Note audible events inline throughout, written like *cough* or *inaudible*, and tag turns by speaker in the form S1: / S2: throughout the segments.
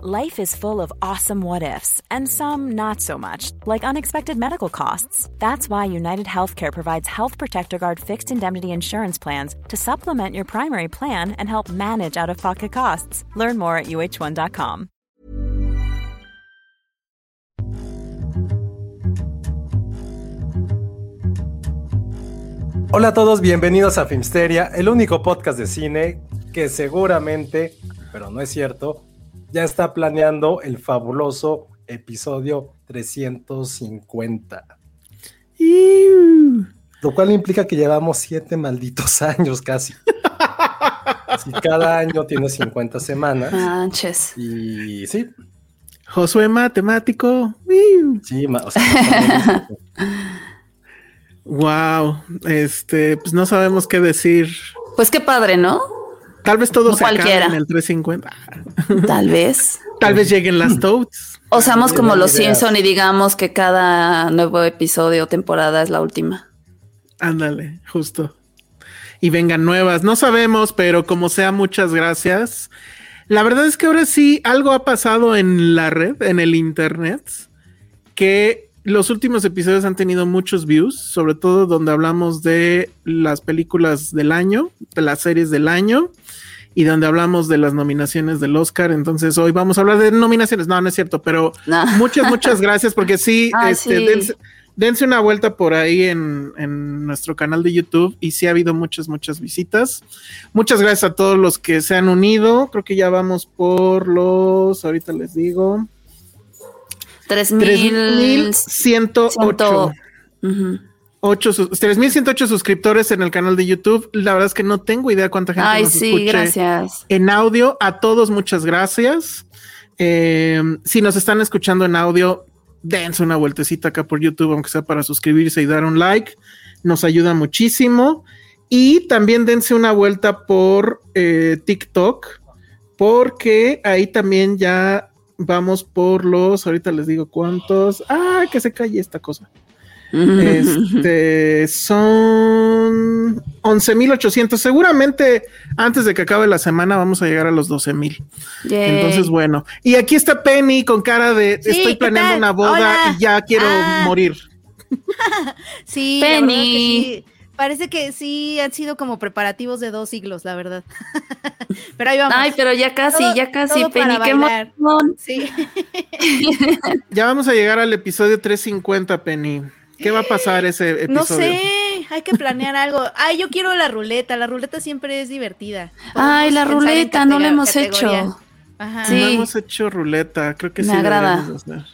S1: Life is full of awesome what ifs, and some not so much, like unexpected medical costs. That's why United Healthcare provides Health Protector Guard fixed indemnity insurance plans to supplement your primary plan and help manage out of pocket costs. Learn more at uh1.com.
S2: Hola a todos, bienvenidos a Filmsteria, el único podcast de cine que seguramente, pero no es cierto, ya está planeando el fabuloso episodio 350. Lo cual implica que llevamos siete malditos *laughs* años casi. Si cada año tiene 50 semanas.
S3: Manches.
S2: Y sí,
S4: Josué matemático. ¡Wiu!
S2: sí, ma- o sea,
S4: Wow. Este, pues no sabemos qué decir.
S3: Pues qué padre, ¿no?
S4: Tal vez todo
S3: No
S4: se acabe
S3: cualquiera.
S4: en el 350. *laughs*
S3: Tal vez.
S4: Tal vez lleguen las toads.
S3: O seamos
S2: Sí,
S3: como
S2: buena
S3: los
S2: idea.
S3: Simpson y digamos que cada nuevo episodio o temporada es la última.
S4: Ándale, justo. Y vengan nuevas. No sabemos, pero como sea, muchas gracias. La verdad es que ahora sí algo ha pasado en la red, en el internet, que los últimos episodios han tenido muchos views, sobre todo donde hablamos de las películas del año, de las series del año y donde hablamos de las nominaciones del Oscar. Entonces hoy vamos a hablar de nominaciones. No, no es cierto, pero *laughs*
S3: No.
S4: muchas, muchas gracias porque sí,
S3: *laughs* Ah,
S4: este,
S3: sí.
S4: dense- dense una vuelta por ahí en, en nuestro canal de YouTube y sí ha habido muchas, muchas visitas. Muchas gracias a todos los que se han unido. Creo que ya vamos por los, ahorita les digo,
S3: 3.108.
S4: 3.108.
S3: Ujú.
S4: ocho sus- 3.108 suscriptores en el canal de YouTube. La verdad es que no tengo idea cuánta gente
S3: Ay,
S4: nos
S3: sí,
S4: escuche
S3: gracias.
S4: en audio. A todos, muchas gracias. Eh, si nos están escuchando en audio, dense una vueltecita acá por YouTube, aunque sea para suscribirse y dar un like. Nos ayuda muchísimo. Y también dense una vuelta por eh, TikTok, porque ahí también ya vamos por los. Ahorita les digo cuántos. Ah, que se calle esta cosa. Este son 11,800. Seguramente antes de que acabe la semana vamos a llegar a los 12,000.
S3: *laughs* Yay.
S4: Entonces, bueno. Y aquí está Penny con cara de
S5: Sí,
S4: estoy
S5: ¿qué
S4: planeando
S5: tal?
S4: una boda
S5: Hola.
S4: y ya quiero
S5: Ah.
S4: morir.
S5: Sí, la verdad es que
S3: Penny.
S5: sí. Parece que sí han sido como preparativos de dos siglos, la verdad. *laughs* Pero ahí vamos.
S3: Ay, pero ya casi,
S5: Todo-
S3: ya casi,
S5: todo
S3: Penny,
S5: para
S3: qué
S5: bailar.
S3: emoción.
S4: *laughs*
S5: Sí.
S4: Ya vamos a llegar al episodio 350, Penny. ¿Qué va a pasar ese episodio?
S5: Eh, No sé, hay que planear algo. Ay, yo quiero la ruleta. La ruleta siempre es divertida.
S3: Ay,
S5: Podemos
S3: la
S5: pensar en
S3: ruleta, no la
S5: catega-
S3: hemos
S5: categoría.
S3: hecho.
S5: Ajá.
S4: No
S3: Sí.
S4: hemos hecho ruleta. Creo que
S3: Me
S4: sí.
S3: agrada.
S4: deberíamos hacer.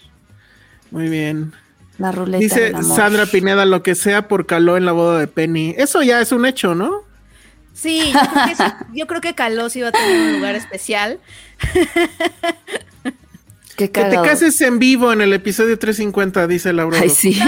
S4: Muy bien.
S3: La ruleta.
S4: Dice
S3: del amor.
S4: Sandra Pineda, lo que sea por calor en la boda de Penny. Eso ya es un hecho, ¿no?
S5: Sí, yo creo que sí- yo creo que Caló sí va a tener un lugar especial.
S3: Qué
S4: Que te
S3: cagado.
S4: cases en vivo en el episodio 350, dice Laura.
S3: Ay,
S4: Orozco.
S3: sí.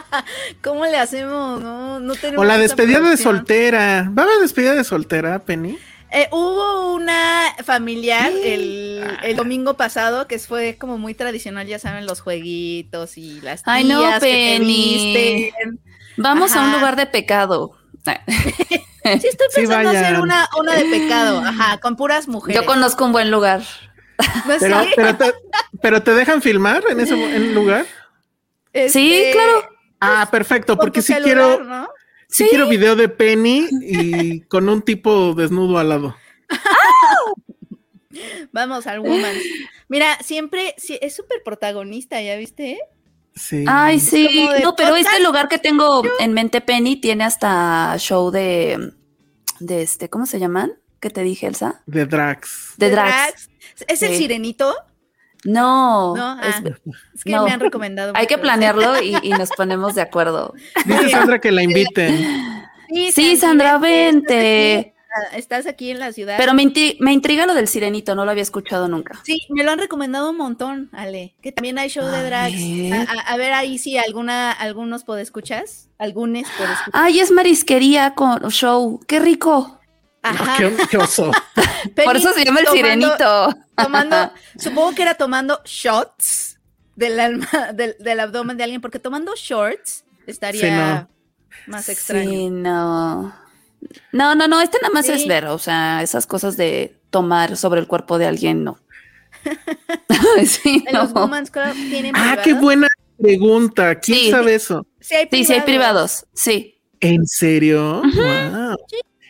S3: *laughs*
S5: ¿Cómo le hacemos? No, no tenemos
S4: O la
S5: esa
S4: despedida de
S5: producción.
S4: soltera. ¿Va a haber despedida de soltera, Penny?
S5: Eh, hubo una familiar el,
S4: Ah.
S5: el domingo pasado que fue como muy tradicional, ya saben, los jueguitos y las tías
S3: Ay, no,
S5: que te
S3: Penny.
S5: visten.
S3: Vamos a un
S5: Ajá.
S3: lugar de pecado.
S5: Sí, estoy
S4: Sí,
S5: pensando hacer
S4: vayan.
S5: una, una de pecado, ajá, con puras mujeres.
S3: Yo conozco un buen lugar.
S5: No sé,
S4: Pero, pero, te, pero te dejan filmar en ese en lugar.
S3: Sí,
S5: este,
S3: claro.
S4: Ah, perfecto,
S5: por
S4: porque
S5: tu
S4: si
S5: celular,
S4: quiero,
S5: ¿no?
S4: sí quiero video de Penny y con un tipo desnudo al lado.
S5: Vamos al woman. Mira, siempre sí, es súper protagonista, ¿ya viste?
S4: Sí.
S3: Ay, sí.
S5: como de
S3: No, pero este
S5: podcast.
S3: lugar que tengo en mente, Penny, tiene hasta show de, de este, ¿cómo se llaman? Que te dije, Elsa.
S4: De Drax.
S3: De, drags.
S5: drags. ¿Es el
S3: Sí.
S5: sirenito?
S3: No.
S5: No,
S3: es-
S5: ah, Es que
S3: no.
S5: me han recomendado.
S3: hay que
S5: mucho.
S3: planearlo y, y
S5: *laughs*
S3: nos ponemos de acuerdo.
S4: Dice Sandra que la inviten.
S3: Sí, Sandra,
S5: vente,
S3: vente.
S5: Ah, estás aquí en la ciudad.
S3: Pero me, inti- me intriga lo del sirenito, no lo había escuchado nunca.
S5: Sí, me lo han recomendado un montón, Ale. Que también hay show
S3: A
S5: de drags.
S3: ver.
S5: A, a- a ver ahí si alguna, algunos podescuchas. Algunos
S3: Ah,
S5: podescuchas.
S3: Ay, es marisquería con show. ¡Qué rico!
S5: Ajá.
S4: Ah, Qué, qué oso.
S3: Por eso se llama el
S5: Tomando-
S3: sirenito. *laughs*
S5: Tomando, supongo que era tomando shots del alma, del, del abdomen de alguien, porque tomando shorts estaría más extraño.
S3: Sí, no. No, no, no, este nada más
S5: Sí.
S3: es ver, o sea, esas cosas de tomar sobre el cuerpo de alguien,
S5: *laughs*
S3: no. *laughs* sí,
S5: En
S3: no.
S5: los Women's Club tienen
S4: Ah,
S5: privados.
S4: qué buena pregunta. ¿Quién
S3: Sí.
S4: sabe eso?
S5: Sí, hay
S3: Sí, sí, hay privados, sí.
S4: ¿En serio? Wow.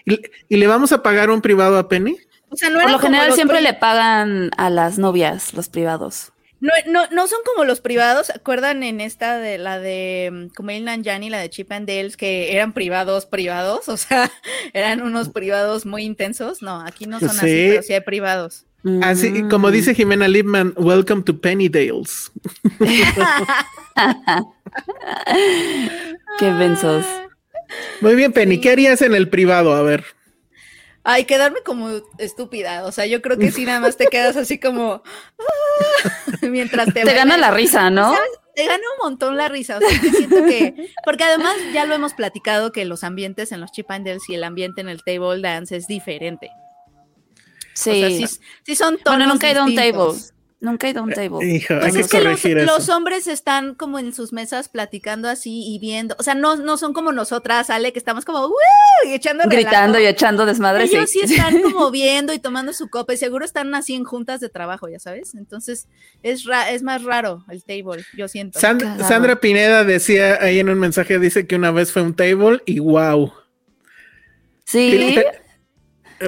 S4: ¿Y, le- y le vamos a pagar un privado a Penny?
S5: O sea, no
S3: Por
S5: eran
S3: lo
S5: como
S3: general
S5: los
S3: siempre
S5: pri-
S3: le pagan a las novias los privados.
S5: No, no, no son como los privados, ¿se ¿acuerdan en esta de la de mm, Kumail Nanjiani, la de Chip and Dale, que eran privados, privados? *laughs* O sea, eran unos privados muy intensos. No, aquí no son
S4: Pues sí.
S5: así, pero sí hay privados.
S4: Así
S3: Mm.
S4: como dice Jimena Lipman, welcome to Penny Dales.
S5: Ah.
S3: Qué bensos.
S4: Muy bien, Penny, ¿qué harías en el privado? A ver.
S5: Ay, quedarme como estúpida. O sea, yo creo que sí, nada más te quedas así como. "Ah", *laughs* mientras te.
S3: Te gana
S5: bailan.
S3: la risa, ¿no?
S5: ¿Sabes? Te gana un montón la risa. O sea, yo siento que. Porque además ya lo hemos platicado que los ambientes en los chip and Dales y el ambiente en el table dance es diferente.
S3: Sí.
S5: O sea, sí, sí son tonos
S3: bueno, nunca he ido a un table.
S5: distintos.
S3: Nunca he ido a un
S6: Oh,
S3: table.
S4: Hijo, hay
S5: Pues
S4: que
S5: es que los,
S4: corregir eso.
S5: los hombres están como en sus mesas platicando así y viendo. O sea, no, no son como nosotras, Ale, que estamos como "Woo", y echando relajo.
S3: Gritando y echando desmadre. sí.
S5: Ellos sí
S3: *laughs*
S5: están como viendo y tomando su copa y seguro están así en juntas de trabajo, ya sabes. Entonces es, ra- es más raro el table, yo siento.
S4: San-
S3: Cagado.
S4: Sandra Pineda decía ahí en un mensaje, dice que una vez fue a un table y wow. eh,
S3: Sí.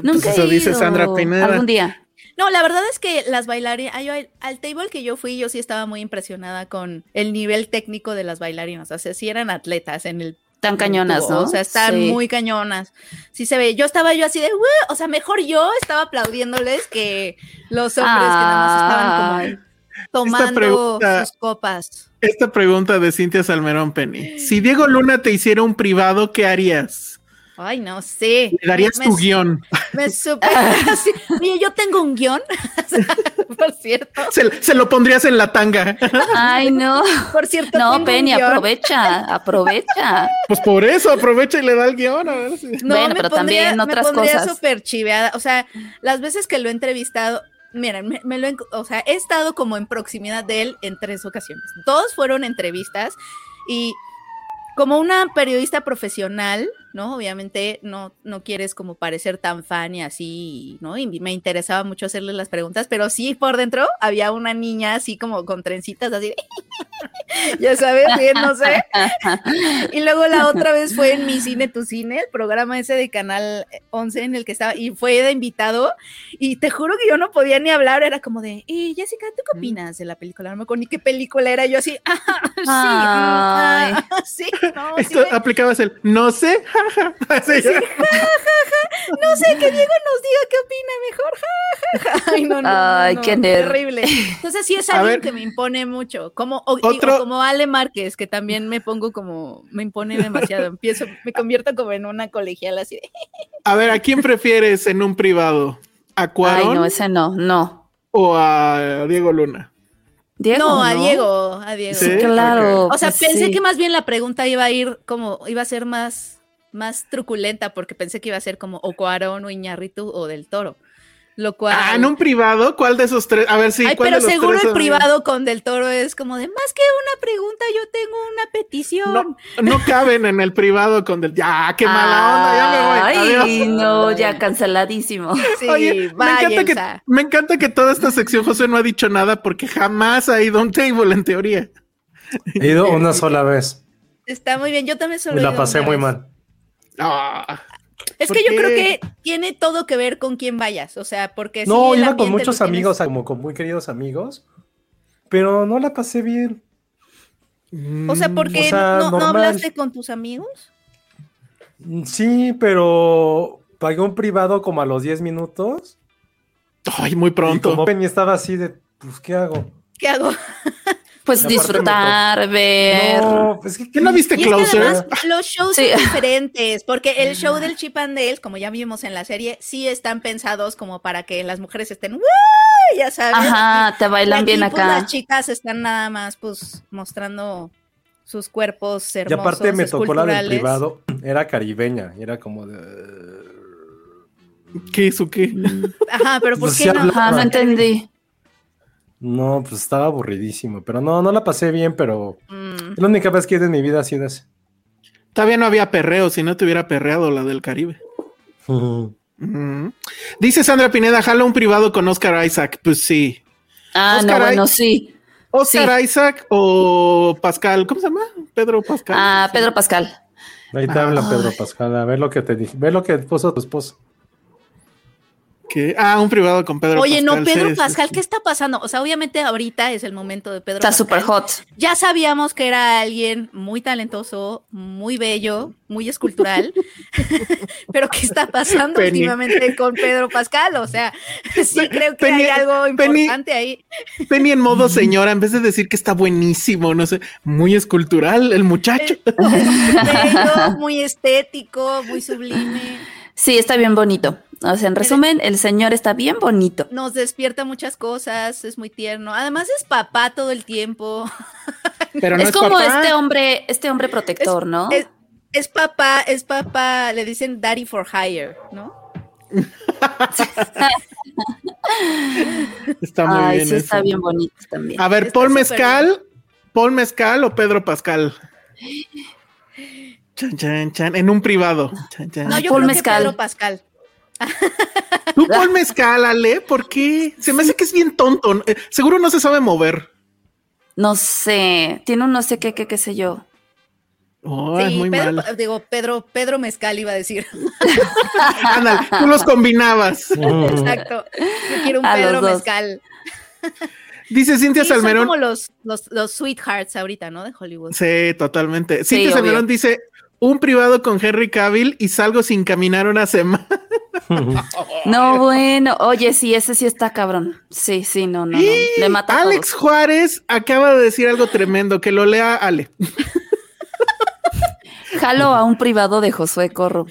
S3: Nunca
S4: Pues eso
S3: he
S4: dice
S3: ido.
S4: Sandra Pineda.
S3: Algún día.
S5: No, la verdad es que las bailarinas, al table que yo fui, yo sí estaba muy impresionada con el nivel técnico de las bailarinas. O sea, sí eran atletas en el
S3: Tan cañonas,
S5: tubo,
S3: ¿no?
S5: O sea, están
S3: Sí.
S5: muy cañonas. Sí se ve. Yo estaba yo así de, "Woo", o sea, mejor yo estaba aplaudiéndoles que los hombres que nada más
S3: Ay.
S5: estaban como tomando
S4: pregunta-
S5: sus copas.
S4: Esta pregunta de Cintia Salmerón, Penny. Si Diego Luna te hiciera un privado, ¿qué harías?
S5: Ay, no sé.
S4: Le darías
S5: Me-
S4: tu guión. *laughs*
S5: Me super. *laughs* sí. Oye, yo tengo un guión, *laughs* O sea, por cierto.
S4: Se, se lo pondrías en la tanga. *laughs*
S3: Ay, no.
S5: *laughs* Por cierto,
S3: No,
S5: tengo
S3: Penny,
S5: un guión.
S3: aprovecha, aprovecha.
S4: Pues por eso, aprovecha y le da el guión. A
S3: *laughs*
S4: ver si-
S5: No,
S3: Bueno,
S5: me
S3: pero
S5: pondría-
S3: también otras
S5: me pondría
S3: cosas.
S5: súper chiveada. O sea, las veces que lo he entrevistado, miren, me, me lo he enco- o sea, he estado como en proximidad de él en tres ocasiones. Dos fueron entrevistas y como una periodista profesional, ¿no? Obviamente no, no quieres como parecer tan fan y así, ¿no? Y me interesaba mucho hacerle las preguntas, pero sí por dentro había una niña así como con trencitas así, de ya sabes, bien, no sé. Y luego la otra vez fue en Mi Cine, Tu Cine, el programa ese de Canal 11 en el que estaba, y fue de invitado, y te juro que yo no podía ni hablar, era como de, y Jessica, ¿tú qué opinas de la película? No me acuerdo ni qué película era, yo así, *laughs* ah,
S3: Ay.
S5: sí, mm, ah, *laughs* sí, no, sí,
S4: *laughs* Esto,
S5: me-
S4: aplicabas el no sé, jaja. *laughs* Así,
S5: no sé, que Diego nos diga qué opina mejor, ja, ja, ja. Ay, no, no, no,
S3: Ay,
S5: no,
S3: qué nerd.
S5: terrible. Entonces sí es
S4: A ver.
S5: alguien que me impone mucho, como, o- y- o
S4: Otro-
S5: como Ale Márquez, que también me pongo como, me impone demasiado, empiezo, me convierto como en una colegial así de,
S4: A ver, ¿a quién prefieres en un privado? ¿A
S3: Ay,
S4: Cuarón
S3: no, ese no, no.
S4: o a Diego Luna?
S3: Diego.
S5: no, a Diego, a Diego.
S3: Sí,
S4: Sí,
S3: claro.
S5: O sea,
S3: pues
S5: pensé
S3: sí.
S5: que más bien la pregunta iba a ir como, iba a ser más, más truculenta, porque pensé que iba a ser como o Cuarón o Iñarritu o del Toro. Lo cual.
S4: Ah, en un privado, ¿cuál de esos tres? A ver si.
S5: Ay,
S4: ¿cuál
S5: pero
S4: de los
S5: seguro
S4: tres
S5: el
S4: son-
S5: privado con del Toro es como de más que una pregunta, yo tengo una petición.
S4: No, no caben en el privado con del. Ya, qué mala onda, ya me voy.
S3: Ay,
S4: adiós.
S3: no, ya canceladísimo. Pues
S5: sí,
S4: Oye, me,
S5: váyanse.
S4: encanta que, me encanta que toda esta sección José no ha dicho nada porque jamás ha ido a un table en teoría.
S2: He ido una sola vez
S5: Está muy bien, yo también solo
S2: y
S5: he
S2: la
S5: ido
S2: pasé
S5: una
S2: muy
S5: vez.
S2: mal.
S4: Ah,
S5: Es
S4: ¿Por
S5: que yo
S4: qué?
S5: creo que tiene todo que ver con quién vayas, o sea, porque
S2: No,
S5: sí, el
S2: iba con
S5: ambiente
S2: muchos
S5: lo tienes-
S2: amigos, como con muy queridos amigos, pero no la pasé bien.
S5: O sea,
S4: Mm,
S5: porque
S2: o sea,
S5: no, no
S2: normal.
S5: hablaste con tus amigos.
S2: Mm, Sí, pero pagué un privado como a los 10 minutos.
S4: Ay, muy
S2: Y como
S4: pronto. *laughs*
S2: Penny estaba así de, pues, ¿qué hago?
S5: ¿Qué hago?
S3: Pues
S2: Aparte me
S3: disfrutar, ver.
S2: No, pues que,
S4: ¿Qué no viste
S5: Y es que además
S4: Closer?
S5: los shows
S3: Sí.
S5: son diferentes, porque
S4: *laughs*
S5: el show del Chip and Dale, como ya vimos en la serie, sí están pensados como para que las mujeres estén, "¡Woo!", ya sabes.
S3: Ajá, te
S5: Y
S3: bailan
S5: aquí,
S3: bien
S5: pues,
S3: acá.
S5: las chicas están nada más, pues, mostrando sus cuerpos
S2: Y
S5: hermosos.
S2: aparte me tocó la del
S5: esculturales.
S2: privado, *clears throat* era caribeña, y era como de...
S4: ¿Qué hizo qué?
S5: Ajá, pero ¿por
S2: Pues
S5: qué
S2: sí
S5: no?
S2: habla-
S3: Mm. Ajá, no entendí.
S2: No, pues estaba aburridísimo, pero no, no la pasé bien, pero
S5: Mm,
S2: es la única vez que he ido en mi vida ha sido ese.
S4: Todavía no había perreo, si no te hubiera perreado la del Caribe. Ujú. Dice Sandra Pineda, jala un privado con Oscar Isaac. Pues sí.
S3: Ah,
S4: Oscar,
S3: no,
S4: ay-
S3: bueno, sí.
S4: Oscar Isaac o Pascal, ¿cómo se llama? Pedro Pascal.
S3: Ah,
S4: Sí.
S3: Pedro Pascal.
S2: Ahí te habla Pedro Pascal, a ver lo que te dije, ve lo que puso tu esposo.
S4: ¿Qué? Ah, un privado con Pedro
S5: Oye, no,
S4: Pascal. sí,
S5: Pedro
S4: sí,
S5: Pascal,
S4: pues sí.
S5: ¿qué está pasando? O sea, obviamente ahorita es el momento de Pedro
S3: Está
S5: Pascal.
S3: súper hot.
S5: Ya sabíamos que era alguien muy talentoso, muy bello, muy escultural. *laughs* Pero ¿qué está pasando
S4: Penny.
S5: últimamente con Pedro Pascal? O sea, *laughs* sí creo que
S4: Penny-
S5: hay algo
S4: Penny-
S5: importante ahí. *laughs*
S4: Penny en modo señora, en vez de decir que está buenísimo, no sé, muy escultural el muchacho.
S5: Bello, muy estético, muy sublime.
S3: Sí, está bien bonito. O sea, en resumen, el señor está bien bonito.
S5: Nos despierta muchas cosas, es muy tierno. Además es papá todo el tiempo.
S4: *laughs* Pero no
S3: es,
S4: es,
S3: como
S4: papá.
S3: este hombre, este hombre protector, ¿no?
S5: Es, es papá, es papá, le dicen daddy for hire, ¿no?
S4: Está muy
S3: este Ay,
S4: bien.
S3: sí, está
S4: eso. Ah.
S3: bien bonito también.
S4: A ver,
S5: Está
S4: Paul
S5: súper
S4: Mezcal, Paul Mezcal o
S3: *gasps*
S4: Pedro Pascal. Chan, chan, chan, en un privado. Chan, chan.
S5: No,
S3: Ah,
S5: yo
S3: Paul
S5: creo
S3: Mezcal.
S5: que Pedro Pascal.
S4: Tú Paul Mezcal, Ale, ¿por qué? Se me hace que es bien tonto. Eh, Seguro no se sabe mover.
S3: No sé, tiene un no sé qué, qué, qué sé yo.
S4: Oh, es
S5: Sí,
S4: muy
S5: Pedro,
S4: mal.
S5: digo, Pedro, Pedro Mezcal iba
S3: *laughs*
S5: a decir.
S4: Ándale, tú los combinabas.
S5: Exacto. Yo quiero un
S3: A los
S5: Pedro
S3: dos.
S5: Mezcal.
S4: Dice Cintia
S5: Sí, son
S4: Salmerón.
S5: como los, los, los sweethearts ahorita, ¿no? De Hollywood.
S4: Sí, totalmente.
S3: Sí,
S4: Cintia
S3: obvio.
S4: Salmerón dice: un privado con Henry Cavill y salgo sin caminar una semana. Eh.
S3: No, bueno, oye, sí, ese sí está cabrón. Sí, sí, no, no, no. Le mata a
S4: Alex
S3: todos.
S4: Juárez acaba de decir algo tremendo, que lo lea
S3: *laughs*
S4: Ale.
S3: Jalo a un privado de Josué
S4: *laughs*
S3: Corro.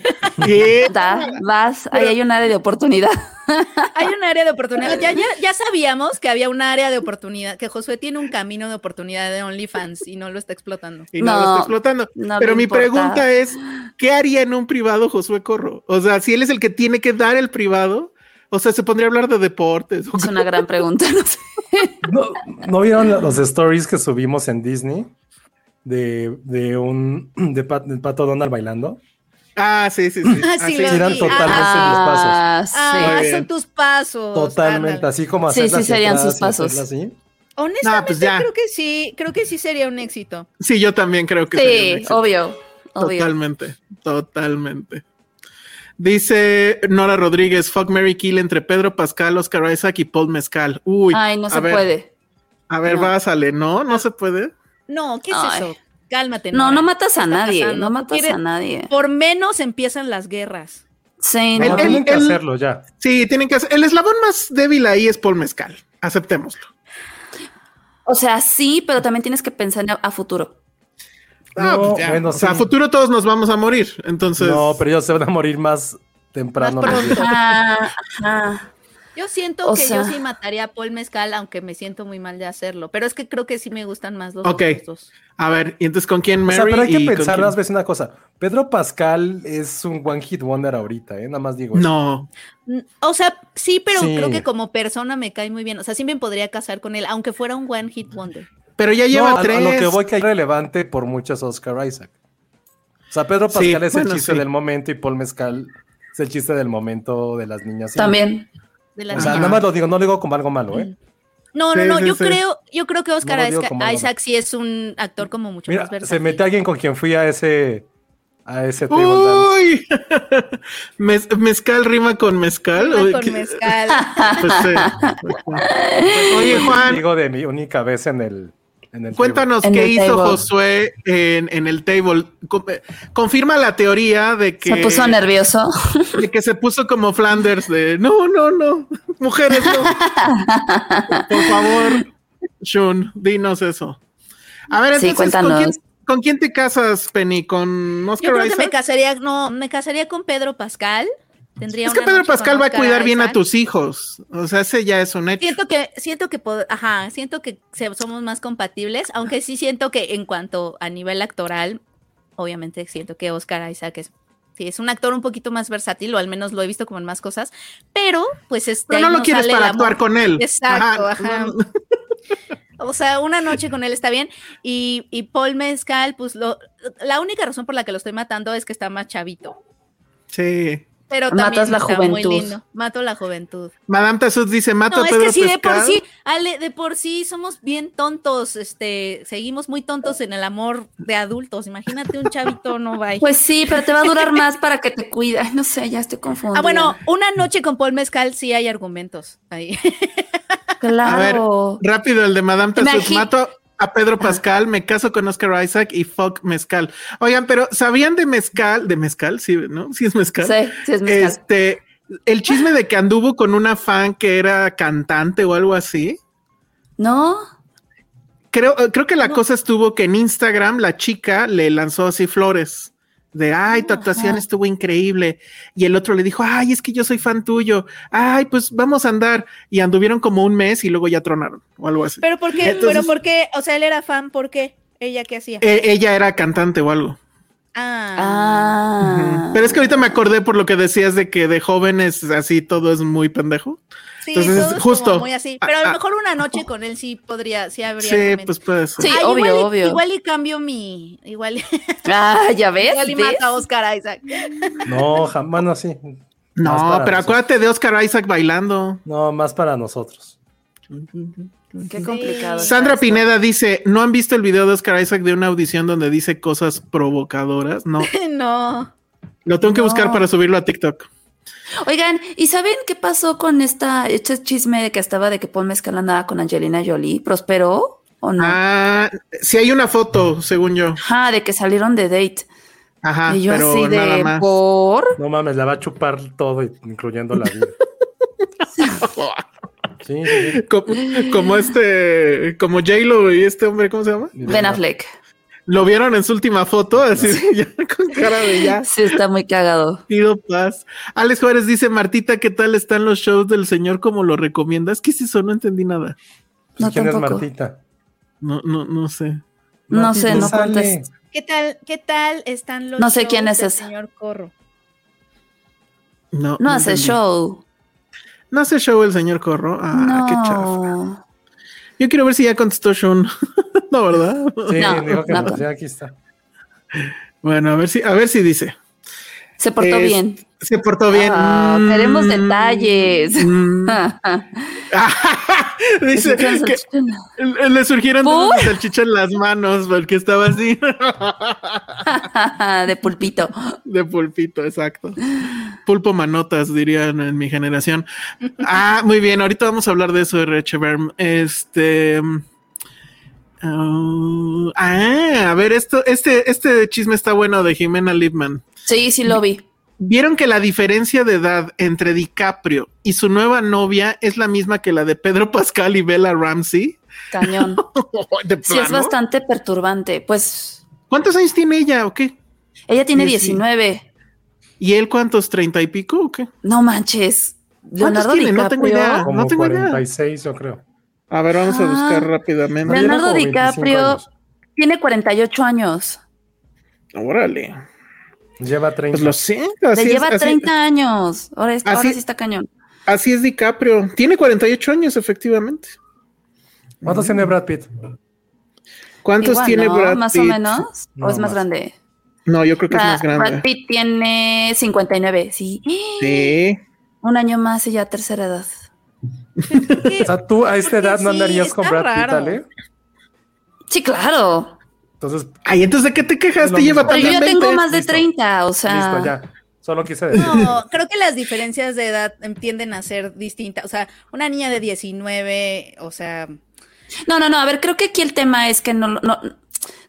S4: ¿Qué?
S3: Da, vas, ahí hay un área de oportunidad. *laughs*
S5: Hay un área de oportunidad. Ya, ya, ya sabíamos que había un área de oportunidad, que Josué tiene un camino de oportunidad de OnlyFans y no lo está explotando.
S4: Y no, lo
S3: No,
S4: está explotando.
S3: no
S4: Pero
S3: le
S4: mi
S3: importa.
S4: pregunta es, ¿qué haría en un privado Josué Corro? O sea, si él es el que tiene que dar el privado, o sea, se pondría a hablar de deportes. *laughs*
S3: Es una gran pregunta. no sé.
S2: ¿No, no vieron lo- los stories que subimos en Disney? De, de un *clears throat* de, Pat- de Pato Donald bailando.
S4: Ah, sí,
S3: *laughs*
S4: sí, sí.
S5: Ah,
S4: Ah,
S5: sí,
S4: sí,
S5: lo
S4: sí.
S2: eran
S5: vi.
S2: totalmente
S3: Ah,
S5: Ah,
S4: Muy
S3: sí.
S4: bien.
S5: son tus pasos.
S2: Totalmente,
S5: ándale.
S2: así como
S3: Sí,
S2: hacerla
S3: sí
S2: hacia
S3: serían
S2: atrás
S3: sus
S2: y hacerla
S3: pasos.
S2: así.
S5: Honestamente,
S4: No, pues ya.
S5: creo que sí, creo que sí sería un éxito.
S4: Sí, yo también creo que sería un
S3: Sí,
S4: éxito.
S3: obvio, obvio.
S4: Totalmente, totalmente. Dice Nora Rodríguez, fuck Mary Kill entre Pedro Pascal, Oscar Isaac y Paul Mezcal. Uy,
S3: Ay, no
S4: a
S3: se
S4: ver,
S3: puede.
S4: A ver,
S3: No.
S4: va, sale, ¿no? No se puede.
S5: No, ¿qué es
S3: Ay.
S5: eso? Cálmate.
S3: No,
S5: Nora.
S3: no matas a
S5: ¿Qué eh, está
S3: nadie,
S5: pasando?
S3: no
S5: Tú
S3: matas
S5: quieres-
S3: a nadie.
S5: Por menos empiezan las guerras.
S3: Sí,
S2: No,
S4: El-
S3: no.
S4: el-
S2: tienen que
S4: el-
S2: hacerlo ya.
S4: Sí, tienen que hacer. El eslabón más débil ahí es Paul Mezcal. Aceptémoslo.
S3: O sea, sí, pero también tienes que pensar a a futuro.
S4: Ah,
S2: No,
S4: pues ya.
S2: bueno,
S4: o sea, a
S2: sí.
S4: futuro todos nos vamos a morir. Entonces,
S2: No, pero ellos se van a morir más temprano.
S5: Más
S2: ¿no?
S5: pronto.
S3: Ah, ajá.
S5: Yo siento
S3: O
S5: que
S3: sea-
S5: yo sí mataría a Paul Mezcal, aunque me siento muy mal de hacerlo. Pero es que creo que sí me gustan más los
S4: Ok.
S5: otros dos.
S4: a ver, y entonces con quién
S2: O
S4: Mary.
S2: sea, pero hay
S4: y
S2: que
S4: con
S2: pensar
S4: quién-
S2: más veces una cosa. Pedro Pascal es un one hit wonder ahorita, ¿eh? Nada más digo. eso.
S4: No,
S5: Mm, O sea, sí, pero
S2: Sí.
S5: creo que como persona me cae muy bien. O sea, sí me podría casar con él, aunque fuera un one hit wonder.
S4: pero ya
S2: No,
S4: lleva
S2: a- a
S4: tres.
S2: lo que voy que es relevante por muchas Oscar Isaac. O sea, Pedro
S4: Sí,
S2: Pascal es
S4: bueno,
S2: el chiste
S4: sí.
S2: del momento y Paul Mezcal es el chiste del momento de las niñas.
S3: También.
S5: De la
S2: O sea,
S4: Ajá.
S2: nada más lo digo, no lo digo como algo malo, ¿eh?
S5: no, no,
S4: Sí,
S5: no.
S4: sí,
S5: yo
S4: sí.
S5: creo, yo creo que Oscar
S2: No lo digo
S5: Isaac,
S2: como algo
S5: Isaac sí es un actor como mucho
S2: Mira,
S5: más versátil.
S2: se mete alguien con quien fui a ese a ese table
S4: ¡Uh,
S2: dance.
S4: Uy, *laughs* Mez- mezcal rima con mezcal.
S5: Rima
S4: Uy,
S5: con
S4: qué-
S5: mezcal.
S2: *laughs*
S4: Pues sí. Oye, Juan,
S2: Digo de mi única vez en el en el
S4: cuéntanos
S3: En
S4: qué
S3: el
S4: hizo
S3: table.
S4: Josué en, en el table. Co- eh, Confirma la teoría de que
S3: Se puso nervioso.
S4: de que se puso como
S6: *laughs*
S4: Flanders de no, no, no, mujeres no. Por favor. Shun, dinos eso. A ver,
S6: Sí,
S4: entonces, ¿con,
S6: cuéntanos.
S4: quién, con quién te casas, Penny? ¿Con
S5: Yo
S4: Oscar
S5: creo que me
S4: Isaac?
S5: casaría, no, me casaría con Pedro Pascal. Tendría
S4: Es que
S5: una
S4: Pedro
S5: noche con
S4: Pascal va a
S5: Oscar
S4: cuidar bien a
S5: Isaac.
S4: tus hijos. O sea, ese ya es un hecho.
S5: Siento que, siento que, pod- ajá, siento que se- somos más compatibles, aunque sí siento que en cuanto a nivel actoral, obviamente siento que Oscar Isaac es, sí, es un actor un poquito más versátil, o al menos lo he visto como en más cosas, pero pues este...
S4: Pero
S5: ahí
S4: no lo
S5: nos
S4: quieres
S5: sale
S4: para
S5: el amor.
S4: actuar con él.
S5: Exacto, ajá.
S4: no-
S5: *laughs* O sea, una noche con él está bien. Y, y Paul Mezcal, pues lo, la única razón por la que lo estoy matando es que está más chavito.
S4: Sí.
S5: Pero
S6: Matas
S5: también
S6: la
S5: está muy
S6: juventud.
S5: lindo. Mato la juventud.
S4: Madame Tassut dice, mato
S5: No,
S4: a
S5: es
S4: Pedro
S5: que sí, de por
S4: Pascal.
S5: sí, Ale, de por sí somos bien tontos, este, seguimos muy tontos en el amor de adultos. Imagínate un chavito no va.
S6: *laughs* Pues sí, pero te va a durar más para que te cuide. Ay, no sé, ya estoy confundida.
S5: Ah, bueno, una noche con Paul Mezcal sí hay argumentos ahí. *laughs*
S6: claro.
S4: Rápido, el de Madame Tassut.
S6: Imagi-
S4: Mato a Pedro Pascal, me caso con Oscar Isaac y fuck Mezcal. Oigan, pero ¿sabían de Mezcal? ¿De Mezcal? Sí, ¿no? Sí es Mezcal.
S6: Sí, sí es mezcal.
S4: Este, el chisme de que anduvo con una fan que era cantante o algo así.
S6: No,
S4: Creo, eh, creo que la cosa estuvo que en Instagram la chica le lanzó así flores de ay, tu actuación estuvo increíble. Y el otro le dijo, ay, es que yo soy fan tuyo. Ay, pues vamos a andar. Y anduvieron como un mes y luego ya tronaron o algo así.
S5: Pero porque, pero
S4: Entonces-
S5: porque, o sea, él era fan, ¿por qué? ¿Ella qué hacía?
S4: Eh, ella era cantante o algo.
S5: Ah,
S6: ah,
S4: Pero es que ahorita me acordé por lo que decías de que de jóvenes así todo es muy pendejo.
S5: sí,
S4: entonces,
S5: todo es como
S4: justo.
S5: muy así. Pero a
S4: Ah,
S5: lo
S4: ah.
S5: mejor una noche con él sí podría, sí habría.
S4: Sí,
S5: argumentos.
S4: pues puede ser.
S6: Sí,
S5: Ay,
S6: obvio,
S5: igual y-
S6: obvio.
S5: Igual y cambio mi, igual, y-
S6: Ah, ya ves.
S5: igual y
S6: ¿Ves?
S5: mata a Oscar Isaac. *laughs*
S2: No, jamás, bueno, sí. Más
S4: No,
S2: para
S4: pero
S2: nosotros.
S4: acuérdate de Oscar Isaac bailando.
S2: No, más para nosotros.
S6: Qué complicado. está
S4: Sandra
S6: esto.
S4: Pineda dice, ¿no han visto el video de Oscar Isaac de una audición donde dice cosas provocadoras? No,
S5: No.
S4: lo tengo que
S6: *laughs* No.
S4: buscar para subirlo a TikTok.
S6: Oigan, ¿y saben qué pasó con esta, este chisme que estaba de que Paul Mezcal andaba con Angelina Jolie? ¿Prosperó o no?
S4: Ah, si hay una foto, según yo.
S6: Ajá, de que salieron de date.
S4: Ajá,
S6: y yo
S4: Ah, pero
S6: así
S4: nada
S6: de
S4: más.
S2: *laughs*
S6: por.
S2: No mames, la va a chupar todo, incluyendo la
S4: *laughs*
S2: vida. Sí, sí, sí.
S4: Co- Como, este, como J-Lo y este hombre, ¿cómo se llama?
S6: Ben Affleck.
S4: Lo vieron en su última foto, así de ya, *laughs* con cara de ya.
S6: Sí, está muy cagado.
S4: Pido paz. Alex Juárez dice, Martita, ¿qué tal están los shows del señor? ¿Cómo lo recomiendas? ¿Qué es eso? No entendí nada.
S2: Pues,
S6: No,
S2: ¿Quién es
S6: tampoco.
S2: Martita?
S4: No, no, no sé.
S6: No
S2: Martita
S6: sé, no
S2: sale.
S6: contesto.
S5: ¿Qué tal, qué tal están los
S6: No sé
S5: shows
S6: quién es
S5: del
S6: esa.
S5: señor
S6: *laughs*
S5: Corro?
S4: No,
S6: No hace
S4: entendí.
S6: show.
S4: No hace show el señor Corro. Ah, qué chafa.
S6: No.
S4: Yo quiero ver si ya contestó Sean. *laughs* no, ¿verdad?
S2: Sí,
S6: No,
S2: dijo que
S6: no.
S2: no, sí, aquí está.
S4: Bueno, a ver si, a ver si dice.
S6: Se portó
S4: Es-
S6: bien.
S4: Se portó bien.
S6: Ah,
S4: Mm, *laughs*
S6: queremos detalles. *laughs*
S4: mm. dice que
S6: *laughs*
S4: le- le surgieron
S6: ¿Por?
S4: unas salchichas en las manos porque estaba así
S6: de pulpito.
S4: de pulpito, exacto. Pulpo manotas, dirían en mi generación. Ah, muy bien. Ahorita vamos a hablar de eso, RH Berm. Este. ah, ah, a ver, esto, este, este chisme está bueno de Jimena Lipman.
S6: Sí, sí lo vi.
S4: ¿Vieron que la diferencia de edad entre DiCaprio y su nueva novia es la misma que la de Pedro Pascal y Bella Ramsey?
S6: Cañón.
S4: *laughs* De
S6: Sí, es
S4: plano.
S6: bastante perturbante. Pues
S4: ¿Cuántos años tiene ella o qué?
S6: ella tiene
S4: Sí, sí.
S6: 19.
S4: ¿Y él cuántos? ¿Treinta y pico o qué?
S6: No manches. Leonardo
S4: tiene? No tengo
S6: DiCaprio.
S4: idea.
S2: Como
S4: Ah, No tengo idea.
S2: 46, yo creo.
S4: A ver, vamos a
S6: Ah.
S4: buscar rápidamente.
S2: Tiene
S6: Leonardo
S2: como 25
S6: DiCaprio.
S2: años.
S6: Tiene 48 años.
S4: Órale.
S2: Lleva 30.
S4: Pues lo siento.
S6: Le
S4: Así,
S6: lleva
S4: es, así-
S6: 30 años. Ahora, es- ahora
S4: Así-
S6: sí está cañón.
S4: así es DiCaprio. Tiene 48 años, efectivamente.
S2: ¿Cuántos tiene Brad Pitt?
S4: ¿Cuántos
S6: Igual,
S4: tiene
S6: ¿no?
S4: Brad
S6: Más o
S4: Pitt?
S6: menos.
S2: No,
S6: ¿O es más,
S2: más.
S6: grande?
S4: No, yo creo que es más
S6: Brad-
S4: grande.
S6: Brad Pitt tiene 59. Sí. *gasps*
S4: Sí.
S6: Un año más y ya tercera edad.
S2: O sea, tú a esta
S5: Porque
S2: edad no
S5: sí,
S2: andarías con
S5: está
S2: Brad Pitt,
S5: raro.
S2: Ale.
S6: Sí, claro.
S2: Entonces,
S4: Ay, entonces, ¿de qué te
S2: Es lo
S4: quejaste? Lleva
S2: mismo.
S6: Pero yo ya
S4: también
S6: tengo
S4: 20.
S6: más de
S2: Listo.
S6: 30. O sea.
S2: listo, ya. Solo quise decir.
S5: No, creo que las diferencias de edad em, tienden a ser distintas. O sea, una niña de 19, o sea,
S6: No, no, no. A ver, creo que aquí el tema es que no, no,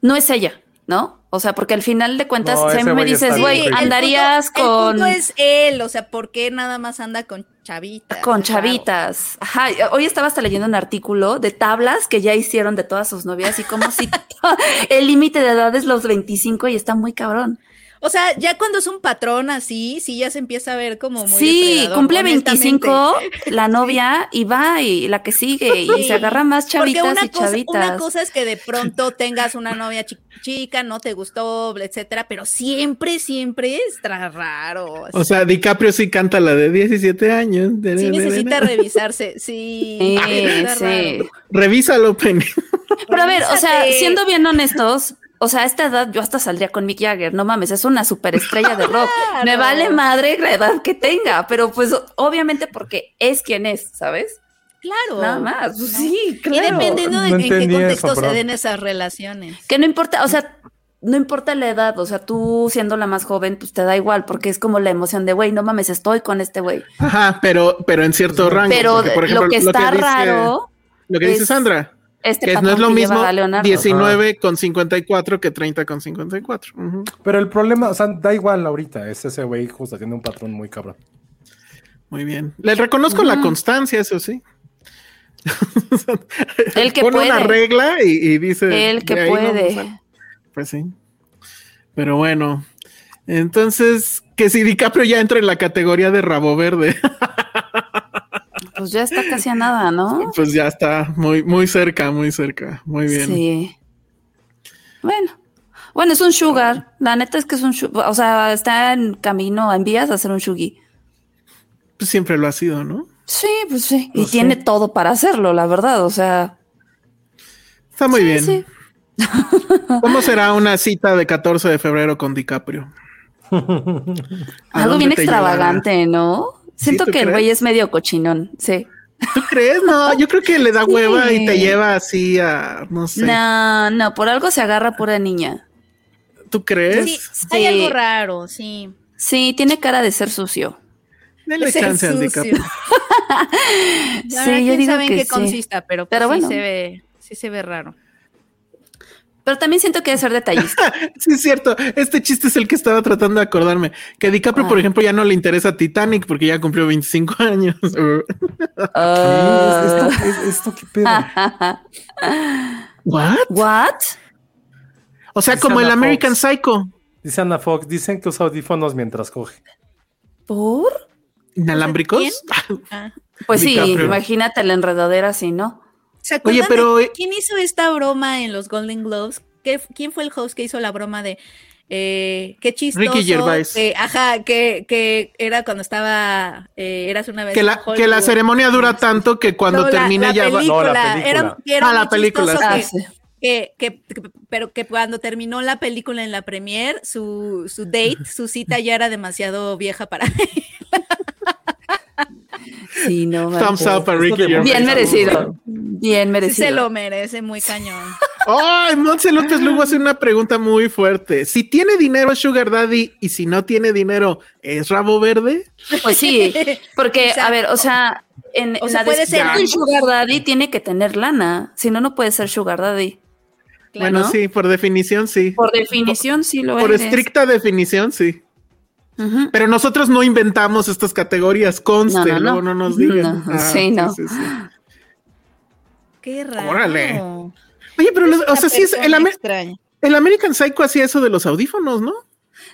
S6: no es ella, ¿no? O sea, porque al final de cuentas,
S2: No,
S6: si a
S2: ese
S6: mí me
S2: güey está
S6: dices,
S2: bien
S6: Pues, güey,
S2: creíble.
S6: andarías
S5: el punto, el punto
S6: con.
S5: es él, o sea, ¿por qué nada más anda con chavitas.
S6: Con
S5: claro.
S6: chavitas. Ajá, hoy estaba hasta leyendo un artículo de tablas que ya hicieron de todas sus novias y como si *laughs* el límite de edad es los 25 y está muy cabrón.
S5: O sea, ya cuando es un patrón así, sí ya se empieza a ver como muy
S6: sí,
S5: depredador,
S6: cumple
S5: honestamente. *laughs*
S6: 25 la novia y va y la que sigue y
S5: Sí,
S6: se agarra más chavitas
S5: Porque una
S6: y
S5: cosa,
S6: chavitas.
S5: una cosa es que de pronto tengas una novia chi- chica, no te gustó, etcétera, pero siempre, siempre está raro.
S4: O sea, DiCaprio sí canta la de 17 años.
S5: sí necesita revisarse, sí.
S6: Sí,
S5: está
S6: sí.
S5: raro.
S4: Revísalo, Penny.
S6: Pero a ver, o sea,
S5: Revísate.
S6: siendo bien honestos, o sea, a esta edad yo hasta saldría con Mick Jagger, no mames, es una superestrella de rock. Me
S5: Claro.
S6: vale madre la edad que tenga, pero pues obviamente porque es quien es, ¿sabes?
S5: Claro.
S6: Nada más, pues, sí, claro.
S5: Y dependiendo de
S2: No
S5: en qué
S2: entendí eso,
S5: contexto se
S2: pero-
S5: den esas relaciones.
S6: Que no importa, o sea, no importa la edad, o sea, tú siendo la más joven, pues te da igual, porque es como la emoción de, güey, no mames, estoy con este güey.
S4: Ajá, pero, pero en cierto rango.
S6: Pero
S4: porque, por ejemplo,
S6: lo que está
S4: dice-
S6: raro,
S4: Lo que dice
S6: es-
S4: Sandra,
S6: este
S4: que es- no
S6: patrón
S4: es lo
S6: que
S4: mismo
S6: lleva a Leonardo.
S4: 19 con 54 que 30 con 54. Ujú.
S2: Pero el problema, o sea, da igual ahorita. Es ese güey justo tiene un patrón muy cabrón.
S4: Muy bien. Le reconozco la constancia, eso sí.
S6: El que
S4: Pone una
S6: puede.
S4: regla y, y dice.
S6: El que
S4: "De ahí no me
S6: puede.
S4: sale". pues sí. Pero bueno. Entonces, que si DiCaprio ya entra en la categoría de rabo verde, *laughs*
S6: Pues ya está casi a nada, ¿no?
S4: pues ya está muy, muy cerca, muy cerca. Muy bien.
S6: Sí. Bueno. Bueno, es un sugar. La neta es que es un sugar. O sea, está en camino, en vías a ser un sugi.
S4: Pues siempre lo ha sido, ¿no?
S6: Sí, pues sí. Y
S4: Pues sí.
S6: tiene todo para hacerlo, la verdad. O sea.
S4: Está muy
S6: sí,
S4: bien.
S6: sí.
S4: ¿Cómo será una cita de 14 de febrero con DiCaprio? ¿A
S6: Algo
S4: dónde
S6: bien
S4: te llevará?
S6: extravagante, ¿no? Siento
S4: ¿tú
S6: que el güey
S4: crees?
S6: es medio cochinón. Sí.
S4: ¿Tú crees? No, yo creo que le da
S6: *laughs* Sí.
S4: hueva y te lleva así a, no sé,
S6: No, no, por algo se agarra pura niña.
S4: ¿tú crees?
S5: Sí,
S6: Sí.
S5: hay algo raro, sí.
S6: Sí, tiene cara de ser sucio.
S4: Denle
S5: Es el
S4: chance al
S5: sucio.
S4: DiCaprio.
S5: La
S6: *laughs* Sí,
S5: verdad,
S6: yo
S5: quién
S6: digo
S5: sabe en
S6: que
S5: qué
S6: sí.
S5: consista, pero, pues
S6: Pero
S5: sí
S6: bueno.
S5: se ve, sí se ve raro.
S6: Pero también siento que debe ser
S4: *laughs*
S6: detallista.
S4: Sí, es cierto. Este chiste es el que estaba tratando de acordarme. Que DiCaprio, por
S6: Ah.
S4: ejemplo, ya no le interesa Titanic porque ya cumplió 25
S5: *laughs*
S4: años.
S2: ¿Qué es
S6: Ah.
S2: ¿Esto, es- esto qué pedo?
S5: Ah.
S4: ¿What?
S6: *laughs* ¿What?
S4: O sea,
S2: Es
S4: como el
S2: Ana
S4: American
S2: Fox.
S4: Psycho.
S2: Dice Ana Fox, dicen que usa audífonos mientras coge.
S6: ¿Por?
S4: ¿Inalámbricos?
S5: ¿Quién? Ah.
S6: Pues sí,
S4: DiCaprio.
S6: imagínate la enredadera si no.
S5: ¿Se acuerdan
S4: Oye, pero- eh,
S5: de ¿Quién hizo esta broma en los Golden Globes? ¿Qué- ¿Quién fue el host que hizo la broma de eh, qué chistoso?
S4: Ricky Gervais.
S5: que- ajá, que, que era cuando estaba eh, Eras una vez
S4: Que
S5: en
S4: la,
S5: Hollywood.
S4: que la ceremonia dura tanto que cuando
S5: No, la-
S4: termina
S5: la
S4: ya va.
S5: película,
S2: No, la película.
S5: Era, era
S4: Ah,
S5: muy
S4: la película,
S5: chistoso
S4: sí.
S6: Ah,
S5: que-
S6: sí.
S5: que, que- que- pero que cuando terminó la película en la premier, su, su date, su cita ya era demasiado vieja para *laughs*
S6: Sí, no. manches.
S4: Thumbs up a Ricky
S2: Bien
S4: Gervais.
S6: Bien merecido. Bien
S5: Sí
S6: merecido.
S5: se lo merece muy cañón.
S4: Ay, Montse López Lugo hace una pregunta muy fuerte. Si tiene dinero es Sugar Daddy y si no tiene dinero es rabo verde.
S6: Pues sí, porque, a ver, o sea, en,
S5: O
S6: en
S5: sea,
S6: la
S5: puede
S6: descripción
S4: ser
S6: de
S4: ambos.
S6: Sugar Daddy tiene que tener lana, si no, no puede ser Sugar Daddy.
S5: Claro.
S4: Bueno, sí, por definición sí.
S6: Por definición, sí lo
S4: Por
S6: eres.
S4: estricta definición sí.
S6: Ujú.
S4: Pero nosotros no inventamos estas categorías, conste, no,
S6: No, no, no.
S4: no, nos digan. Ah,
S6: No, sí, no.
S5: *laughs* Qué raro.
S4: Órale. Oye, pero, los- o sea, sí es el,
S5: Persona
S4: Amer-
S5: extraña.
S4: el American Psycho hacía eso de los audífonos, ¿no?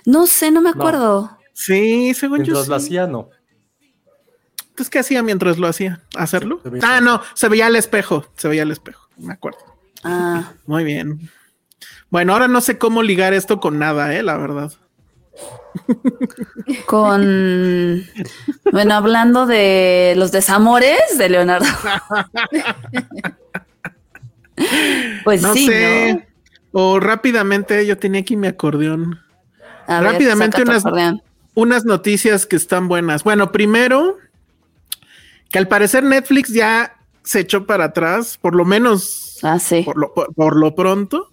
S6: No sé, no me acuerdo.
S4: Sí, según Pues yo.
S2: Mientras
S4: sí.
S2: lo hacía, no.
S4: Entonces, ¿qué hacía mientras lo hacía? ¿Hacerlo?
S2: Se veía-
S4: Ah, no, se veía al espejo, se veía al espejo, me acuerdo.
S6: Ah,
S4: Muy bien. Bueno, ahora no sé cómo ligar esto con nada, eh, la verdad.
S6: con. Bueno, hablando de los desamores
S4: *laughs*
S6: de Leonardo. pues
S4: No
S6: sí,
S4: sé.
S6: ¿no?
S4: O rápidamente, yo tenía aquí mi acordeón.
S6: A ver,
S4: Rápidamente
S6: saca tu
S4: unas-
S6: acordeón.
S4: unas noticias que están buenas. Bueno, primero, que al parecer Netflix ya se echó para atrás, por lo menos
S6: Ah, sí.
S4: por lo, por- por lo pronto,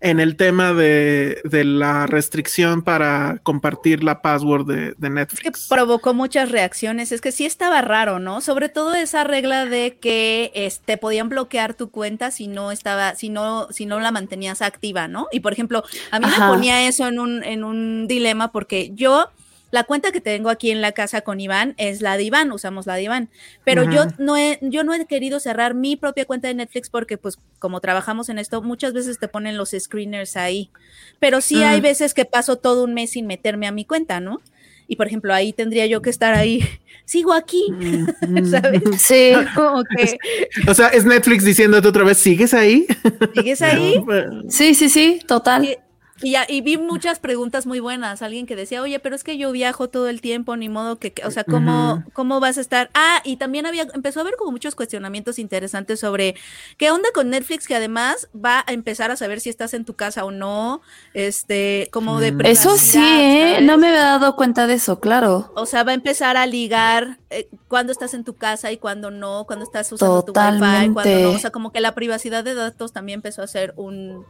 S4: en el tema de, de la restricción para compartir la password de, de
S5: Es que
S4: Netflix.
S5: provocó muchas reacciones. Es que sí estaba raro, ¿no? Sobre todo esa regla de que este podían bloquear tu cuenta si no estaba, si no, si no la mantenías activa, ¿no? Y por ejemplo, a mí
S6: Ajá.
S5: me ponía eso en un, en un dilema porque yo La cuenta que tengo aquí en la casa con Iván es la de Iván, usamos la de Iván, pero yo
S4: Ajá.
S5: no he, yo no he querido cerrar mi propia cuenta de Netflix porque pues como trabajamos en esto, muchas veces te ponen los screeners ahí, pero sí hay
S4: Mm.
S5: veces que paso todo un mes sin meterme a mi cuenta, ¿no? Y por ejemplo, ahí tendría yo que estar ahí, *laughs* sigo aquí, *laughs* ¿sabes?
S6: *laughs*
S5: Eh,
S6: Sí.
S5: Como que
S4: *laughs* O sea, es Netflix diciéndote otra vez, ¿sigues ahí?
S5: sigues ahí
S6: Sí, sí, sí, total.
S5: Y- Y, ya- y vi muchas preguntas muy buenas. Alguien que decía, oye, pero es que yo viajo todo el tiempo, ni modo que, que- o sea, ¿cómo,
S4: Ujú.
S5: ¿cómo vas a estar? Ah, y también había, empezó a haber como muchos cuestionamientos interesantes sobre qué onda con Netflix, que además va a empezar a saber si estás en tu casa o no, este, como de...
S4: Mm.
S6: Eso sí,
S5: privacidad,
S6: ¿eh?
S5: ¿sabes?
S6: No me había dado cuenta de eso, claro.
S5: O sea, va a empezar a ligar eh, cuando estás en tu casa y cuando no, cuando estás usando tu wifi, cuando
S6: Totalmente.
S5: no. O sea, como que la privacidad de datos también empezó a ser un,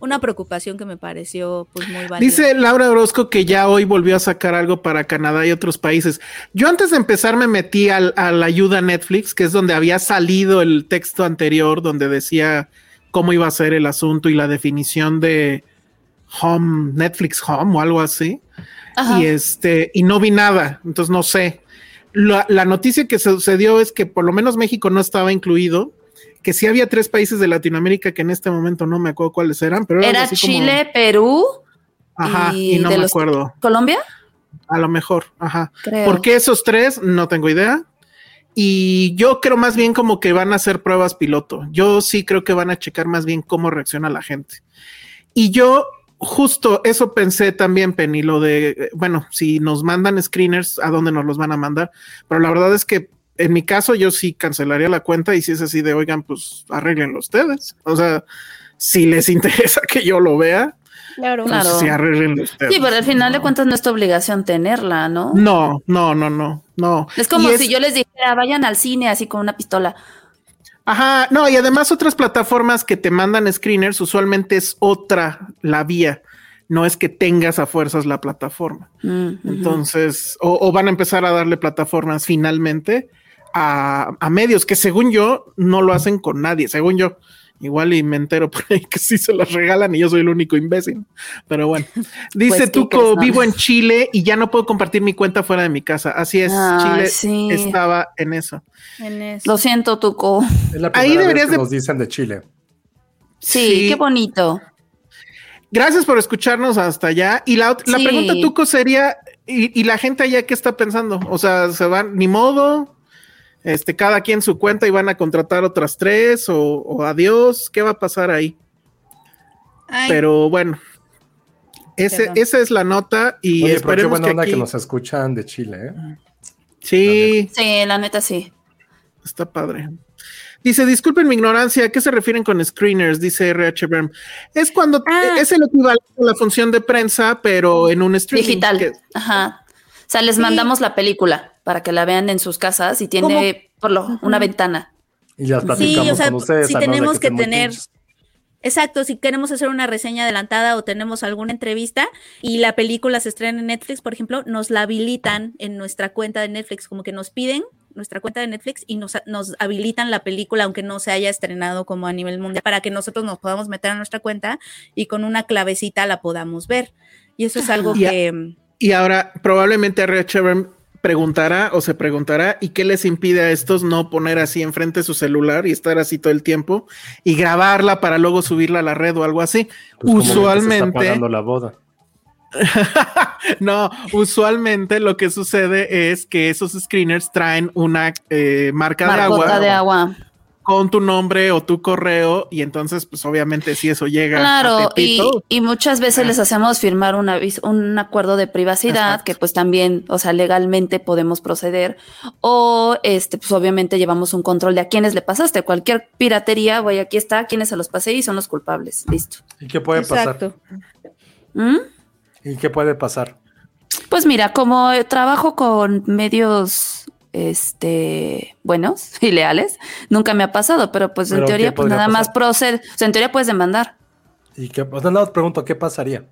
S5: una preocupación que me pareció pues muy válida.
S4: Dice Laura Orozco que ya hoy volvió a sacar algo para Canadá y otros países. Yo antes de empezar me metí al- a la ayuda Netflix, que es donde había salido el texto anterior, donde decía cómo iba a ser el asunto y la definición de home, Netflix home o algo así.
S6: Ajá.
S4: Y este, y no vi nada, entonces no sé. La, la noticia que sucedió es que por lo menos México no estaba incluido, que sí había tres países de Latinoamérica que en este momento no me acuerdo cuáles eran, pero eran
S6: Era
S4: así como-
S6: Chile, Perú,
S4: ajá, y,
S6: y
S4: no
S6: de
S4: me
S6: los-
S4: acuerdo.
S6: Colombia,
S4: A lo mejor, ajá.
S6: creo.
S4: ¿Por qué esos tres? No tengo idea. Y yo creo más bien como que van a hacer pruebas piloto. Yo sí creo que van a checar más bien cómo reacciona la gente. Y yo justo eso pensé también, Penny, lo de, eh, bueno, si nos mandan screeners, ¿a dónde nos los van a mandar? Pero la verdad es que en mi caso yo sí cancelaría la cuenta y si es así de, oigan, pues arreglenlo ustedes. O sea, si les *laughs* interesa que yo lo vea,
S5: Claro.
S4: pues
S6: Claro.
S4: sí, arreglenlo ustedes.
S6: Sí, pero al final de
S4: No.
S6: cuentas no es tu obligación tenerla, ¿no?
S4: No, no, no, no, no.
S6: Es como
S4: Y es-
S6: si yo les dijera, vayan al cine así con una pistola.
S4: Ajá, no, y además otras plataformas que te mandan screeners usualmente es otra la vía, no es que tengas a fuerzas la plataforma.
S6: Mm, ujú.
S4: Entonces, o, o van a empezar a darle plataformas finalmente a, a medios que según yo no lo hacen con nadie, según yo. Igual y me entero por ahí que sí se las regalan y yo soy el único imbécil. Pero bueno, dice
S6: *laughs* Pues, ¿qué
S4: Tuco,
S6: crees, no?
S4: vivo en Chile y ya no puedo compartir mi cuenta fuera de mi casa. Así es,
S6: Ay,
S4: Chile
S6: sí.
S4: estaba en eso.
S5: En eso.
S6: Lo siento, Tuco.
S2: Es la primera
S4: Ahí
S2: vez
S4: deberías
S2: que
S4: de-
S2: nos dicen de Chile.
S6: Sí,
S4: Sí.
S6: qué bonito.
S4: Gracias por escucharnos hasta allá. Y la, ot- la
S6: Sí.
S4: pregunta, Tuco, sería, y, y la gente allá qué está pensando? O sea, ¿se van ni modo? Este, cada quien su cuenta y van a contratar otras tres o, o adiós, ¿qué va a pasar ahí?
S5: Ay,
S4: Pero bueno, ese,
S5: Perdón.
S4: esa es la nota
S2: Oye,
S4: y
S2: pero qué
S4: esperemos
S2: buena
S4: que,
S2: onda
S4: aquí,
S2: que nos escuchan de Chile, ¿eh?
S4: Sí,
S6: Sí, la neta sí.
S4: Está padre. Dice, disculpen mi ignorancia, ¿a qué se refieren con screeners? Dice RH Berm. Es cuando
S5: Ah.
S4: es el equivalente a la función de prensa, pero en un streaming.
S6: Digital.
S4: que-
S6: Ajá. O sea, les
S5: Sí.
S6: mandamos la película para que la vean en sus casas y tiene por lo una ventana.
S2: Y las
S6: Sí,
S2: platicamos
S5: o sea,
S2: con ustedes.
S5: sí
S2: a no ser
S5: tenemos que
S2: estén muy
S5: tener-
S2: pinches. pues,
S5: Exacto, si queremos hacer una reseña adelantada o tenemos alguna entrevista y la película se estrena en Netflix, por ejemplo, nos la habilitan en nuestra cuenta de Netflix, como que nos piden nuestra cuenta de Netflix y nos, nos habilitan la película, aunque no se haya estrenado como a nivel mundial, para que nosotros nos podamos meter a nuestra cuenta y con una clavecita la podamos ver. Y eso es algo
S4: Y a-
S5: que...
S4: Y ahora probablemente RH Berm preguntará o se preguntará, ¿y qué les impide a estos no poner así enfrente su celular y estar así todo el tiempo y grabarla para luego subirla a la red o algo así?
S2: Pues, como que se está
S4: usualmente...
S2: pagando la boda.
S4: *laughs* No, usualmente lo que sucede es que esos screeners traen una eh, marca de
S6: Marcota
S4: agua,
S6: de agua.
S4: con tu nombre o tu correo y entonces pues obviamente si eso llega a
S6: Claro, y,
S4: Tepito,
S6: y muchas veces
S4: Ah.
S6: les hacemos firmar un aviso, un acuerdo de privacidad
S4: Exacto.
S6: que pues también, o sea, legalmente podemos proceder o este pues obviamente llevamos un control de a quiénes le pasaste, cualquier piratería, güey, aquí está, quiénes se los pasé y son los culpables, listo.
S2: ¿Y qué puede pasar?
S5: Exacto.
S6: ¿Mm?
S2: ¿Y qué puede pasar?
S6: Pues mira, como eh, trabajo con medios este buenos y leales, nunca me ha pasado, pero pues en
S2: Pero, ¿qué
S6: teoría pues
S2: podría
S6: nada más
S2: pasar?
S6: procede, o sea, en teoría puedes demandar.
S2: ¿Y qué... O sea, no, pregunto, ¿qué pasaría?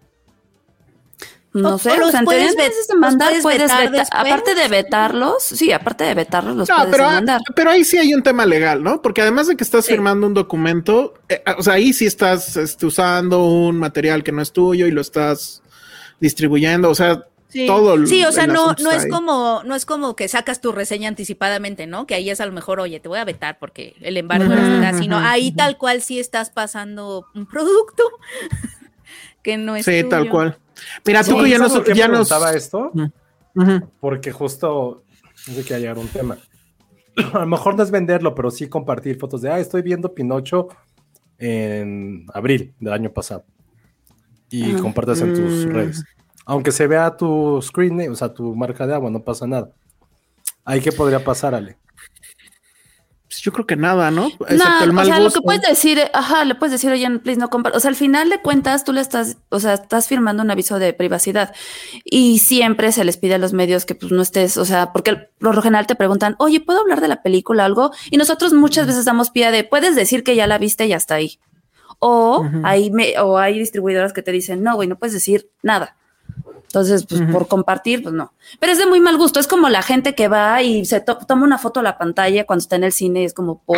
S6: No
S5: O-
S6: sé,
S5: o los
S6: o sea, en teoría
S5: puedes
S6: no
S5: vet-
S6: puedes
S5: los
S6: demandar,
S5: puedes
S6: puedes
S5: vetar
S6: veta-
S5: después.
S6: aparte de vetarlos, sí, aparte de vetarlos, los
S4: No,
S6: puedes
S4: pero, ah,
S6: demandar.
S4: pero ahí sí hay un tema legal, ¿no? Porque además de que estás
S5: Sí.
S4: firmando un documento, eh, o sea, ahí sí estás este, usando un material que no es tuyo y lo estás distribuyendo, o sea,
S5: Sí.
S4: todo el-
S5: Sí, o sea,
S4: el
S5: no,
S4: asunto
S5: no
S4: está
S5: es
S4: ahí.
S5: como, no es como que sacas tu reseña anticipadamente, ¿no? Que ahí es a lo mejor, oye, te voy a vetar porque el embargo
S4: Ujú,
S5: era sino
S4: ujú,
S5: ahí
S4: ujú.
S5: tal cual sí estás pasando un producto *laughs* que no es
S4: Sí, tal
S5: tuyo.
S4: cual. Mira, tú
S2: Sí,
S4: que ya
S2: ¿sabes
S4: nos.
S2: por qué
S4: Ya nos
S2: preguntaba esto?
S4: Ujú.
S2: Porque justo sé que hallar un tema. A lo mejor no es venderlo, pero sí compartir fotos de, ah, estoy viendo Pinocho en abril del año pasado. Y compartas en tus
S4: Mm.
S2: redes. Aunque se vea tu screen name, o sea, tu marca de agua, no pasa nada. Ahí que podría pasar, Ale.
S4: Pues yo creo que nada, ¿no? Excepto el
S6: No, o
S4: mal
S6: sea, lo
S4: gusto.
S6: que puedes decir, eh, ajá, le puedes decir, oye, no, please no compartas. O sea, al final de cuentas, tú le estás, o sea, estás firmando un aviso de privacidad y siempre se les pide a los medios que pues no estés, o sea, porque por lo general te preguntan, oye, ¿puedo hablar de la película o algo? Y nosotros muchas veces damos pie de, puedes decir que ya la viste y hasta ahí. O,
S4: Ujú.
S6: hay me- o hay distribuidoras que te dicen, no, güey, no puedes decir nada. Entonces, pues
S4: Ujú.
S6: por compartir, pues no. Pero es de muy mal gusto. Es como la gente que va y se to- toma una foto a la pantalla cuando está en el cine y es como
S2: *laughs*
S6: por.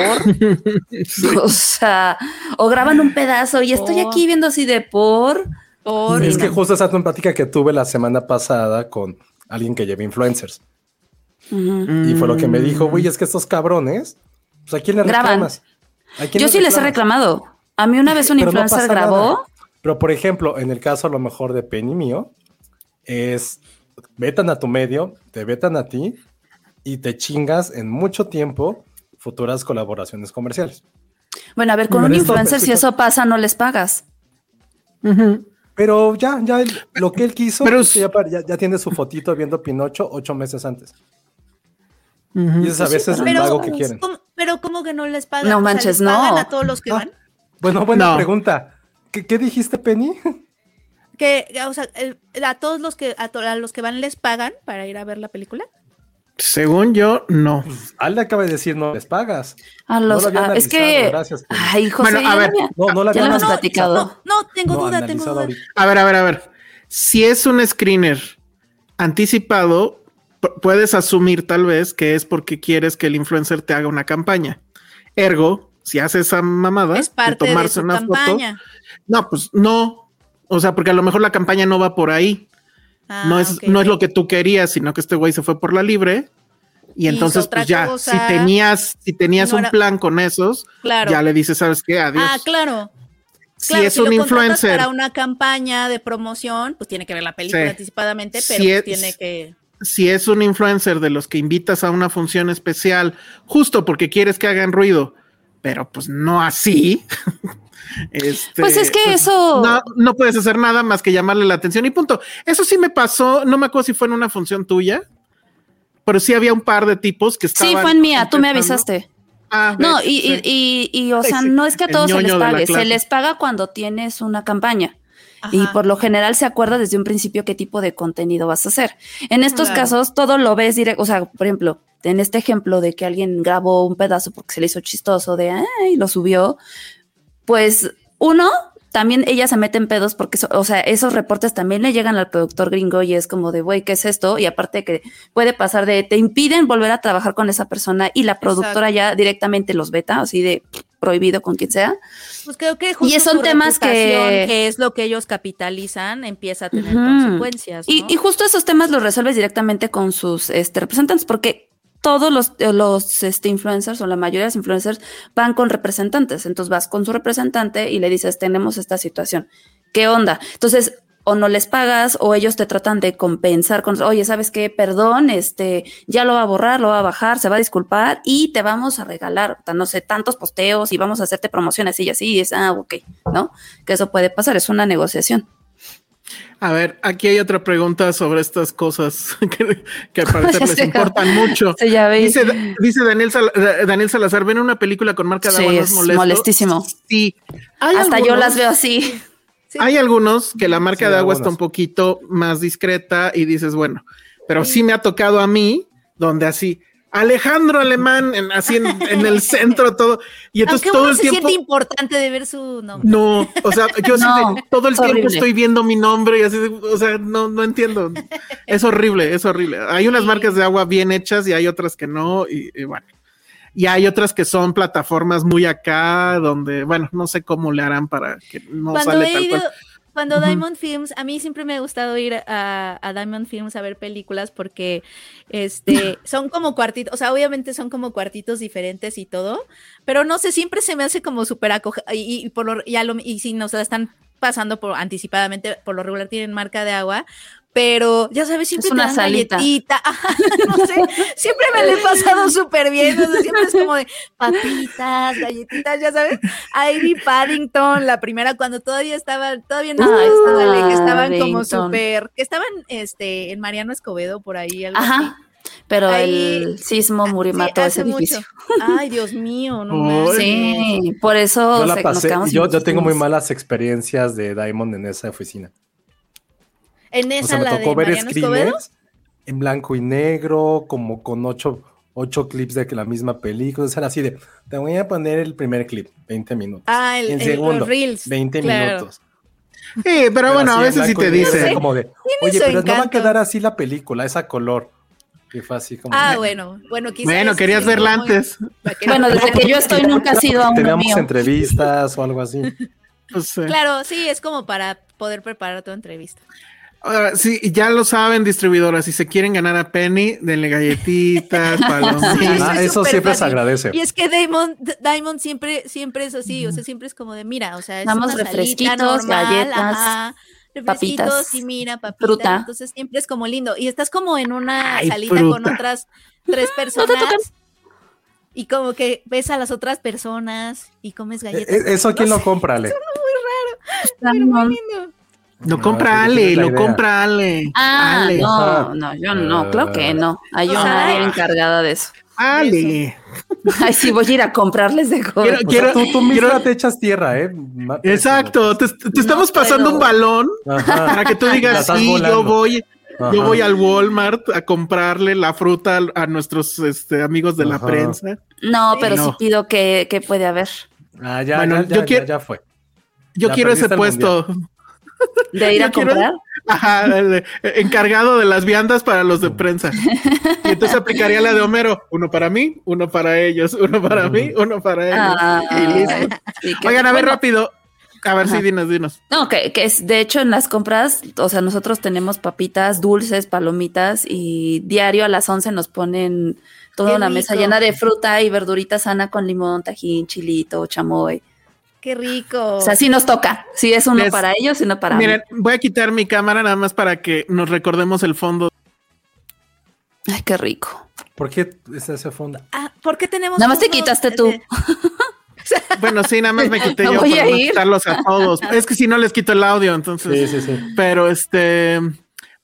S6: O sea, o graban un pedazo y estoy
S5: Por.
S6: aquí viendo así de por.
S5: Por-
S2: Es que justo esa es una plática que tuve la semana pasada con alguien que lleva influencers.
S4: Mm,
S2: Y fue lo que me dijo, güey, es que estos cabrones, pues ¿a quién le
S6: Mm. Graban.
S2: reclamas? ¿A quién
S6: Yo sí les he
S2: reclamas?
S6: reclamado. A mí una vez un
S2: Pero no
S6: influencer
S2: pasa
S6: grabó.
S2: nada. Pero por ejemplo, en el caso a lo mejor de Penny mío, es vetan a tu medio, te vetan a ti y te chingas en mucho tiempo futuras colaboraciones comerciales.
S6: Bueno, a ver, con
S2: Pero
S6: un
S2: esto-
S6: influencer,
S2: esto-
S6: si eso pasa, no les pagas.
S4: Ujú.
S2: Pero ya, ya él- lo que él quiso,
S4: Pero
S2: es que
S4: es-
S2: ya, pa- ya- ya tiene su fotito viendo Pinocho ocho meses antes.
S4: Ujú.
S2: Y eso es a veces el
S5: pero-
S2: vago que quieren.
S5: ¿Cómo- pero ¿cómo que no les pagan?
S6: No
S5: O sea,
S6: manches,
S5: ¿les pagan
S6: no.
S5: a todos los que
S2: Ah.
S5: van?
S2: Bueno, buena
S4: No.
S2: pregunta. ¿Qué, qué dijiste, Penny? *laughs*
S5: Que, o sea, el- a todos los que, a, to- a los que van les pagan para ir a ver la película.
S4: Según yo, no.
S2: Alda acaba de decir, no les pagas.
S6: A
S2: No lo
S6: los,
S2: había
S6: ah, es
S2: analizado,
S6: que.
S2: gracias, Penny.
S6: Ay, José,
S4: Bueno, a
S6: ya, lo
S4: ver. este,
S6: había-
S2: No, no la había
S6: ya lo hemos
S2: analizado.
S6: platicado.
S5: No, tengo
S2: No,
S5: duda, tengo
S2: analizado
S5: duda.
S2: ahorita.
S4: A ver, a ver, a ver. Si es un screener anticipado, p- puedes asumir tal vez que es porque quieres que el influencer te haga una campaña. Ergo, si hace esa mamada,
S5: Es parte de su
S4: una foto-
S5: campaña.
S4: no, pues no. O sea, porque a lo mejor la campaña no va por ahí.
S5: Ah,
S4: no, es,
S5: ok.
S4: no es lo que tú querías, sino que este güey se fue por la libre. Y
S5: Hizo
S4: entonces,
S5: otra
S4: pues ya,
S5: cosa.
S4: si tenías, si tenías
S5: No
S4: un
S5: era-
S4: plan con esos,
S5: Claro.
S4: ya le dices, ¿sabes qué? Adiós.
S5: Ah, claro.
S4: si
S5: Claro,
S4: es un
S5: lo contratas
S4: influencer,
S5: Para una campaña de promoción, pues tiene que ver la película
S4: Sí.
S5: anticipadamente, pero
S4: Si
S5: pues,
S4: es-
S5: tiene que.
S4: si es un influencer de los que invitas a una función especial, justo porque quieres que hagan ruido, pero pues no así. *laughs* este,
S6: Pues es que eso-
S4: No, no puedes hacer nada más que llamarle la atención y punto. Eso sí me pasó, no me acuerdo si fue en una función tuya, pero sí había un par de tipos que estaban.
S6: Sí, fue en mía, tú me
S4: empezando.
S6: avisaste.
S4: Ah,
S6: No,
S4: ves,
S6: y,
S4: sí.
S6: y, y, y, o
S4: Sí,
S6: sea,
S4: sí.
S6: no es que a
S4: El
S6: todos se
S4: ñoño
S6: les
S4: de la
S6: pague, se
S4: clase.
S6: les paga cuando tienes una campaña. Y
S5: Ajá.
S6: por lo general se acuerda desde un principio qué tipo de contenido vas a hacer. En estos
S5: Claro.
S6: casos, todo lo ves directo. O sea, por ejemplo, en este ejemplo de que alguien grabó un pedazo porque se le hizo chistoso de ay, lo subió. Pues uno, también ella se mete en pedos porque, eso- o sea, esos reportes también le llegan al productor gringo y es como de güey, ¿qué es esto? Y aparte que puede pasar de te impiden volver a trabajar con esa persona y la productora ya directamente los veta, así de prohibido con quien sea.
S5: Pues creo que justo
S6: son
S5: su
S6: temas que-
S5: reputación, que es lo que ellos capitalizan, empieza a tener
S6: Ujú.
S5: consecuencias.
S6: Y,
S5: pues, ¿no?
S6: y justo esos temas los resuelves directamente con sus este, representantes, porque todos los, eh, los este, influencers o la mayoría de los influencers van con representantes. Entonces vas con su representante y le dices, tenemos esta situación. ¿Qué onda? Entonces, o no les pagas o ellos te tratan de compensar con, oye, ¿sabes qué? Perdón, este, ya lo va a borrar, lo va a bajar, se va a disculpar y te vamos a regalar, ta- no sé, tantos posteos y vamos a hacerte promoción así y así. Y es, ah, ok, ¿no? Que eso puede pasar, es una negociación.
S4: A ver, aquí hay otra pregunta sobre estas cosas *laughs* que, que
S6: *laughs*
S4: al parecer les importan mucho.
S6: Sí, ya veis.
S4: Dice, dice Daniel, Sal- eh, Daniel Salazar, ven una película con marca de
S6: Sí,
S4: agua, ¿no es
S6: es
S4: molesto?
S6: molestísimo.
S4: Sí. Hay
S6: Hasta yo
S4: algunos-
S6: las veo *laughs* así.
S4: Hay algunos que la marca
S2: Sí,
S4: de agua está un
S2: algunos.
S4: poquito más discreta y dices, bueno, pero sí me ha tocado a mí, donde así, Alejandro Alemán, en- así en, en el centro, todo. Y entonces
S5: Aunque
S4: todo
S5: uno
S4: el
S5: se
S4: tiempo.
S5: siente importante de ver su nombre.
S4: No, o sea, yo sí
S6: No,
S4: de- todo el
S6: es
S4: tiempo
S6: horrible.
S4: estoy viendo mi nombre y así, de- o sea, no, no entiendo. Es horrible, es horrible. Hay unas
S5: Sí.
S4: marcas de agua bien hechas y hay otras que no, y, y bueno. Y hay otras que son plataformas muy acá, donde, bueno, no sé cómo le harán para que no
S5: Cuando
S4: sale
S5: he
S4: tal
S5: ido,
S4: cual.
S5: Cuando Diamond Films, a mí siempre me ha gustado ir a, a Diamond Films a ver películas porque
S4: *laughs*
S5: este, son como cuartitos, o sea, obviamente son como cuartitos diferentes y todo, pero no sé, siempre se me hace como súper acoge y, y por lo, y, a lo- y si nos la están pasando por anticipadamente, por lo regular tienen marca de agua, pero ya sabes, siempre
S6: Es una
S5: te dan
S6: salita.
S5: galletita. *laughs* Ajá, no sé, siempre me la
S4: *laughs*
S5: he pasado súper bien, o sea, siempre es como de papitas, galletitas, ya sabes. Ahí vi Paddington, la primera, cuando todavía estaban, todavía no
S6: Ah,
S5: estaba Ale, que estaban como
S6: Paddington.
S5: súper, que estaban este, en Mariano Escobedo, por ahí, algo así.
S6: Ajá. Pero
S5: Ahí-
S6: el sismo murió y
S5: Sí,
S6: mató ese
S5: hace mucho.
S6: edificio.
S5: Ay, Dios mío, no
S4: Ay,
S5: mames.
S6: Sí, por eso
S2: Yo la
S6: se-
S2: pasé.
S6: quedamos
S2: Yo,
S6: sin
S2: yo tengo muy
S6: sismos.
S2: malas experiencias de Diamond en esa oficina.
S5: En esa
S2: O sea, me
S5: la
S2: tocó
S5: de
S2: ver ¿eh?
S5: Mariano Escobedo.
S2: screeners en blanco y negro, como con ocho, ocho clips de que la misma película. O sea, era así de, te voy a poner el primer clip, 20 minutos.
S5: Ah, el,
S2: el,
S5: el,
S2: segundo,
S5: los Reels.
S2: 20
S5: claro.
S2: minutos.
S4: Sí, pero,
S2: así
S4: bueno, a
S2: en
S4: veces sí
S2: blanco y
S4: te
S2: negro,
S4: dicen.
S2: era como de,
S5: su
S2: oye, pero no va a
S5: encanto".
S2: quedar así la película, esa color. Y fue así como...
S5: Ah, bueno, bueno, quizás.
S4: Bueno, querías verla antes.
S6: Bueno, desde que yo estoy nunca ha sido a uno
S2: Teníamos
S6: mío.
S2: entrevistas o algo
S5: *laughs*
S2: así.
S4: Pues, eh,
S5: Claro, sí, es como para poder preparar tu entrevista.
S4: ahora sí, ya lo saben, distribuidoras. Si se quieren ganar a Penny, denle
S5: *laughs*
S4: galletitas,
S5: Eso
S4: palomitas.
S2: Ah,
S5: es
S2: eso
S5: súper
S2: siempre se
S5: fácil.
S2: agradece.
S5: Y es que Diamond, D- Diamond siempre, siempre es así, o sea, siempre es como de, mira, o sea, es
S6: Damos
S5: una salita
S6: refresquitos,
S5: normal,
S6: galletas,
S5: ajá, refresquitos
S6: papitas,
S5: y mira, papitas,
S6: fruta.
S5: entonces siempre es como lindo. Y estás como en una
S4: Ay,
S5: salita con
S4: fruta.
S5: otras
S6: *laughs*
S5: tres personas. y como que ves a las otras personas y comes
S2: Eh,
S5: galletas.
S2: eh, ¿Eso quién
S5: No
S2: lo compra, Ale?
S5: Pero muy
S6: Ramón.
S5: lindo.
S4: Lo
S2: No,
S4: compra
S2: esa es
S4: Ale,
S2: la
S4: lo
S2: idea.
S4: compra Ale.
S6: Ah,
S4: Ale.
S6: no,
S2: Ajá.
S6: no, yo no, claro que no. Hay
S5: O
S6: una
S5: sea,
S6: área encargada de eso. *laughs*
S4: Ale.
S6: Ay, sí, voy a ir a comprarles de
S4: Quiero-
S6: joven.
S2: O sea,
S4: quiero-
S2: tú, tú misma
S4: quiero-
S2: te echas tierra, ¿eh? Ma-
S4: Exacto, te, te estamos pasando
S5: puedo.
S4: un balón
S2: Ajá,
S4: para que
S6: *laughs*
S4: tú
S2: La
S4: digas,
S2: estás
S4: sí,
S2: volando".
S4: yo voy,
S2: ajá.
S4: yo voy al Walmart a comprarle la fruta al- a nuestros este, amigos de la
S2: Ajá.
S4: prensa.
S6: No, pero sí
S4: No.
S6: pido que, que puede haber.
S2: Ah, ya,
S4: Bueno,
S2: ya, ya,
S4: yo
S2: ya,
S4: quiero-
S2: ya fue.
S4: Yo
S2: Ya
S4: quiero ese
S2: perdiste el
S4: puesto
S6: De ir
S4: Yo
S6: a
S4: quiero-
S6: comprar.
S4: *laughs* Ajá, el, eh, encargado de las viandas para los de prensa. Y entonces aplicaría la de Homero, uno para mí, uno para ellos, uno para mí, uno para ellos. Y
S6: Ah,
S4: listo.
S6: sí, que-
S4: Oigan, a ver
S6: bueno,
S4: rápido. A ver si dinos, dinos.
S6: No, que, que es, de hecho, en las compras, o sea, nosotros tenemos papitas, dulces, palomitas y diario a las 11 nos ponen toda
S5: Qué
S6: una mesa
S5: rico.
S6: llena de fruta y verdurita sana con limón, tajín, chilito, chamoy.
S5: Qué rico.
S6: O sea, sí nos toca. Sí es uno
S4: Les-
S6: para ellos y uno para
S4: Miren, voy a quitar mi cámara nada más para que nos recordemos el fondo.
S6: mí. Ay, qué rico.
S2: ¿Por qué está ese fondo?
S5: Ah, ¿Por qué tenemos?
S6: Nada más te
S5: uno
S6: quitaste
S5: de-
S6: tú.
S4: Bueno, sí, nada
S6: *laughs*
S4: más me quité
S6: No
S4: yo
S6: voy
S4: para
S6: a
S4: no
S6: ir.
S4: quitarlos a
S6: *laughs*
S4: todos. Es que si no les quito el audio, entonces.
S2: Sí, sí, sí.
S4: Pero este,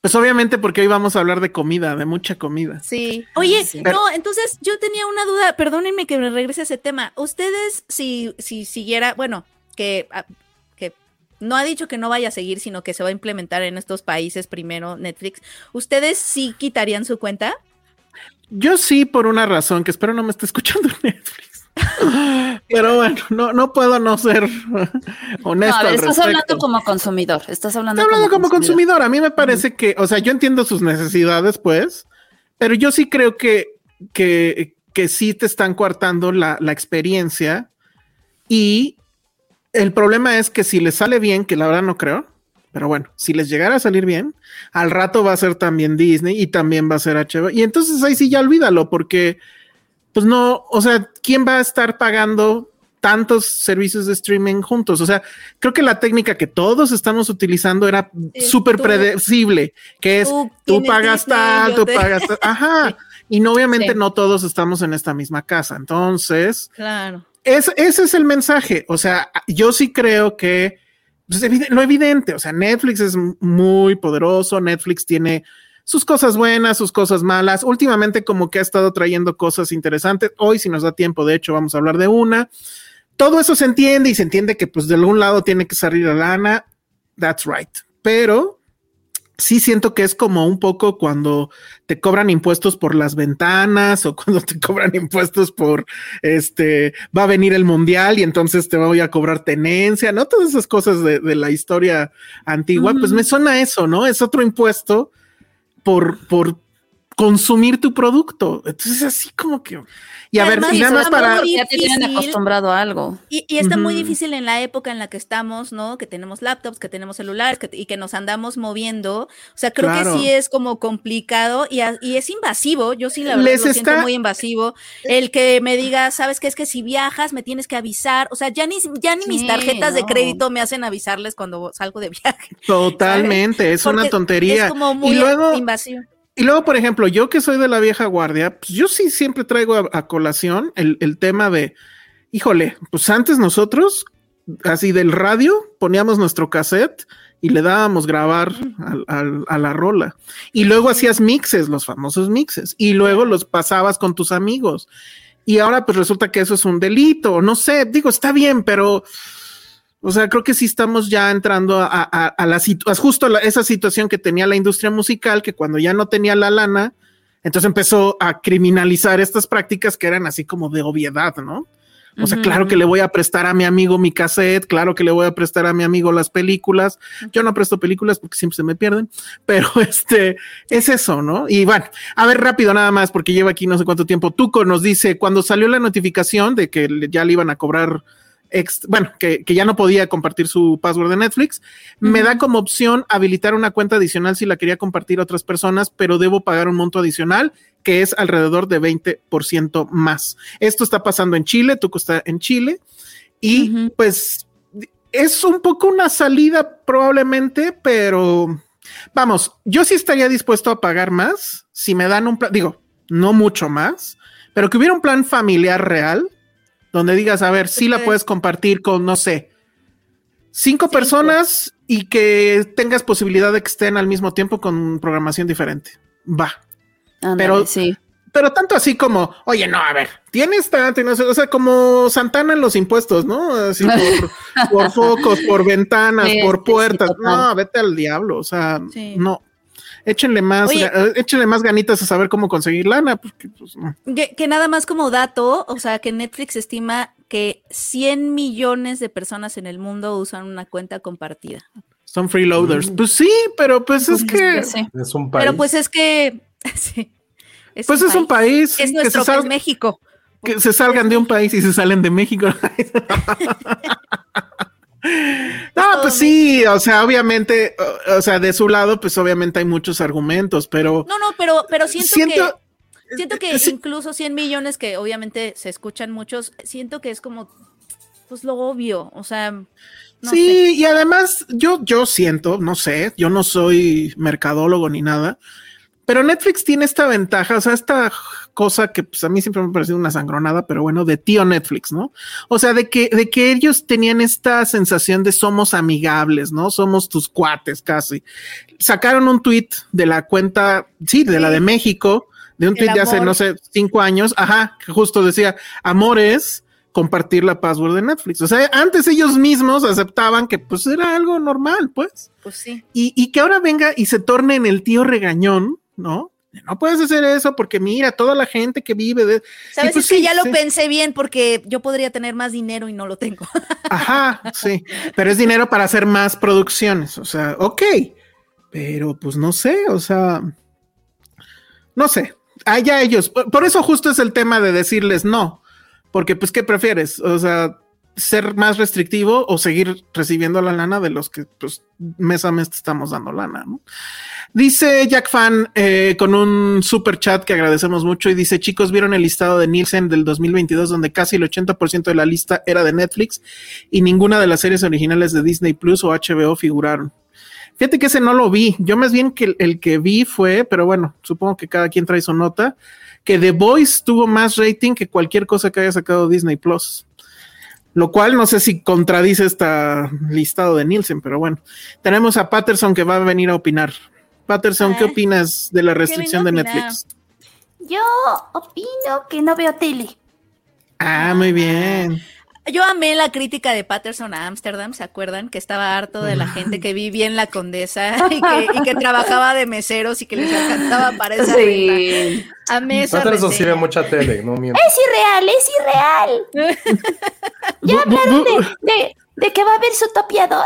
S4: pues obviamente porque hoy vamos a hablar de comida, de mucha comida.
S5: Sí. Oye,
S6: Sí.
S4: Pero-
S5: no, entonces yo tenía una duda, perdónenme que me regrese a ese tema. Ustedes, si, si siguiera, bueno, que, ah, que no ha dicho que no vaya a seguir, sino que se va a implementar en estos países primero Netflix, ¿ustedes sí quitarían su cuenta?
S4: Yo sí, por una razón que espero no me esté escuchando Netflix. *laughs* Pero bueno, no, no puedo no ser *laughs*
S6: No,
S4: honesto.
S6: a ver,
S4: al
S6: estás
S4: respecto.
S6: hablando como consumidor. Estás hablando,
S4: Estoy hablando como consumidor. A mí me parece que, o sea, yo entiendo sus necesidades, pues, pero yo sí creo que, que, que sí te están coartando la, la experiencia. Y el problema es que si les sale bien, que la verdad no creo, pero bueno, si les llegara a salir bien, al rato va a ser también Disney y también va a ser HBO. Y entonces ahí sí ya olvídalo, porque pues no, o sea, ¿quién va a estar pagando tantos servicios de streaming juntos? O sea, creo que la técnica que todos estamos utilizando era
S5: Eh,
S4: súper
S5: tú-
S4: predecible, que es
S5: tú
S4: tú,
S5: tienes
S4: pagas
S5: Disney,
S4: tal,
S5: yo
S4: tú
S5: te-
S4: pagas
S5: *laughs*
S4: tal, ajá. Y no, obviamente
S6: Sí.
S4: no todos estamos en esta misma casa. Entonces,
S5: Claro.
S4: es, ese es el mensaje. O sea, yo sí creo que pues, evi- lo evidente. O sea, Netflix es m- muy poderoso. Netflix tiene sus cosas buenas, sus cosas malas. Últimamente, como que ha estado trayendo cosas interesantes. Hoy, si nos da tiempo, de hecho, vamos a hablar de una. Todo eso se entiende y se entiende que, pues, de algún lado tiene que salir la lana. That's right. Pero sí siento que es como un poco cuando te cobran impuestos por las ventanas *laughs* o cuando te cobran impuestos por este va a venir el mundial y entonces te voy a cobrar tenencia, ¿no? Todas esas cosas de, de la historia antigua, pues me suena a eso, ¿no? Es otro impuesto por, por consumir tu producto. Entonces, así como que. Y a ver,
S5: Además,
S4: y nada más
S5: está
S4: para.
S5: muy
S6: Ya te tienen
S5: difícil.
S6: acostumbrado a algo.
S5: Y, y está muy
S4: Ujú.
S5: difícil en la época en la que estamos, ¿no? Que tenemos laptops, que tenemos celulares que- y que nos andamos moviendo. O sea, creo
S4: Claro.
S5: que sí es como complicado y, a- y es invasivo. Yo sí, la verdad,
S4: Les
S5: lo
S4: está- Eh.
S5: siento muy invasivo. El que me diga, ¿sabes qué? Es que si viajas me tienes que avisar. O sea, ya ni, ya ni mis
S6: Sí,
S5: tarjetas de
S6: no.
S5: crédito me hacen avisarles cuando salgo de viaje.
S4: Totalmente, es
S5: Porque
S4: una tontería.
S5: Es como muy
S4: y luego,
S5: invasivo.
S4: Y luego, por ejemplo, yo que soy de la vieja guardia, pues yo sí siempre traigo a, a colación el, el tema de, híjole, pues antes nosotros, así del radio, poníamos nuestro cassette y le dábamos grabar al- al- a la rola. Y luego hacías mixes, los famosos mixes, y luego los pasabas con tus amigos. Y ahora pues resulta que eso es un delito, no sé, digo, está bien, pero... O sea, creo que sí estamos ya entrando a, a- a la situación, justo la- esa situación que tenía la industria musical, que cuando ya no tenía la lana, entonces empezó a criminalizar estas prácticas que eran así como de obviedad, ¿no? O sea, claro que le voy a prestar a mi amigo mi cassette, claro que le voy a prestar a mi amigo las películas. Yo no presto películas porque siempre se me pierden, pero *laughs* este es eso, ¿no? Y bueno, a ver rápido nada más porque lleva aquí no sé cuánto tiempo. Tuco nos dice cuando salió la notificación de que le- ya le iban a cobrar ex- bueno, que, que ya no podía compartir su password de Netflix, me da como opción habilitar una cuenta adicional si la quería compartir a otras personas, pero debo pagar un monto adicional que es alrededor de 20% más. Esto está pasando en Chile, Tuco está en Chile, y
S6: Ujú.
S4: pues es un poco una salida probablemente, pero vamos, yo sí estaría dispuesto a pagar más si me dan un plan, digo, no mucho más, pero que hubiera un plan familiar real donde digas, a ver, si la
S5: puedes.
S4: puedes compartir con, no sé, cinco personas y que tengas posibilidad de que estén al mismo tiempo con programación diferente. Va.
S6: Ándale,
S4: pero-
S6: sí.
S4: Pero tanto así como, oye, no, a ver, tienes tanto, y no sé, o sea, como Santana en los impuestos, ¿no? Así por, por focos, por ventanas,
S6: Sí, sí,
S4: por
S6: sí,
S4: puertas.
S6: total.
S4: no, vete al diablo, o sea,
S5: Sí.
S4: no. Échenle más,
S5: Oye.
S4: ga- échenle más ganitas a saber cómo conseguir lana, porque pues no.
S5: Que, que nada más como dato, o sea, que Netflix estima que 100 millones de personas en el mundo usan una cuenta compartida.
S4: son freeloaders. Pues sí, pero pues es que,
S6: Sí.
S2: Es un país.
S5: Pero pues es que... *laughs* sí, es
S4: pues es un país
S5: Es
S4: que, se
S5: nuestro país,
S4: sal-
S5: México.
S4: que se salgan de un país y se salen de México. *laughs* No,
S5: todo
S4: pues sí, o sea, obviamente, o, o sea, de su lado, pues obviamente hay muchos argumentos, pero
S5: No, no, pero, pero siento,
S4: Siento-
S5: que... Siento que
S4: Sí.
S5: incluso 100 millones, que obviamente se escuchan muchos, siento que es como, pues lo obvio, o sea, no
S4: sí, y además yo, yo siento, no sé, yo no soy mercadólogo ni nada, pero Netflix tiene esta ventaja, o sea, esta cosa que pues, a mí siempre me ha parecido una sangronada, pero bueno, de tío Netflix, ¿no? O sea, de que, de que ellos tenían esta sensación de somos amigables, ¿no? Somos tus cuates casi. Sacaron un tweet de la cuenta, sí, de la de México, de un
S5: El
S4: tweet de hace,
S5: amor.
S4: no sé, cinco años, ajá, que justo decía, amores, compartir la password de Netflix. O sea, antes ellos mismos aceptaban que pues era algo normal, pues
S5: sé, pues sí.
S4: y, y que ahora venga y se torne en el tío regañón, ¿no? No puedes hacer eso porque mira, toda la gente que vive de...
S5: Sabes,
S4: pues
S5: es que
S4: sí,
S5: ya lo
S4: sí.
S5: pensé bien porque yo podría tener más dinero y no lo tengo.
S4: Ajá, sí, pero es dinero para hacer más producciones, o sea, ok, pero pues no sé, o sea, no sé, allá ellos, por, por eso justo es el tema de decirles no, porque pues ¿qué prefieres? O sea, ser más restrictivo o seguir recibiendo la lana de los que pues mes a mes te estamos dando lana, ¿no? Dice Jack Fan eh, con un super chat que agradecemos mucho y dice, chicos, ¿vieron el listado de Nielsen del 2022 donde casi el 80% de la lista era de Netflix y ninguna de las series originales de Disney Plus o HBO figuraron? Fíjate que ese no lo vi, yo más bien que el, el que vi fue, pero bueno, supongo que cada quien trae su nota, que The Voice tuvo más rating que cualquier cosa que haya sacado Disney Plus. Lo cual no sé si contradice esta listado de Nielsen, pero bueno. Tenemos a Patterson que va a venir a opinar. Patterson, ¿qué
S5: Ah.
S4: opinas de la restricción de
S5: venga a opinar.
S4: Netflix?
S6: Yo opino que no veo tele.
S4: Ah, muy bien.
S5: Yo amé la crítica de Patterson a Ámsterdam, ¿se acuerdan? Que estaba harto de la gente que vivía en la condesa *laughs* y que, y que trabajaba de meseros y que les alcanzaba para esa renta.
S6: Sí.
S5: Amé esa
S2: Nosotros nos sirve
S5: reseña.
S2: mucha tele, no miento.
S7: Es irreal, es irreal.
S4: Bu- bu- bu-
S7: ¿De, de que va a haber Zootopia 2?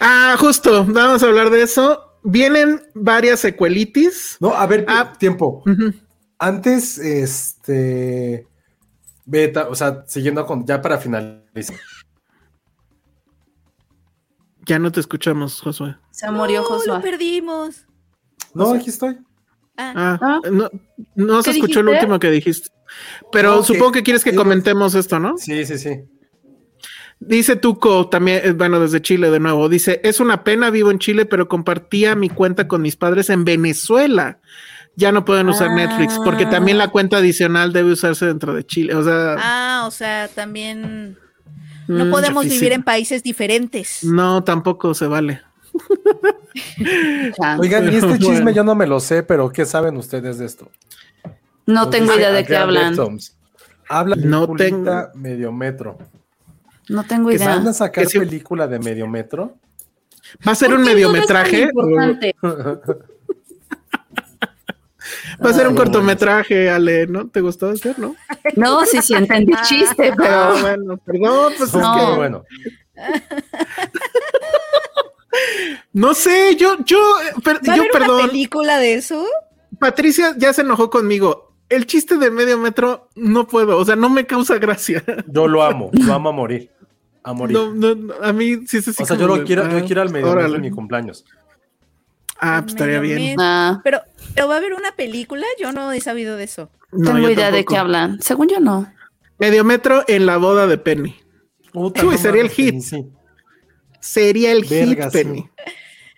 S4: Ah, justo, vamos a hablar de eso. vienen varias secuelitis.
S2: No, a ver,
S4: Ah.
S2: tiempo.
S4: Ujú.
S2: Antes, este. Beta, o sea, siguiendo con. Ya para finalizar.
S4: Ya no te escuchamos, Josué.
S6: Se murió
S5: No,
S6: Josué.
S5: "Oh, lo perdimos.
S2: No, aquí estoy.
S5: Ah,
S4: Ah,
S6: Ah.
S4: no, no se
S6: ¿Qué
S4: escuchó lo
S6: dijiste?
S4: último que dijiste. Pero
S2: No, que-
S4: supongo que quieres que
S2: eh,
S4: comentemos esto, ¿no?
S2: Sí, sí, sí.
S4: Dice Tuco también, eh, bueno, desde Chile de nuevo. Dice: Es una pena, vivo en Chile, pero compartía mi cuenta con mis padres en Venezuela. Ya no pueden usar
S6: Ah.
S4: Netflix porque también la cuenta adicional debe usarse dentro de Chile. O sea,
S5: ah, o sea, también
S6: Mm,
S5: no podemos
S4: difícil. Mm.
S5: vivir en países diferentes.
S4: no, tampoco se vale.
S6: chance.
S2: Oigan, y
S4: Pero
S2: este chisme
S4: *laughs* bueno.
S2: yo no me lo sé, pero ¿qué saben ustedes de esto?
S6: no
S2: Nos
S6: tengo
S2: dice
S6: idea de
S2: Adrián
S6: qué hablan.
S2: Leptoms. Habla de
S4: No
S2: no
S4: tengo-
S2: medio metro.
S6: No tengo
S2: Que
S6: idea.
S2: van a sacar
S4: Que sí.
S2: película de medio metro.
S4: Va a ser un
S6: ¿Por qué todo Pues es tan
S4: mediometraje.
S6: importante?
S4: Va a ser un
S2: Ay, Ah, no.
S4: cortometraje, Ale, ¿no? ¿Te gustó hacer, no?
S6: No, sí, sí, entendí el chiste, pero.
S4: Ah, bueno, perdón, pues es
S6: No.
S4: que-
S2: Pero bueno,
S4: No sé, yo, yo, eh, per-
S5: ¿Va a
S4: yo
S5: haber una
S4: perdón.
S5: película de eso?
S4: Patricia ya se enojó conmigo. El chiste de medio metro no puedo, o sea, no me causa gracia. *laughs*
S2: yo lo amo, lo amo a morir. A morir.
S4: No, no, no, a mí sí es así.
S2: o sea, yo
S4: como
S2: lo
S4: de,
S2: quiero, yo
S4: ah,
S2: quiero al medio metro
S4: órale.
S2: en mi cumpleaños.
S4: Ah, pues estaría
S5: Medio
S4: bien.
S5: metro.
S6: Ah,
S5: Pero, pero va a haber una película, yo no he sabido de eso.
S4: No,
S6: tengo
S4: yo
S6: idea de
S4: tampoco.
S6: qué hablan. Según yo, no.
S4: Medio metro en la boda de Penny.
S2: Puta,
S4: Uy, sería el
S2: mames,
S4: hit.
S2: Penny, sí.
S4: Sería el
S2: Verga,
S4: hit,
S2: sí.
S4: Penny.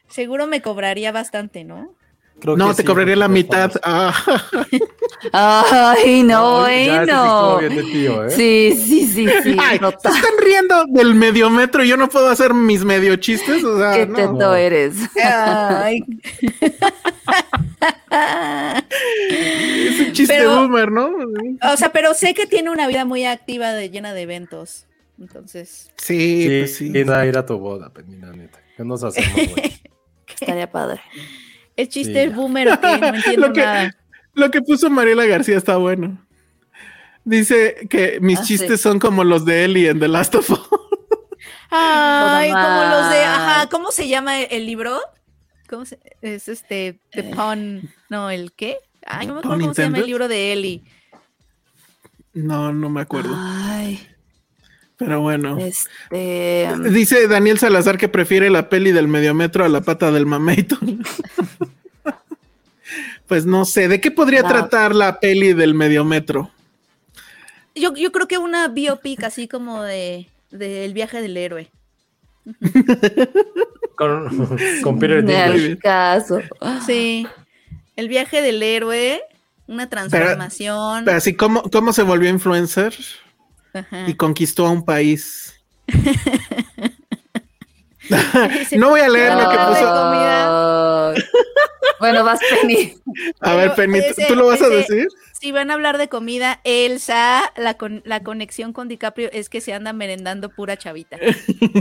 S5: Seguro me cobraría bastante, ¿no?
S2: Creo
S4: No,
S2: que
S4: te
S2: sí,
S4: cobraría la
S2: porque
S4: mitad.
S2: estamos-
S4: Ah,
S6: Ay,
S2: ya,
S6: no, bueno.
S2: ese sí estuvo bien de tío, ¿eh?
S6: Sí, sí, sí, sí.
S4: *laughs* Ay, se
S6: total.
S4: están riendo del medio metro y yo no puedo hacer mis medio chistes. O sea,
S6: Qué
S4: no.
S6: teto eres.
S5: Ay.
S4: es un chiste
S5: Pero-
S4: boomer, ¿no?
S5: o sea, pero sé que tiene una vida muy activa de llena de eventos. Entonces,
S4: Sí,
S2: Sí,
S4: pues sí.
S2: sí. nada, ir a tu boda, Penny, la neta. ¿Qué nos hacemos,
S6: *laughs*
S2: güey?
S6: Estaría padre.
S5: es chiste
S2: Sí.
S5: boomer
S4: *laughs*
S5: o qué? no entiendo
S4: Lo que-
S5: nada.
S4: Lo que puso Mariela García está bueno. Dice que mis
S6: Ah,
S4: chistes son como los de Ellie en The Last of Us. *laughs*
S5: Ay, como los de,
S6: más.
S5: ajá, ¿cómo se llama el libro? ¿Cómo se, es este The Pawn, no, el qué? Ay, no me acuerdo
S4: ¿Pawn
S5: cómo se llama el
S4: Intended?
S5: libro de Ellie.
S4: No, no me acuerdo.
S6: Ah. Ay,
S4: Pero bueno.
S6: Eh, este.
S4: Dice Daniel Salazar que prefiere la peli del mediometro a la pata del mameito. pues no sé, ¿de qué podría
S6: No.
S4: tratar la peli del mediometro?
S5: Yo, yo creo que una biopic así como de, de El viaje del héroe.
S2: Con, con Peter
S6: ni al
S2: Dinklage.
S4: bien.
S6: caso.
S5: Sí. El viaje del héroe, una transformación.
S4: Así como cómo se volvió influencer
S5: ajá.
S4: y conquistó a un país.
S5: Dice,
S4: No voy a leer
S5: "Quiero
S4: lo que
S5: hablar de
S4: puso.
S5: comida".
S6: Ay. bueno, vas Penny.
S4: A ver,
S5: Pero
S4: Penny,
S5: ese-
S4: ¿tú lo vas a
S5: ese-
S4: decir?
S5: Si van a hablar de comida, Elsa, la, con- la conexión con DiCaprio es que se anda merendando
S4: *laughs*
S5: pura chavita.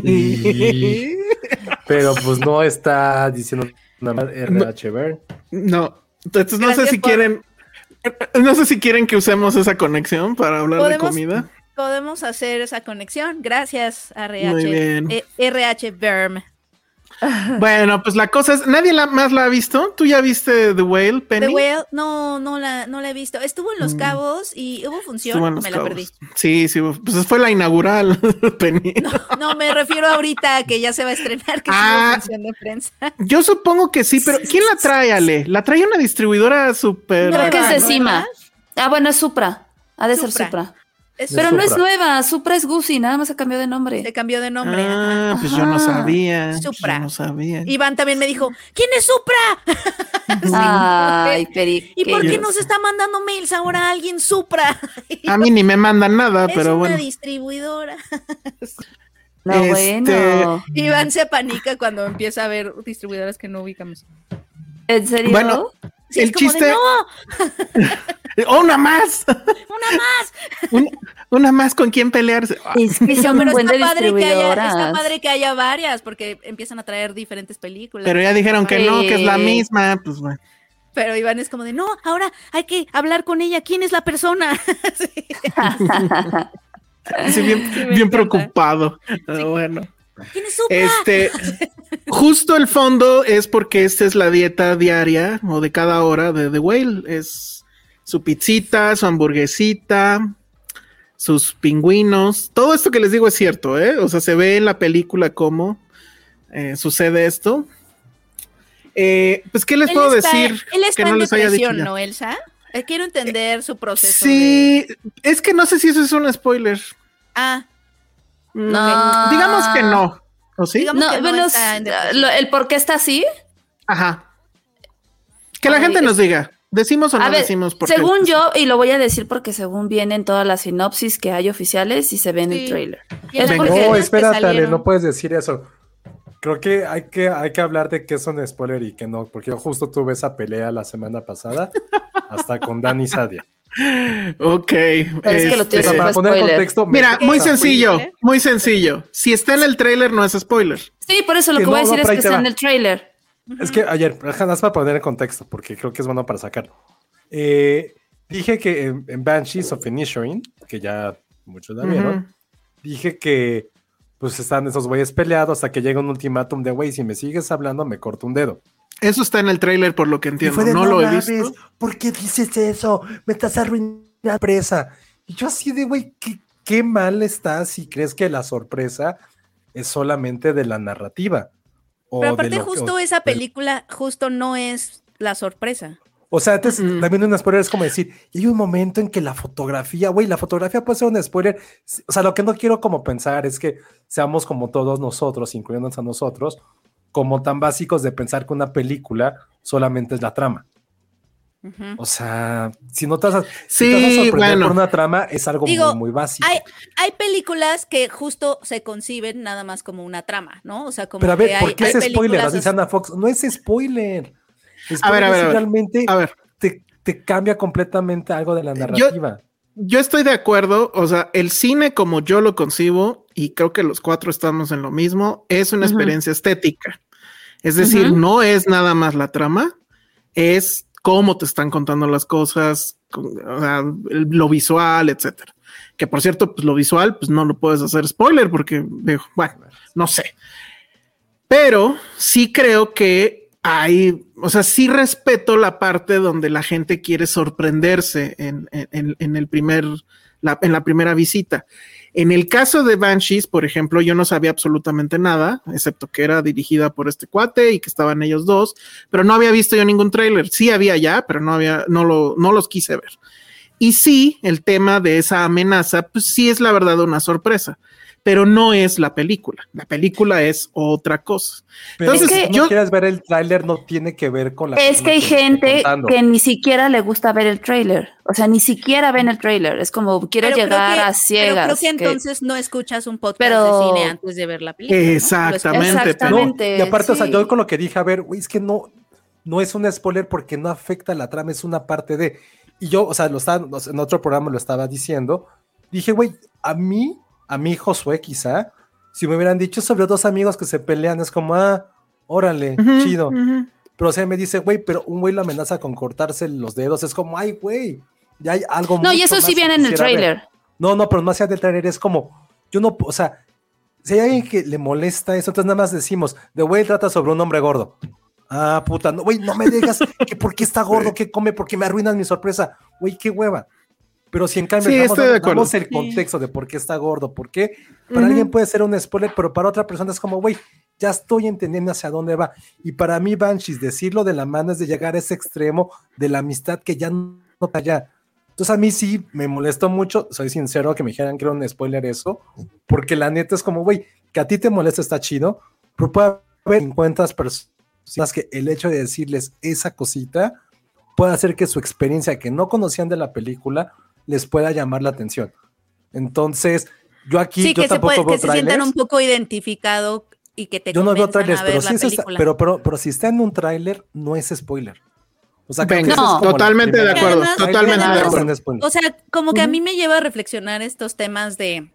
S2: Y- Pero pues no está diciendo nada más RHB.
S4: No, entonces no sé
S5: Gracias
S4: si
S5: por-
S4: quieren, no sé si quieren que usemos esa conexión para hablar de
S5: ¿Podemos?
S4: comida.
S5: Podemos hacer esa conexión. Gracias, RH.
S4: Muy bien.
S5: eh, RH Berm.
S4: Bueno, pues la cosa es, nadie la- más la ha visto. ¿Tú ya viste The Whale, Penny?
S5: The Whale, no, no la, no la he visto. Estuvo en Los
S4: Mm.
S5: Cabos y hubo función.
S4: Estuvo en
S5: Me
S4: Los
S5: la
S4: Cabos.
S5: perdí.
S4: Sí, sí, pues fue la inaugural, *laughs* Penny.
S5: No, me refiero ahorita a que ya se va a estrenar,
S4: *laughs*
S5: que
S4: Ah.
S5: es función de prensa.
S4: Yo supongo que sí, pero ¿quién la trae, Ale? La trae una distribuidora súper...
S6: *laughs* Creo que es de
S5: ¿no?
S6: Cima. Ah, bueno, es Supra. Ha de ser
S5: Supra.
S6: Supra.
S5: *laughs* Es-
S2: Es
S6: Pero no es
S2: Supra.
S6: nueva. Supra es Gucci, nada más se cambió de
S5: Se
S6: nombre.
S5: cambió de nombre. ajá.
S4: Ah, pues yo no
S6: Ajá.
S4: sabía. pues
S5: Supra.
S4: Yo no sabía.
S5: Iván también me dijo, ¿quién es Supra? *laughs*
S6: Ay, Peri.
S5: ¿Y por qué
S4: Ellos.
S5: nos está mandando mails ahora
S4: *laughs*
S5: alguien Supra? *laughs*
S4: A mí ni me mandan nada,
S5: es
S4: pero
S5: una
S4: bueno.
S5: distribuidora. *laughs*
S6: No,
S4: Este-
S6: bueno.
S5: Iván se apanica cuando empieza a ver distribuidoras que no ubicamos.
S6: ¿En serio?
S4: Bueno,
S5: Sí,
S4: El
S5: es como de,
S4: chiste-
S5: no,
S4: ¡Oh, una más! *laughs*
S5: una más.
S4: una, una más con quién pelearse.
S5: *laughs*
S4: Ah,
S6: es que *laughs* son un
S5: Pero
S6: buen de
S5: está padre, que haya,
S6: distribuidoras.
S5: está padre que haya varias porque empiezan a traer diferentes películas.
S4: Pero ya dijeron que no, que es la
S6: Sí.
S4: misma. Pues bueno.
S5: Pero Iván es como de, no, ahora hay que hablar con ella. ¿Quién es la persona? *laughs* Sí.
S4: Sí, bien,
S5: Sí, me
S4: bien
S5: *laughs* encanta.
S4: preocupado. Ah, bueno.
S5: ¿Tiene sopa?
S4: Este, justo el fondo es porque esta es la dieta diaria o de cada hora de The Whale. Es su pizzita, su hamburguesita, sus pingüinos. Todo esto que les digo es cierto, ¿eh? O sea, se ve en la película cómo eh, sucede esto. Eh, pues, ¿qué les
S5: Él
S4: puedo
S5: está-
S4: decir?
S5: Él está
S4: que no
S5: en
S4: les haya dicho
S5: depresión,
S4: ya?
S5: ¿no, Elsa? Eh, Quiero entender su proceso. de-
S4: Sí, es que no sé si eso es un spoiler.
S5: Ah,
S4: Mm,
S6: No.
S4: Digamos que no. ¿O sí?
S5: Digamos-
S6: No,
S5: que no
S6: bueno,
S5: está
S6: s-
S5: en depresión.
S6: lo- el por qué está así.
S4: Ajá. Que la
S6: Ay,
S4: gente
S6: es-
S4: nos diga. ¿Decimos o no
S6: A ver,
S4: decimos? pues, por qué?
S6: según yo, y lo voy a decir porque según vienen todas las sinopsis que hay oficiales y se ve en
S5: Sí.
S6: el trailer.
S5: y en
S6: Es
S5: las
S4: Venga.
S5: escenas
S4: Porque-
S2: No,
S5: que
S2: espérate, Ale,
S5: salieron-
S2: no puedes decir eso. Creo que hay que, hay que hablar de que es un spoiler y que no, porque yo justo tuve esa pelea la semana
S6: *laughs*
S2: pasada, hasta con Dani Sadia.
S4: *laughs* Ok.
S6: es que lo
S4: este,
S6: tienes que
S2: para
S6: fue
S2: poner
S6: spoiler.
S2: contexto, me-
S4: Mira, muy
S2: o sea,
S4: sencillo,
S2: ¿eh?
S5: spoiler.
S4: muy sencillo. Si está en el trailer, no es spoiler.
S6: Sí, por eso lo
S2: Que
S6: que, voy a
S2: no, no,
S6: decir es
S2: por ahí
S6: que
S2: te
S6: está
S2: va.
S6: en el trailer.
S2: Es que ayer, ajá, nada más para poner en contexto, porque creo que es bueno para sacarlo. Eh, dije que en, en Banshees of Inisherin, que ya muchos la vieron,
S4: Ujú.
S2: dije que pues están esos güeyes peleados hasta que llega un ultimátum de güey, si me sigues hablando me corto un dedo.
S4: Eso está en el trailer, por lo que
S8: Y
S4: entiendo.
S8: fue de,
S4: no, lo he
S8: mames,
S4: visto.
S8: ¿Por qué dices eso? Me estás arruinando la presa.
S2: Y yo así de güey, ¿qué, qué mal estás si crees que la sorpresa es solamente de la narrativa. O
S5: Pero
S2: de
S5: aparte,
S2: lo que-
S5: justo
S2: o-
S5: esa
S2: del-
S5: película, justo no es la sorpresa.
S2: O sea, antes
S4: Mm.
S2: también un spoiler es como decir, y hay un momento en que la fotografía, güey, la fotografía puede ser un spoiler. S- O sea, lo que no quiero como pensar es que seamos como todos nosotros, incluyéndonos a nosotros, como tan básicos de pensar que una película solamente es la trama.
S5: Ujú.
S2: O sea, si no te vas a, si te vas a
S4: Sí,
S2: sorprender
S4: bueno.
S2: por una trama, es algo
S5: Digo,
S2: muy, muy básico.
S5: Hay, hay películas que justo se conciben nada más como una trama, ¿no? O sea, como
S2: Pero a
S5: que
S2: ver,
S5: hay,
S2: ¿por qué
S5: hay
S2: es spoiler?
S5: películas
S2: Así dice
S5: así-
S2: Ana Fox, no es spoiler.
S4: A ver,
S2: Spoiler
S4: a ver,
S2: es
S4: a ver.
S2: realmente
S4: A ver,
S2: Te, te cambia completamente algo de la narrativa.
S4: yo estoy de acuerdo. O sea, el cine, como yo lo concibo, y creo que los cuatro estamos en lo mismo, es una
S6: Ujú.
S4: experiencia estética. Es decir,
S6: Ujú.
S4: no es nada más la trama, es cómo te están contando las cosas, con- o sea, el- lo visual, etcétera. Que por cierto, pues lo visual, pues no lo puedes hacer spoiler porque, digo, bueno, no sé. Pero sí creo que hay, o sea, sí respeto la parte donde la gente quiere sorprenderse en, en- en- en el primer, la- en la primera visita. En el caso de Banshees, por ejemplo, yo no sabía absolutamente nada, excepto que era dirigida por este cuate y que estaban ellos dos, pero no había visto yo ningún tráiler. Sí había ya, pero no había, no lo, no los quise ver. Y sí, el tema de esa amenaza, pues sí es la verdad una sorpresa, pero no es la película. La película es otra cosa.
S2: Pero
S4: Entonces,
S2: si
S4: es que
S2: tú
S4: yo-
S2: no quieres ver el tráiler, no tiene que ver con la
S6: Es
S2: persona
S6: que
S2: te
S6: hay
S2: esté
S6: gente
S2: contando.
S6: que ni siquiera le gusta ver el trailer. O sea, ni siquiera ven el trailer. Es como quiero
S5: Pero creo
S6: llegar
S5: que-
S6: a ciegas.
S5: Pero creo que
S6: que-
S5: entonces no escuchas un podcast
S6: Pero-
S5: de cine antes de ver la película. ¿no? Lo escuchas.
S4: Exactamente, pero-
S6: Exactamente.
S2: Y aparte, o sea,
S6: sí.
S2: yo con lo que dije, a ver, güey, es que no, no es un spoiler porque no afecta a la trama, es una parte de. Y yo, o sea, lo estaba, o sea, en otro programa lo estaba diciendo. Dije, güey, a mí, a mi Josué, quizá, si me hubieran dicho sobre dos amigos que se pelean, es como, ah, órale,
S4: Ujú,
S2: chido.
S4: ujú.
S2: Pero o sea, me dice, güey, pero un güey lo amenaza con cortarse los dedos. Es como, ay, güey, ya hay algo
S6: No, y
S2: mucho
S6: eso
S2: más
S6: sí
S2: que
S6: viene en el
S2: quisiera ver".
S6: trailer.
S2: No, no, pero más allá del trailer es como, yo no, o sea, si hay alguien que le molesta eso, entonces nada más decimos, The Way trata sobre un hombre gordo. Ah, puta, no, güey, no me digas que por qué
S4: *laughs*
S2: está gordo, que come, porque me arruinan mi sorpresa. Güey, qué hueva. Pero si en cambio
S4: Sí,
S2: damos-
S4: estoy de
S2: damos
S4: acuerdo.
S2: el
S4: Sí.
S2: contexto de por qué está gordo, por qué, para alguien puede ser un spoiler, pero para otra persona es como, güey, ya estoy entendiendo hacia dónde va. Y para mí, Banshees, decirlo de la mano es de llegar a ese extremo de la amistad que ya no no para allá. Entonces a mí sí me molestó mucho, soy sincero, que me dijeran que era un spoiler eso, porque la neta es como, güey, que a ti te molesta está chido, pero puede haber 50 personas que el hecho de decirles esa cosita puede hacer que su experiencia que no conocían de la película les pueda llamar la atención. Entonces, yo aquí
S5: Sí,
S2: yo
S5: que, se,
S2: tampoco
S5: puede-
S2: veo
S5: que se sientan
S2: trailers.
S5: un poco identificado y que te
S2: Yo no veo
S5: convenzan
S2: trailers,
S5: a ver
S2: pero
S5: la
S2: si, eso está,
S5: película.
S2: pero, pero, pero si está en un trailer, no es spoiler. O sea, creo que
S4: Venga,
S2: eso es
S6: no,
S2: como la
S4: totalmente de
S2: primera-
S4: acuerdo,
S5: Además-
S4: totalmente
S5: además,
S4: de
S2: es un
S4: acuerdo.
S2: spoiler.
S5: O sea, como que a mí me lleva a reflexionar estos temas de.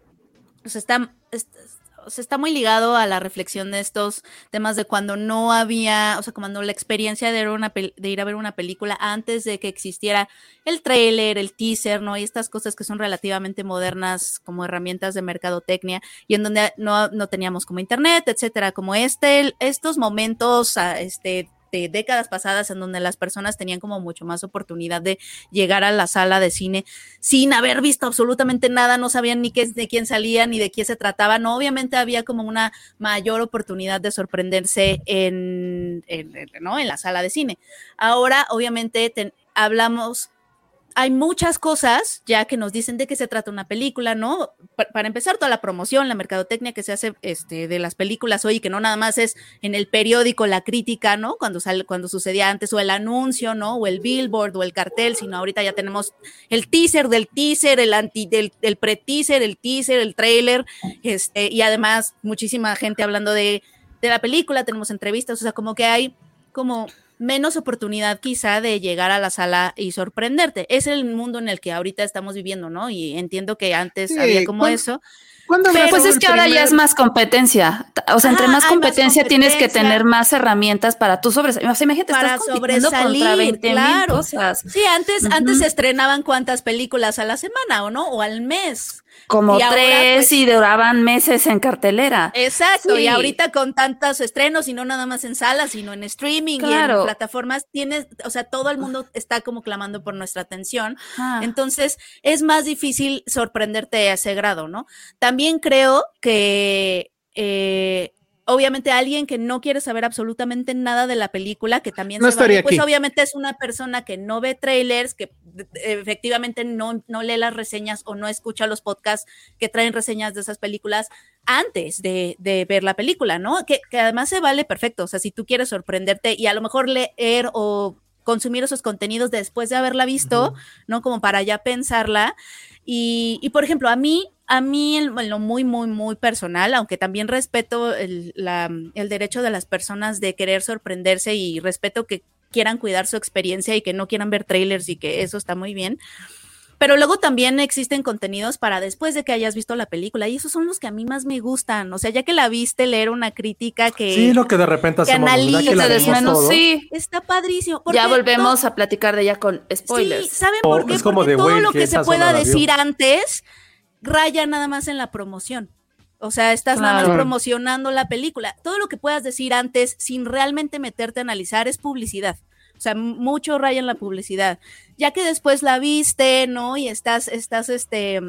S5: O sea, está. est- o sea, está muy ligado a la reflexión de estos temas de cuando no había, o sea, cuando la experiencia de, ver una pel- de ir a ver una película antes de que existiera el tráiler, el teaser, ¿no? Y estas cosas que son relativamente modernas como herramientas de mercadotecnia y en donde no, no teníamos como internet, etcétera, como este, estos momentos, ah, este de décadas pasadas en donde las personas tenían como mucho más oportunidad de llegar a la sala de cine sin haber visto absolutamente nada, no sabían ni qué, de quién salía ni de quién se trataba. No, obviamente había como una mayor oportunidad de sorprenderse en, en- en- ¿no? en la sala de cine. Ahora, obviamente, ten- hablamos. Hay muchas cosas ya que nos dicen de qué se trata una película, ¿no? Pa- para empezar, toda la promoción, la mercadotecnia que se hace este, de las películas hoy, que no nada más es en el periódico la crítica, ¿no? Cuando, sale, cuando sucedía antes, o el anuncio, ¿no? O el billboard, o el cartel, sino ahorita ya tenemos el teaser del teaser, el anti, del, el pre-teaser, el teaser, el trailer, este, y además muchísima gente hablando de, de la película, tenemos entrevistas, o sea, como que hay como menos oportunidad quizá de llegar a la sala y sorprenderte. Es el mundo en el que ahorita estamos viviendo, ¿no? Y entiendo que antes
S4: Sí,
S5: había como
S4: ¿cuán-
S5: eso.
S4: ¿Cuándo habrá
S6: Pues
S4: sido
S6: es
S4: el
S6: que ahora ya
S4: primer-
S6: es más competencia. O sea, entre
S5: Ajá,
S6: más
S5: hay más
S6: competencia tienes que
S5: competencia.
S6: tener más herramientas para tu sobresalir. O sea, imagínate,
S5: Para
S6: estás compitiendo contra
S5: sobresalir,
S6: 20
S5: claro.
S6: cosas.
S5: Sí, antes, antes se estrenaban cuántas películas a la semana, ¿o no? O al mes.
S6: Como
S5: Y ahora,
S6: tres
S5: pues- eh,
S6: y duraban meses en cartelera.
S5: Exacto,
S6: Sí.
S5: y ahorita con tantos estrenos y no nada más en salas, sino en streaming y
S6: Claro.
S5: en plataformas, tienes, o sea, todo el mundo está como clamando por nuestra atención.
S4: Ah.
S6: Ajá.
S5: Entonces, es más difícil sorprenderte a ese grado, ¿no? También creo que eh, obviamente alguien que no quiere saber absolutamente nada de la película, que también
S4: No
S5: se vale,
S4: estaría
S5: pues
S4: aquí.
S5: obviamente es una persona que no ve trailers, que de- de- efectivamente no, no lee las reseñas o no escucha los podcasts que traen reseñas de esas películas antes de, de ver la película, ¿no? Que, que además se vale perfecto, o sea, si tú quieres sorprenderte y a lo mejor leer o consumir esos contenidos después de haberla visto, ¿no? Como para ya pensarla. Y, y, por ejemplo, a mí, a mí en, en lo muy, muy, muy personal, aunque también respeto el, la- el derecho de las personas de querer sorprenderse y respeto que quieran cuidar su experiencia y que no quieran ver trailers y que eso está muy bien. Pero luego también existen contenidos para después de que hayas visto la película y esos son los que a mí más me gustan. O sea, ya que la viste leer una crítica que
S2: Sí, lo que de repente
S5: que
S2: hacemos. ¿verdad?
S5: analice,
S2: que la
S6: Te
S5: la
S2: vemos
S6: desmenuz-
S2: todo.
S6: sí.
S5: está padrísimo.
S6: Ya
S5: porque
S6: volvemos a platicar de ella con spoilers.
S5: Sí, ¿saben
S2: O-
S5: por qué?
S2: es como
S5: Porque
S2: de,
S5: todo
S2: "Güey,
S5: lo
S2: que
S5: que se
S2: esa
S5: pueda
S2: zona la vio".
S5: decir antes raya nada más en la promoción. O sea, estás nada más
S4: Claro.
S5: promocionando la película. Todo lo que puedas decir antes sin realmente meterte a analizar es publicidad. O sea, m- mucho raya en la publicidad. Ya que después la viste, ¿no? Y estás, estás, este,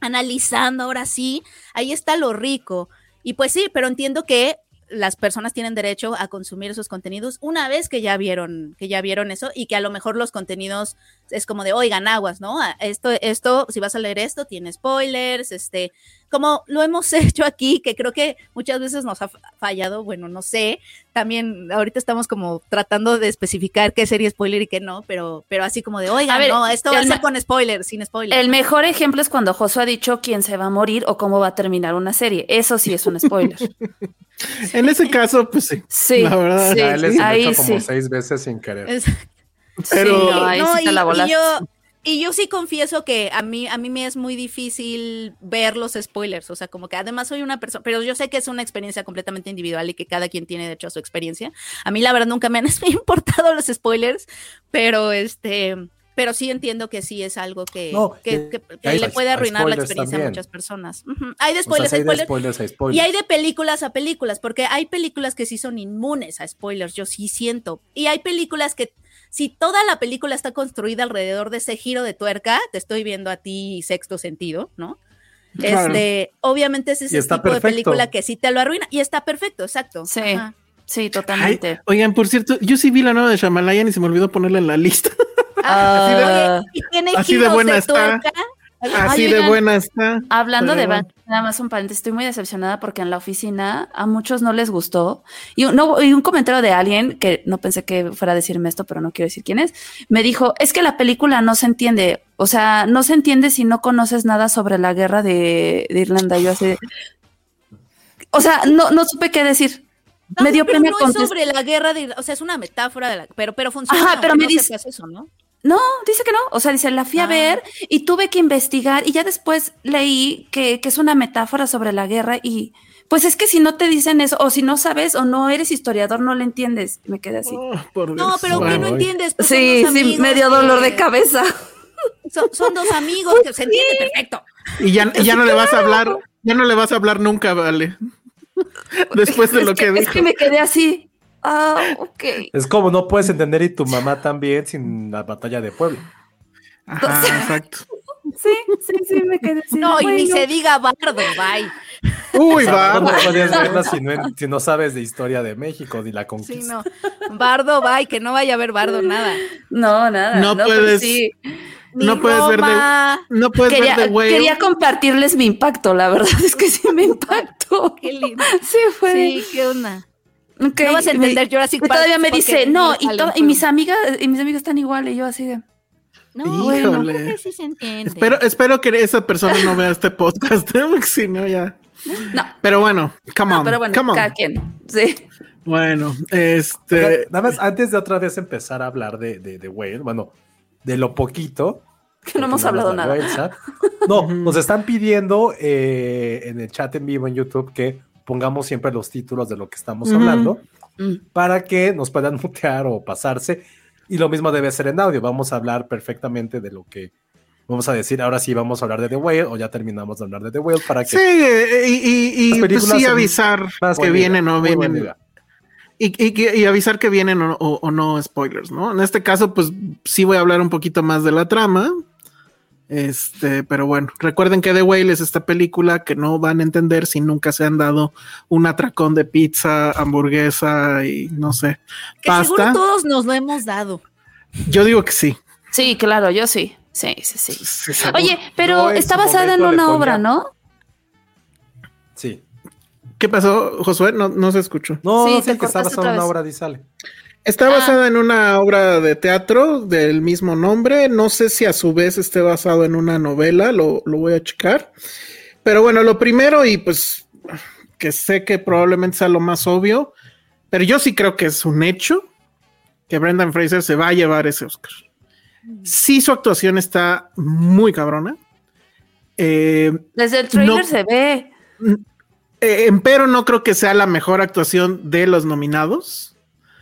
S5: analizando ahora sí, ahí está lo rico. Y pues sí, pero entiendo que las personas tienen derecho a consumir esos contenidos una vez que ya vieron, que ya vieron eso y que a lo mejor los contenidos es como de, oigan, aguas, ¿no? A- Esto, esto, si vas a leer esto, tiene spoilers, este, como lo hemos *laughs* hecho aquí, que creo que muchas veces nos ha fa- fallado, bueno, no sé, también ahorita estamos como tratando de especificar qué sería spoiler y qué no, pero, pero así como de, oigan,
S6: ver,
S5: no, esto va a
S6: el
S5: ser
S6: ma-
S5: con spoiler, sin spoiler.
S6: El mejor ejemplo es cuando Josué ha dicho quién se va a morir o cómo va a terminar una serie. Eso sí es
S2: *laughs*
S6: un spoiler.
S4: *laughs* En
S6: *laughs*
S4: ese caso, pues sí.
S6: Sí,
S4: La verdad,
S6: sí,
S2: Ya, él es lo
S6: ahí
S2: hecho como
S6: sí.
S2: seis veces sin querer.
S5: *laughs* Es-
S4: Pero-
S6: Sí, no, ahí
S5: No,
S6: sí te
S5: y-
S6: la
S5: y
S6: volaste.
S5: yo, y yo sí confieso que a mí, a mí me es muy difícil ver los spoilers. O sea, como que además soy una persona, pero yo sé que es una experiencia completamente individual y que cada quien tiene derecho a su experiencia. A mí, la verdad, nunca me han *laughs* importado los spoilers, pero este. Pero sí entiendo que sí es algo que,
S2: No,
S5: que-
S2: y-
S5: que-
S2: y
S5: que
S2: hay
S5: le
S2: de-
S5: puede
S2: hay
S5: arruinar la
S2: spoilers
S5: experiencia a
S2: también.
S5: muchas personas. Ujú. Hay de
S2: O sea,
S5: spoilers,
S2: si hay
S5: hay
S2: de
S5: spoilers,
S2: spoilers, hay
S5: y
S2: spoilers.
S5: hay de películas a películas, porque hay películas que sí son inmunes a spoilers, yo sí siento. Y hay películas que, si toda la película está construida alrededor de ese giro de tuerca, te estoy viendo a ti sexto sentido, ¿no?
S4: Claro.
S5: Este, obviamente es ese
S2: está
S5: tipo de
S2: perfecto.
S5: película que sí te lo arruina. Y está perfecto, exacto.
S6: Sí.
S5: Ajá.
S6: Sí,
S4: Ay,
S6: totalmente.
S4: oigan, por cierto, yo sí vi la nueva de Shamalayan y se me olvidó ponerla en la lista.
S6: Ah,
S5: Oye, y tiene
S4: así de
S5: giros
S4: buena
S5: de
S4: está.
S5: tuerca.
S4: *laughs* Así de
S6: oigan.
S4: buena está.
S6: Hablando de
S4: Pero
S6: Van, nada más un paréntesis, estoy muy decepcionada porque en la oficina a muchos no les gustó. Y un, no, y un comentario de alguien que no pensé que fuera a decirme esto, pero no quiero decir quién es, me dijo, es que la película no se entiende, o sea, no se entiende si no conoces nada sobre la guerra de, de Irlanda. Yo así, de- o sea, no, no supe qué decir.
S5: No,
S6: me dio
S5: pero
S6: pena
S5: no es
S6: contestar.
S5: sobre la guerra de. O sea, es una metáfora de la. Pero, pero funciona.
S6: Ajá, pero
S5: aunque
S6: me
S5: no
S6: dice-
S5: sepas eso, ¿no?
S6: No, dice que no. O sea, dice, la fui a
S5: Ah.
S6: ver y tuve que investigar y ya después leí que, que es una metáfora sobre la guerra y pues es que si no te dicen eso o si no sabes o no eres historiador, no le entiendes. Me quedé así.
S4: Oh, por
S5: No,
S4: Dios.
S5: pero
S4: Bueno,
S5: ¿qué no
S2: Ay.
S5: entiendes? Pues son
S6: sí,
S5: dos
S6: sí,
S5: amigos
S6: me dio
S5: que-
S6: dolor de cabeza.
S5: Son, son dos amigos que se entiende perfecto.
S4: Y ya, y ya no le vas a hablar, ya no le vas a hablar nunca,
S6: *laughs*
S4: vale. *laughs* Después de
S6: es
S4: lo que,
S6: es
S4: dijo.
S6: que me quedé así. Ah, ok.
S2: Es como no puedes entender y tu mamá también sin la batalla de Puebla.
S4: Ajá, exacto.
S6: Sí, sí, sí, me quedé así.
S5: No, y ni
S6: bueno.
S5: se diga bardo, bye.
S4: Uy,
S2: O sea,
S4: va.
S2: no
S4: va.
S2: podías verla si no, en- si no sabes de historia de México ni la
S5: Sí,
S2: conquista.
S5: no. *laughs* Bardo, bye, que no vaya a haber bardo nada.
S6: No, nada.
S4: No
S6: pero
S4: puedes-
S6: sí.
S5: Ni
S4: No puedes ver de-
S5: Roma.
S4: No puedes
S6: Quería,
S4: ver de Whale.
S6: quería compartirles mi impacto, la verdad es que sí me impactó.
S5: Qué lindo.
S6: Sí, fue.
S5: Sí, qué onda.
S6: Ok,
S5: no vas a
S6: me-
S5: entender Jurassic
S6: Y
S5: Park.
S6: todavía me
S5: porque
S6: dice, no, y,
S5: sale
S6: to-
S5: un
S6: y mis
S5: juego.
S6: amigas, y mis amigas están iguales, y yo así de,
S5: No,
S4: Híjole.
S5: bueno, creo que sí se entiende.
S4: Eh, Espero, espero que esa persona no vea este podcast, *laughs* ¿eh? porque si no ya.
S6: No.
S4: Pero bueno, come
S6: "Ah,
S4: on,
S6: pero bueno,
S4: come on.
S6: cada quien. Sí. *laughs*
S4: Bueno,
S2: Oigan,
S4: este,
S2: Nada más, antes de otra vez empezar a hablar de, de, de Whale, bueno, de lo poquito.
S6: Que no hemos hablado nada.
S2: No,
S4: *laughs* Ujú.
S2: nos están pidiendo eh, en el chat en vivo en YouTube que pongamos siempre los títulos de lo que estamos
S4: Ujú.
S2: hablando
S6: Mm.
S2: para que nos puedan *laughs* mutear o pasarse. Y lo mismo debe ser en audio. Vamos a hablar perfectamente de lo que vamos a decir. Ahora sí vamos a hablar de The Whale o ya terminamos de hablar de The Whale para
S4: sí,
S2: que
S4: eh, y, y- y,
S2: Las
S4: pues,
S2: películas
S4: sí
S2: son
S4: avisar
S2: más
S4: que
S2: buena
S4: vienen
S2: idea,
S4: o
S2: muy buena
S4: vienen.
S2: idea.
S4: Y, y que- y avisar que vienen o, o- o no spoilers, ¿no? En este caso, pues sí voy a hablar un poquito más de la trama. Este, pero bueno, recuerden que The Whale es esta película que no van a entender si nunca se han dado un atracón de pizza, hamburguesa y no sé,
S5: que seguro
S4: pasta.
S5: todos nos lo hemos dado.
S4: Yo digo que sí.
S6: Sí, claro, yo sí. Sí, sí, sí.
S4: Sí, seguro.
S6: Oye,
S2: Yo
S6: pero
S2: en
S6: está
S2: su
S6: basada en
S2: momento le
S6: una
S2: ponía-
S6: obra, ¿no?
S2: Sí.
S4: ¿Qué pasó, Josué? No, no se escuchó.
S2: No,
S6: Sí,
S2: sí,
S6: te
S2: que está
S6: cortaste
S2: basado
S6: otra
S2: en una
S6: vez.
S2: obra de Sale.
S4: Está basada en una obra de teatro del mismo nombre. No sé si a su vez esté basado en una novela, lo, lo voy a checar. Pero bueno, lo primero, y pues que sé que probablemente sea lo más obvio, pero yo sí creo que es un hecho que Brendan Fraser se va a llevar ese Oscar. Sí, su actuación está muy cabrona. Eh,
S6: Desde el trailer
S4: No.
S6: se ve.
S4: eh, pero no creo que sea la mejor actuación de los nominados.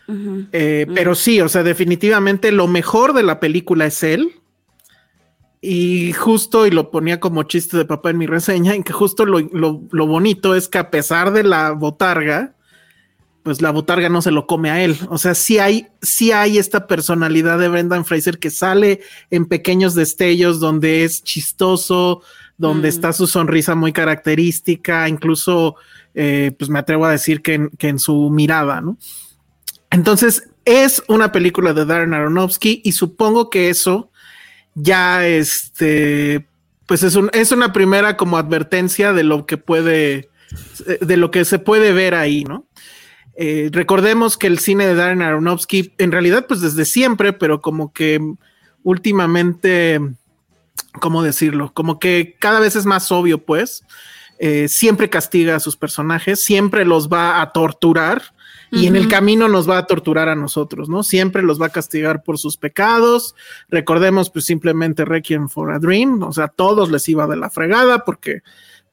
S6: Ujú.
S4: Eh,
S6: Mm.
S4: Pero sí, o sea, definitivamente lo mejor de la película es él. Y justo, y lo ponía como chiste de papá en mi reseña, en que justo lo, lo- lo bonito es que a pesar de la botarga, pues la botarga no se lo come a él. O sea, sí hay, sí hay esta personalidad de Brendan Fraser que sale en pequeños destellos donde es chistoso, donde
S6: Mm.
S4: está su sonrisa muy característica, incluso, eh, pues me atrevo a decir que en, que en su mirada, ¿no? Entonces, es una película de Darren Aronofsky y supongo que eso ya este pues es, un- es una primera como advertencia de lo que puede eh, de lo que se puede ver ahí, ¿no? Eh, recordemos que el cine de Darren Aronofsky en realidad pues desde siempre, pero como que últimamente ¿cómo decirlo? Como que cada vez es más obvio, pues. eh, siempre castiga a sus personajes, siempre los va a torturar y en el
S6: Ujú.
S4: camino nos va a torturar a nosotros, ¿no? Siempre los va a castigar por sus pecados. Recordemos, pues simplemente Requiem for a Dream, o sea, a todos les iba de la fregada porque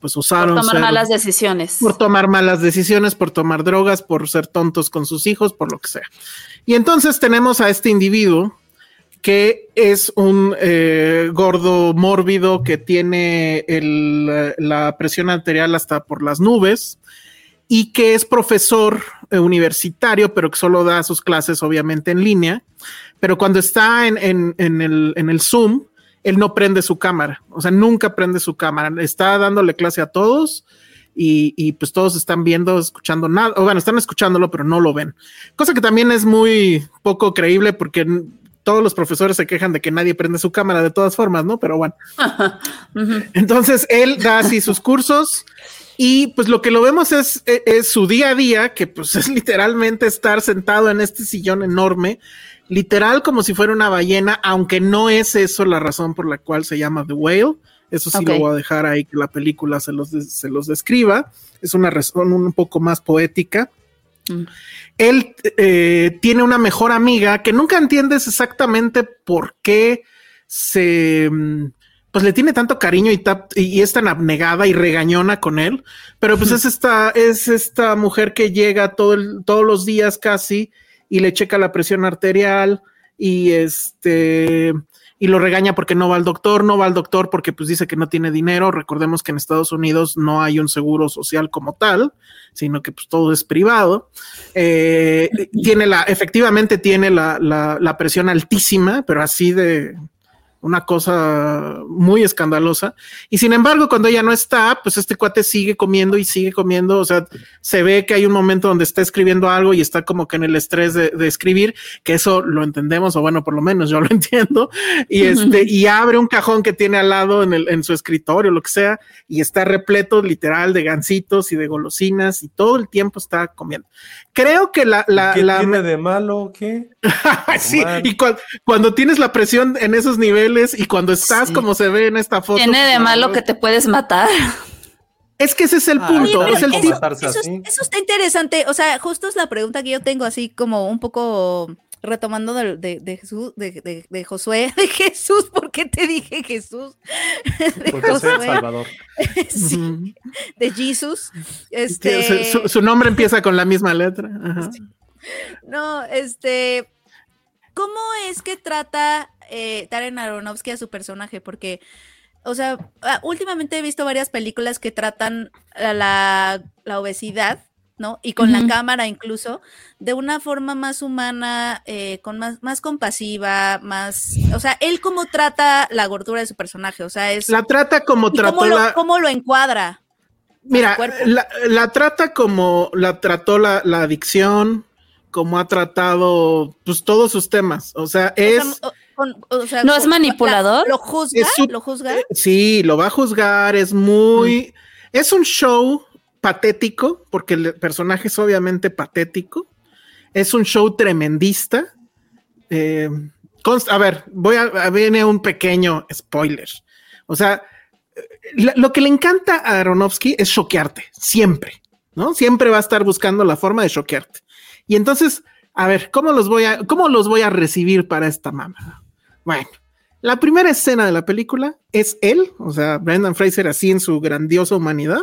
S4: pues
S6: Por
S4: usaron
S6: tomar
S4: ser-
S6: malas decisiones.
S5: Pues,
S4: por tomar malas decisiones, por tomar drogas, por ser tontos con sus hijos, por lo que sea. Y entonces tenemos a este individuo que es un eh, gordo mórbido que tiene el, eh, la presión arterial hasta por las nubes y que es profesor eh, universitario, pero que solo da sus clases obviamente en línea. Pero cuando está en, en- en el, en el Zoom, él no prende su cámara, o sea, nunca prende su cámara, está dándole clase a todos y, y, pues todos están viendo, escuchando nada, o bueno, están escuchándolo, pero no lo ven. Cosa que también es muy poco creíble porque n- todos los profesores se quejan de que nadie prende su cámara de todas formas, ¿no? Pero bueno,
S6: Ujú.
S4: entonces él da así sus cursos y pues lo que lo vemos es, e- es su día a día, que pues *laughs* es literalmente estar sentado en este sillón enorme, literal como si fuera una ballena, aunque no es eso la razón por la cual se llama The Whale. Eso sí
S6: Ok.
S4: lo voy a dejar ahí que la película se los, des- se los describa. Es una razón un poco más poética. Él eh, tiene una mejor amiga que nunca entiendes exactamente por qué se, mm, pues le tiene tanto cariño y, tap- y- y es tan abnegada y regañona con él. Pero pues es esta, es esta mujer que llega todo el- todos los días casi y le checa la presión arterial y este y lo regaña porque no va al doctor, no va al doctor porque pues dice que no tiene dinero. Recordemos que en Estados Unidos no hay un seguro social como tal, sino que pues todo es privado. Eh, tiene la, efectivamente tiene la, la- la presión altísima, pero así de una cosa muy escandalosa. Y sin embargo, cuando ella no está, pues este cuate sigue comiendo y sigue comiendo. O sea, se ve que hay un momento donde está escribiendo algo y está como que en el estrés de, de escribir, que eso lo entendemos, o bueno, por lo menos yo lo *laughs* entiendo. Y este, y abre un cajón que tiene al lado en, el, en su escritorio, lo que sea, y está repleto literal de gancitos y de golosinas y todo el tiempo está comiendo. Creo que la, la,
S2: ¿Qué
S4: la-
S2: tiene de malo?
S6: *laughs*
S2: ¿Qué?
S4: *laughs* sí,
S2: Omar.
S4: y cuan- cuando tienes la presión en esos niveles y cuando estás como se ve en esta foto.
S6: Tiene de
S4: pues,
S6: malo que te puedes matar.
S4: Es que ese es el
S2: Ah,
S4: punto,
S2: claro,
S4: es el
S2: ¿cómo
S4: tipo.
S2: matarse
S5: Eso,
S2: así?
S5: eso está interesante. O sea, justo es la pregunta que yo tengo, así como un poco retomando del- de, de Jesús, de, de- de Josué, *laughs* de Jesús, ¿por qué te dije Jesús? De
S2: Porque soy el
S5: Josué,
S2: Salvador.
S5: sí,
S4: Ujú.
S5: de Jesús.
S4: Tiene-
S5: Este,
S4: su, su- su nombre empieza con la misma letra. ajá.
S5: No, este. ¿Cómo es que trata eh, Darren Aronofsky a su personaje? Porque, o sea, ah, últimamente he visto varias películas que tratan a la, la obesidad, ¿no? Y con
S6: Ujú.
S5: la cámara incluso, de una forma más humana, eh, con más, más compasiva, más. O sea, él cómo trata la gordura de su personaje. O sea, es.
S4: La trata como
S5: y cómo,
S4: trató
S5: lo,
S4: la.
S5: cómo lo encuadra?
S4: Mira,
S5: su cuerpo.
S4: la, la trata como la trató la, la adicción, como ha tratado pues todos sus temas. O sea, es.
S5: o sea, con- o sea,
S6: ¿No es
S5: con- la-
S6: manipulador?
S5: ¿Lo juzga?
S4: Es su-
S5: ¿Lo juzga?
S4: Sí, lo va a juzgar, es muy... Es un show patético, porque el personaje es obviamente patético. Es un show tremendista. Eh, const- a ver, voy a, a- viene un pequeño spoiler. O sea, eh, la- lo que le encanta a Aronofsky es choquearte, siempre, ¿no? Siempre va a estar buscando la forma de choquearte. Y entonces, a ver, ¿cómo los voy a, cómo los voy a recibir para esta mamada? Bueno, la primera escena de la película es él, o sea, Brendan Fraser así en su grandiosa humanidad,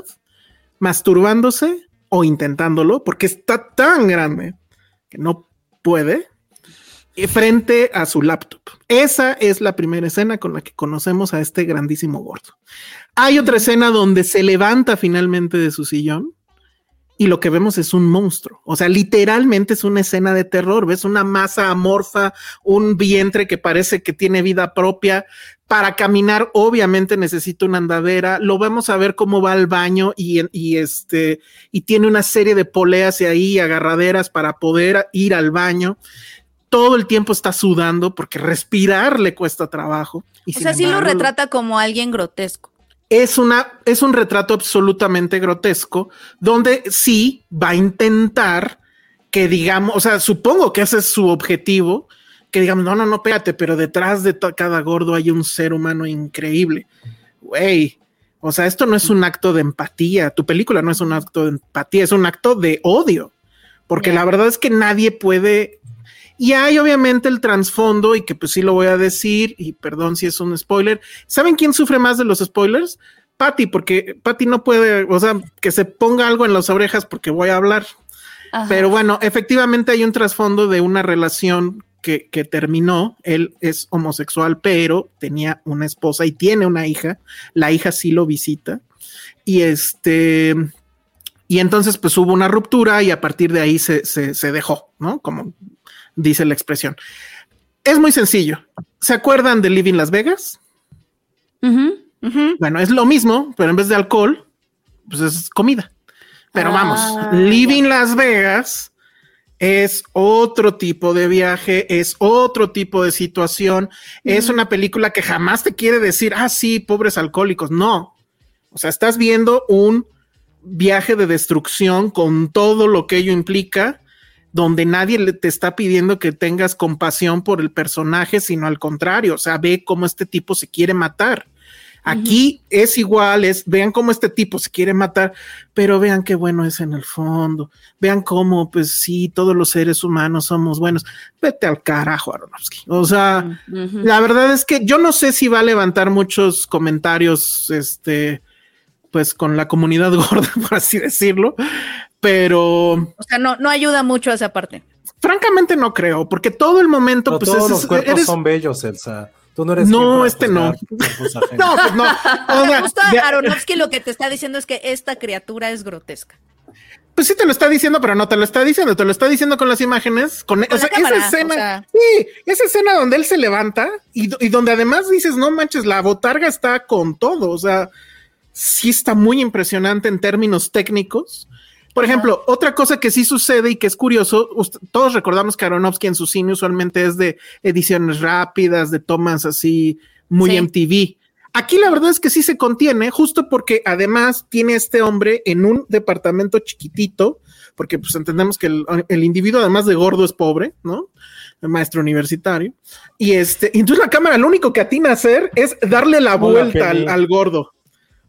S4: masturbándose o intentándolo, porque está tan grande que no puede, eh, frente a su laptop. Esa es la primera escena con la que conocemos a este grandísimo gordo. Hay otra escena donde se levanta finalmente de su sillón y lo que vemos es un monstruo. O sea, literalmente es una escena de terror. Ves una masa amorfa, un vientre que parece que tiene vida propia. Para caminar, obviamente necesita una andadera. Lo vamos a ver cómo va al baño y, y este y tiene una serie de poleas y ahí agarraderas para poder ir al baño. Todo el tiempo está sudando porque respirar le cuesta trabajo. Y
S5: O
S4: sin
S5: sea, sí lo
S4: embargo,
S5: retrata como alguien grotesco.
S4: es, una, es un retrato absolutamente grotesco, donde sí va a intentar que digamos, o sea, supongo que ese es su objetivo, que digamos, no, no, no, espérate, pero detrás de to- cada gordo hay un ser humano increíble. Güey, o sea, esto no es un acto de empatía, tu película no es un acto de empatía, es un acto de odio, porque la verdad es que nadie puede... Y hay obviamente el trasfondo y que pues sí lo voy a decir, y perdón si es un spoiler, ¿Saben quién sufre más de los spoilers? Patty, porque Patty no puede, o sea, que se ponga algo en las orejas porque voy a hablar.
S6: Ajá.
S4: Pero bueno, efectivamente hay un trasfondo de una relación que, que terminó. Él es homosexual, pero tenía una esposa y tiene una hija. La hija sí lo visita. Y este. Y entonces, pues hubo una ruptura y a partir de ahí se, se- se dejó, ¿no? Como dice la expresión. Es muy sencillo. ¿Se acuerdan de Living Las Vegas?
S6: Ujú.
S4: Bueno, es lo mismo, pero en vez de alcohol, pues es comida. Pero
S6: Ah,
S4: vamos, Living Las Vegas es otro tipo de viaje, es otro tipo de situación. Es una película que jamás te quiere decir, ah, sí, pobres alcohólicos. No. O sea, estás viendo un viaje de destrucción con todo lo que ello implica, donde nadie le- te está pidiendo que tengas compasión por el personaje, sino al contrario. O sea, ve cómo este tipo se quiere matar Aquí es igual, es vean cómo este tipo se quiere matar, pero vean qué bueno es en el fondo. Vean cómo, pues sí, todos los seres humanos somos buenos. Vete al carajo, Aronofsky. O sea,
S6: Ujú.
S4: la verdad es que yo no sé si va a levantar muchos comentarios, este, pues con la comunidad *laughs* gorda, por así decirlo, pero
S5: O sea, no, no ayuda mucho a esa parte.
S4: francamente no creo, porque todo el momento,
S2: Pero
S4: pues
S2: todos
S4: es-
S2: los cuerpos
S4: eres-
S2: son bellos, Elsa. Tú no eres.
S4: No,
S2: quien para
S4: este no.
S2: juzgar
S6: *laughs*
S2: cuerpos ajenos.
S4: *laughs* No,
S5: *laughs*
S4: pues no. O sea,
S5: Justo
S4: de-
S5: Aronofsky lo que te está diciendo es que esta criatura es grotesca.
S4: Pues sí te lo está diciendo, pero no te lo está diciendo, te lo está diciendo con las imágenes, con,
S5: Con
S4: o
S5: la
S4: sea,
S5: cámara,
S4: esa escena,
S5: o sea.
S4: sí, esa escena donde él se levanta y, do- y donde además dices, no manches, la botarga está con todo, o sea, sí está muy impresionante en términos técnicos. Por ejemplo, otra cosa que sí sucede y que es curioso, ust- todos recordamos que Aronofsky en su cine usualmente es de ediciones rápidas, de tomas así muy
S5: Sí.
S4: MTV. Aquí la verdad es que sí se contiene, justo porque además tiene este hombre en un departamento chiquitito, porque pues entendemos que el, el individuo además de gordo es pobre, ¿no? El maestro universitario. Y este, y entonces la cámara lo único que atina a hacer es darle la
S2: Hola,
S4: vuelta al,
S2: Penny.
S4: al gordo.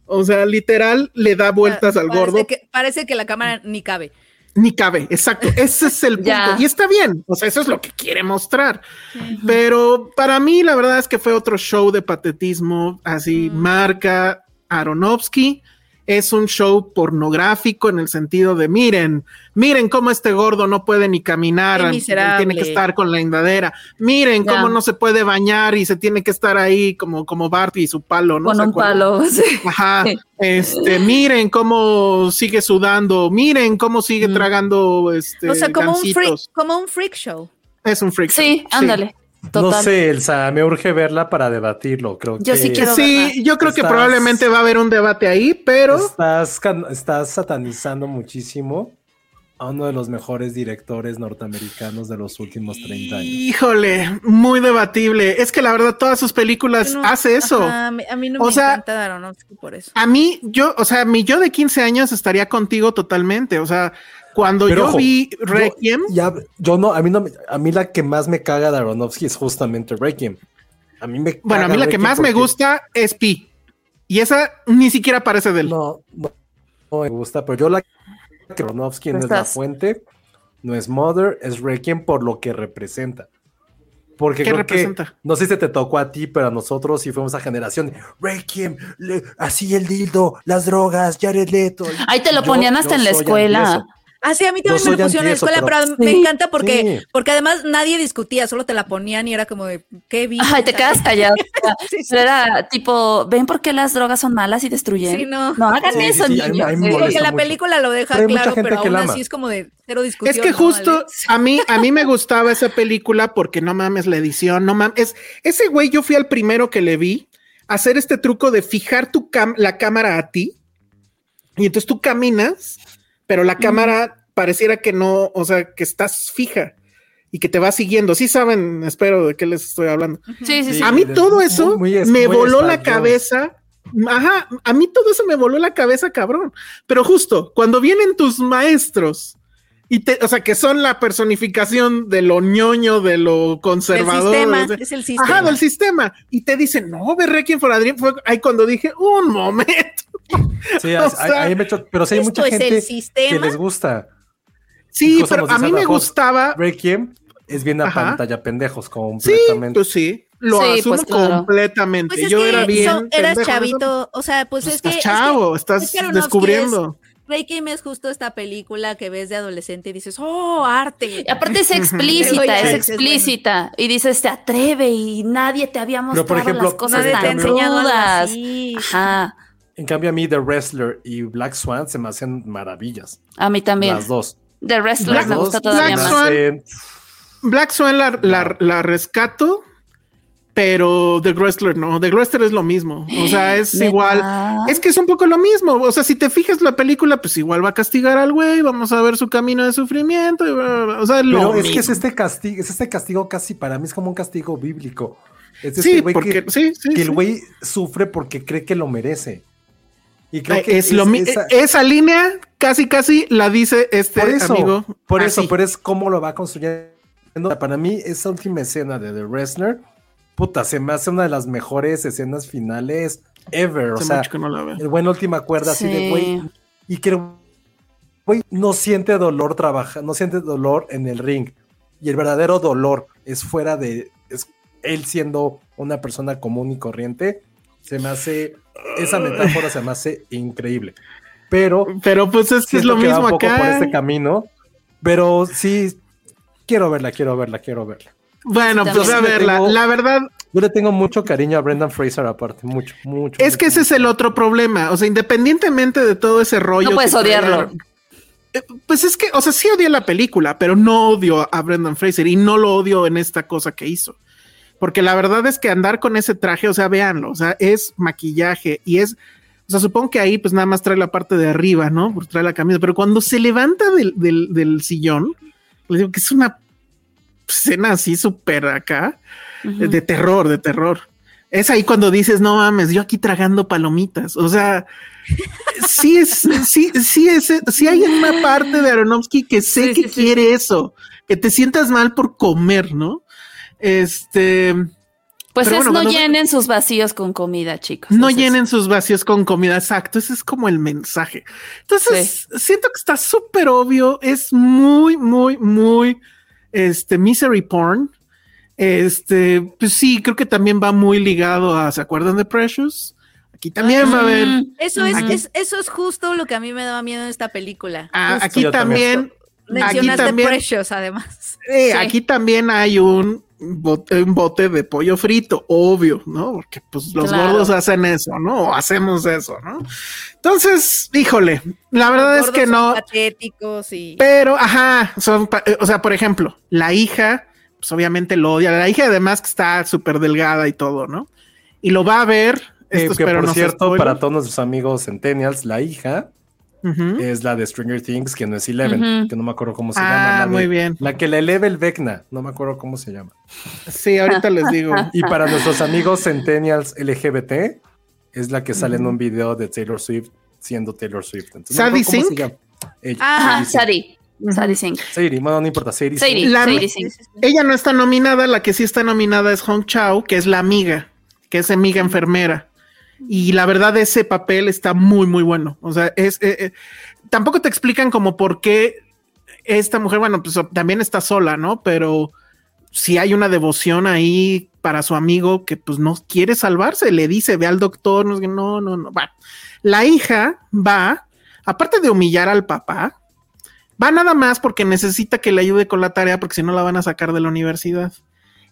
S4: O sea, literal le da vueltas al
S5: Parece
S4: gordo.
S5: que- parece que la cámara ni cabe.
S4: Ni cabe, exacto. Ese es el punto.
S6: *laughs* Ya.
S4: Y está bien. O sea, eso es lo que quiere mostrar. Pero para mí, la verdad es que fue otro show de patetismo. Así marca Aronofsky. Es un show pornográfico en el sentido de miren, miren cómo este gordo no puede ni caminar,
S5: Qué
S4: tiene
S5: miserable.
S4: que estar con la indadera. Miren
S6: Ya.
S4: cómo no se puede bañar y se tiene que estar ahí como como Barty y su palo, ¿no?
S6: con
S4: ¿Se
S6: un
S4: acuerdan?
S6: palo. *laughs* sí.
S4: Ajá,
S6: Sí.
S4: este, miren cómo sigue sudando, miren cómo sigue
S6: Mm.
S4: tragando este,
S5: O sea, como un, freak,
S4: gansitos.
S5: como un freak show.
S4: Es un freak.
S6: Sí,
S4: show,
S6: ándale.
S2: No
S6: Total.
S2: sé, Elsa, me urge verla para debatirlo. Creo
S6: Yo
S2: que
S6: sí quiero-
S4: Sí, yo creo que
S2: Estás-
S4: probablemente va a haber un debate ahí, pero
S2: estás, can- estás satanizando muchísimo a uno de los mejores directores norteamericanos de los últimos 30 años.
S4: híjole, muy debatible. Es que la verdad todas sus películas
S5: No,
S4: Pues, hace eso.
S5: ajá, a mí- a mí no
S4: O
S5: me
S4: sea-
S5: encanta Aronofsky por eso.
S4: A mí, yo, o sea, mi yo de 15 años estaría contigo totalmente. O sea, cuando
S2: Pero
S4: yo
S2: ojo,
S4: vi
S2: yo-
S4: Requiem,
S2: Ya, yo no, a mí no, me- a mí la que más me caga de Aronofsky es justamente Requiem. A mí me
S4: bueno, a
S2: caga
S4: mí la que
S2: Requiem
S4: más me
S2: porque-
S4: gusta es Pi. Y esa ni siquiera parece de él.
S2: No, no, no me gusta, pero yo la que Aronofsky no es la
S6: Estás-
S2: fuente, no es Mother, es Requiem por lo que representa. Porque
S4: ¿Qué
S2: creo que,
S4: representa?
S2: no sé si te tocó a ti, pero a nosotros sí fuimos a generación.
S8: Requiem, le- así el dildo, las drogas, Jared Leto.
S6: Ahí te lo
S2: Yo-
S6: ponían
S2: yo
S6: hasta en la
S2: soy
S6: escuela.
S2: anti
S5: Ah, sí, a mí
S2: Yo
S5: también me
S2: soy
S5: lo pusieron en la
S2: anti eso,
S5: escuela, pero,
S2: pero-
S5: me
S6: Sí.
S5: encanta porque,
S2: Sí.
S5: porque además nadie discutía, solo te la ponían y era como de, ¿qué vi?
S6: Ay, te quedas callado.
S5: Sí, sí.
S6: Pero era tipo, ¿ven por qué las drogas son malas y destruyen?
S5: *laughs* Sí, no.
S6: hagan
S2: Sí, sí,
S6: eso,
S2: sí, a mí-
S6: niños.
S2: a mí me
S6: Sí.
S2: molesta.
S5: Porque la
S2: mucho.
S5: película lo deja
S2: Pero hay mucha
S5: claro,
S2: gente
S5: pero
S2: que
S5: aún
S2: la ama.
S5: así es como de cero discusión.
S4: Es que
S5: ¿no?
S4: justo
S5: Vale.
S4: a mí a mí me gustaba esa película porque no mames la edición, no mames. Es- ese güey yo fui al primero que le vi hacer este truco de fijar tu cam- la cámara a ti. Y entonces tú caminas, pero la cámara pareciera que no, o sea, que estás fija y que te va siguiendo. Sí saben, espero de qué les estoy hablando.
S6: Sí, sí, sí.
S4: A mí
S2: de-
S4: todo
S2: muy-
S4: eso
S2: muy es-
S4: me
S2: muy
S4: voló
S2: Star
S4: la
S2: Jones.
S4: cabeza. Ajá, a mí todo eso me voló la cabeza, cabrón. Pero justo cuando vienen tus maestros y te, o sea, que son la personificación de lo ñoño, de lo
S5: El
S4: conservador.
S5: sistema,
S4: o sea,
S5: es el
S4: Ajá,
S5: sistema.
S4: del sistema. Y te dicen, no, ve Requiem for a Dream", Fue ahí cuando dije, un momento. *laughs*
S2: Sí,
S4: O
S2: a-
S4: sea,
S2: a- a mí me cho- pero sí hay
S5: esto
S2: mucha
S5: es el
S2: gente que
S5: sistema.
S2: les gusta.
S4: Sí,
S2: Incluso
S4: pero
S2: nos
S4: a mí
S2: dicen
S4: me
S2: abajo,
S4: gustaba.
S2: Requiem es bien a
S4: Ajá.
S2: pantalla pendejos
S4: Sí,
S2: completamente.
S4: pues sí. Lo
S6: Sí,
S4: asumo
S6: pues claro.
S4: completamente.
S5: Pues es
S4: Yo
S5: que
S4: era bien.
S5: so- eras
S4: pendejo en eso.
S5: chavito, o sea, pues,
S4: Pues
S5: es que.
S4: estás
S5: es que
S4: chavo, estás
S5: es que Aronofsky
S4: descubriendo.
S5: Requiem es justo esta película que ves de adolescente y dices, oh, arte.
S6: Y aparte es
S5: Luego
S6: explícita,
S5: ya
S6: es
S5: dices,
S6: explícita. Y dices, te atreve y nadie te había mostrado
S2: por ejemplo,
S6: las
S5: Pues
S6: cosas
S2: nadie te ha
S6: tan
S5: enseñado algo
S6: crudas.
S5: así.
S6: Ajá,
S2: En cambio, a mí The Wrestler y Black Swan se me hacen maravillas.
S6: a mí también.
S2: Las dos.
S6: The
S4: Black-
S6: Wrestlers me gusta
S4: Black
S6: todavía
S4: Swan.
S6: más.
S4: Black Swan la, la- la rescato, pero The Wrestler no. The Wrestler es lo mismo.
S2: *gasps*
S4: O sea, es
S6: ¿Neta?
S4: igual. Es que es un poco lo mismo. O sea, si te fijas la película, pues igual va a castigar al güey. Vamos a ver su camino de sufrimiento. y bla, bla, bla. O sea, lo
S2: Pero es que
S4: mismo.
S2: es este castigo, es este castigo casi para mí es como un castigo bíblico. Es
S4: sí,
S2: este güey
S4: porque
S2: que,
S4: sí, sí,
S2: que
S4: sí.
S2: el güey sufre porque cree que lo merece. Y creo
S4: Ay,
S2: que
S4: es lo mi-
S2: esa-
S4: esa... línea casi casi la dice este
S2: por eso,
S4: amigo.
S2: por eso,
S4: así.
S2: pero es cómo lo va construyendo. Para mí, esa última escena de The Wrestler, puta, se me hace una de las mejores escenas finales ever. O
S4: Hace
S2: sea,
S4: mucho que no la veo.
S2: el buen última cuerda así de güey. Y que el güey no siente dolor trabaja, no siente dolor en el ring. Y el verdadero dolor es fuera de es él siendo una persona común y corriente. Se me hace esa metáfora se me hace increíble. Pero
S4: Pero pues es que es
S2: siento
S4: lo
S2: que va
S4: mismo
S2: un poco por
S4: acá.
S2: este camino, pero sí quiero verla, quiero verla, quiero verla.
S4: Bueno,
S6: Sí,
S4: pues
S2: también.
S4: a verla.
S2: Tengo-
S4: La verdad,
S2: Yo le tengo mucho cariño a Brendan Fraser aparte, mucho, mucho.
S4: Es que
S2: mucho.
S4: ese es el otro problema. O sea, independientemente de todo ese rollo.
S6: No puedes
S4: que trae la-
S6: odiarlo.
S4: Eh, Pues es que, o sea, sí odié la película, pero no odio a Brendan Fraser y no lo odio en esta cosa que hizo. Porque la verdad es que andar con ese traje, o sea, véanlo, o sea, es maquillaje y es. O sea, supongo que ahí pues nada más trae la parte de arriba, ¿no? Porque trae la camisa, pero cuando se levanta del, del- del sillón, les digo que es una escena así súper acá.
S6: Ujú.
S4: De terror, de terror. Es ahí cuando dices, no mames, yo aquí tragando palomitas. O
S6: *laughs*
S4: sea, sí es, sí, sí es, sí hay una parte de Aronofsky que sé
S6: Sí,
S4: que
S6: sí, sí.
S4: quiere eso, que te sientas mal por comer, ¿no? Este,
S6: Pues
S4: Pero
S6: es
S4: bueno,
S6: no
S4: cuando-
S6: llenen sus vacíos con comida, chicos.
S4: no
S6: Es eso.
S4: llenen sus vacíos con comida, exacto, ese es como el mensaje. Entonces, siento que está súper obvio, es muy, muy, muy, este, misery porn. Este, pues sí, creo que también va muy ligado a, ¿se acuerdan de Precious? Aquí también va a haber.
S6: Mm,
S5: Eso es,
S4: Aquí-
S5: es- eso es justo lo que a mí me daba miedo en esta película.
S4: Ah,
S5: Justo.
S4: aquí
S2: Yo
S4: también,
S2: también.
S5: Mencionaste
S4: también-
S5: Precious, además.
S4: eh,
S6: Sí.
S4: aquí también hay un bote, un bote de pollo frito, obvio, ¿no? Porque pues los
S6: Claro.
S4: gordos hacen eso, ¿no? O hacemos eso, ¿no? Entonces, híjole, la verdad
S5: Los
S4: es que
S5: gordos son
S4: no,
S5: Patéticos y.
S4: pero, ajá, son, pa- eh, o sea, por ejemplo, la hija, pues obviamente lo odia, la hija además que está súper delgada y todo, ¿no? Y lo va a ver,
S2: Eh,
S4: esto
S2: que
S4: espero
S2: por
S4: no se
S2: cierto,
S4: spoile.
S2: para todos nuestros amigos Centennials, la hija
S4: Ujú.
S2: es la de Stranger Things, que no es Eleven,
S6: Ujú.
S2: que no me acuerdo cómo se llama.
S4: Ah,
S2: la de-
S4: muy bien.
S2: La que la eleva el Vecna, no me acuerdo cómo se llama.
S4: Sí, ahorita les digo.
S5: *laughs*
S2: Y para
S4: *laughs*
S2: nuestros amigos Centennials LGBT, es la que sale en un video de Taylor Swift siendo Taylor Swift. Entonces, no me
S4: ¿Sadie
S2: acuerdo cómo
S4: Sink?
S2: se llama. Ella,
S5: Ah,
S6: Ajá, Sari. Sari Singh.
S2: Sadie, bueno, no importa, Sadie. Sink.
S6: Sadie,
S4: La-
S6: Sadie Singh.
S4: Ella no está nominada, la que sí está nominada es Hong Chao, que es la amiga, que es amiga enfermera. Y la verdad, ese papel está muy, muy bueno. O sea, es eh, eh, tampoco te explican como por qué esta mujer, bueno, pues también está sola, ¿no? Pero si hay una devoción ahí para su amigo que pues no quiere salvarse, le dice, ve al doctor, no, sé qué, no, no, no. Bueno, la hija va, aparte de humillar al papá, va nada más porque necesita que le ayude con la tarea porque si no la van a sacar de la universidad.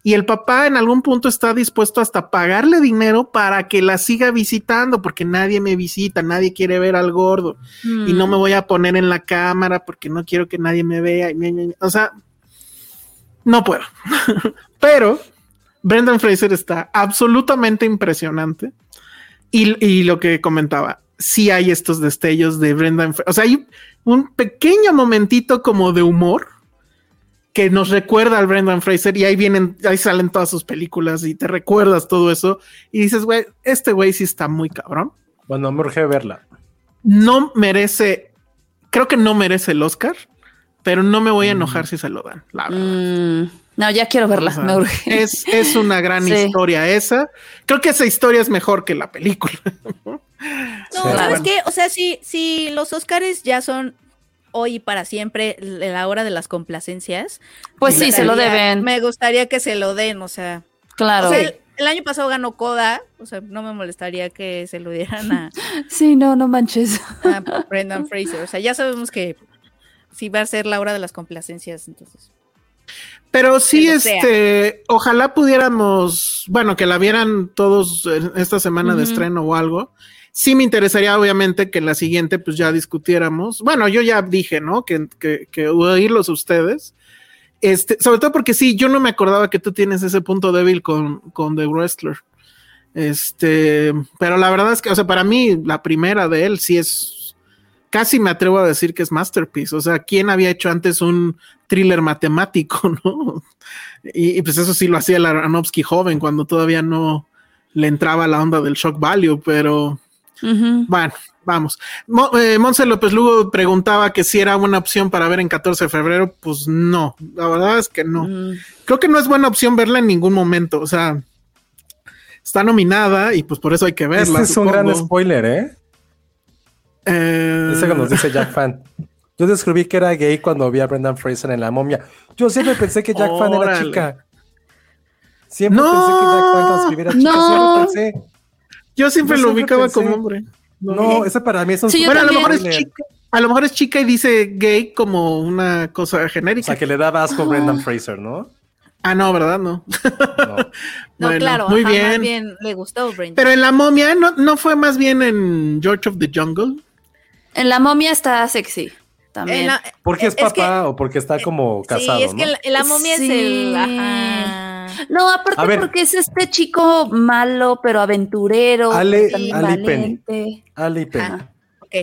S4: Y el papá en algún punto está dispuesto hasta pagarle dinero para que la siga visitando porque nadie me visita, nadie quiere ver al gordo y no me voy a poner en la cámara porque no quiero que nadie me vea. y ña, ña, ña. O sea, no puedo. *laughs* Pero Brendan Fraser está absolutamente impresionante. Y, y lo que comentaba, sí hay estos destellos de Brendan Fraser. O sea, hay un pequeño momentito como de humor que nos recuerda al Brendan Fraser y ahí vienen, ahí salen todas sus películas y te recuerdas todo eso y dices, güey, este güey sí está muy cabrón
S2: Bueno, me urge verla.
S4: no merece, creo que no merece el Oscar, pero no me voy a enojar si se lo dan. La verdad.
S6: Mm, no, ya quiero verla.
S4: O sea,
S6: me urge.
S4: Es, es una gran
S6: Sí.
S4: historia esa. Creo que esa historia es mejor que la película.
S5: No,
S2: Sí.
S5: ¿sabes
S4: Claro.
S5: qué? O sea, si, si los Oscars ya son hoy y para siempre l- la hora de las complacencias.
S6: *laughs* Pues
S5: me
S6: sí, se lo
S5: gustaría-
S6: deben.
S5: Me gustaría que se lo den, o sea.
S6: Claro.
S5: o sea, el, el año pasado ganó Coda, o sea, no me molestaría que se lo dieran a,
S6: Sí, no, no manches.
S5: a
S6: *laughs*
S5: Brendan Fraser. O sea, ya sabemos que sí va a ser la hora de las complacencias, entonces.
S4: Pero sí,
S5: Que lo sea.
S4: este, ojalá pudiéramos, bueno, que la vieran todos eh, esta semana de
S6: Ujú.
S4: estreno o algo. Sí me interesaría, obviamente, que en la siguiente pues ya discutiéramos. Bueno, yo ya dije, ¿no? Que, que, que oírlos ustedes. Este, sobre todo porque sí, yo no me acordaba que tú tienes ese punto débil con, con The Wrestler. Este, pero la verdad es que, o sea, para mí la primera de él sí es, casi me atrevo a decir que es masterpiece. O sea, ¿quién había hecho antes un thriller matemático, *laughs* no? Y, y pues eso sí lo hacía el Aronofsky joven cuando todavía no le entraba la onda del shock value, pero
S6: Ujú.
S4: bueno, vamos. Mo- eh, Monse López Lugo preguntaba que si era una opción para ver en 14 de febrero, pues no, la verdad es que no
S6: Mm,
S4: creo que no es buena opción verla en ningún momento. O sea, está nominada y pues por eso hay que verla.
S2: Este es un gran spoiler, ¿eh?
S4: Eh,
S2: Ese que nos dice
S4: *laughs*
S2: Jack Fan. Yo descubrí que era gay cuando vi a Brendan Fraser en La Momia. Yo siempre pensé que Jack Fan era
S4: Órale.
S2: chica. Siempre
S4: No,
S2: pensé que Jack Fan transcribiera chica.
S5: no.
S2: Siempre pensé.
S4: Yo siempre
S2: Yo
S4: lo
S2: siempre
S4: ubicaba
S2: pensé-
S4: como hombre.
S2: No, ese para mí es un
S6: Sí, yo
S4: Bueno, a lo,
S6: también.
S4: mejor es
S2: spoiler.
S4: chica, a lo mejor es chica y dice gay como una cosa
S2: O
S4: genérica.
S2: sea, que le daba asco a Brendan Fraser, ¿no?
S4: Ah, no, ¿verdad? No.
S2: No.
S5: No,
S4: Bueno,
S5: claro,
S4: muy
S5: ajá, más
S4: bien.
S5: bien le gustó Brendan.
S4: Pero en La Momia, ¿no, ¿no fue más bien en George of the Jungle?
S6: En la momia está sexy también.
S5: En la-
S2: Porque es,
S5: Es que-
S2: papá o porque está como casado,
S5: sí, es que
S2: ¿no?
S5: la, la momia es
S6: Sí.
S5: el. ajá.
S6: No,
S2: A
S6: aparte
S2: ver.
S6: porque es este chico malo, pero aventurero,
S2: Ale-
S6: también
S2: Ale Penny.
S6: valiente.
S2: Ali Penny.
S6: Ajá.
S5: Ok.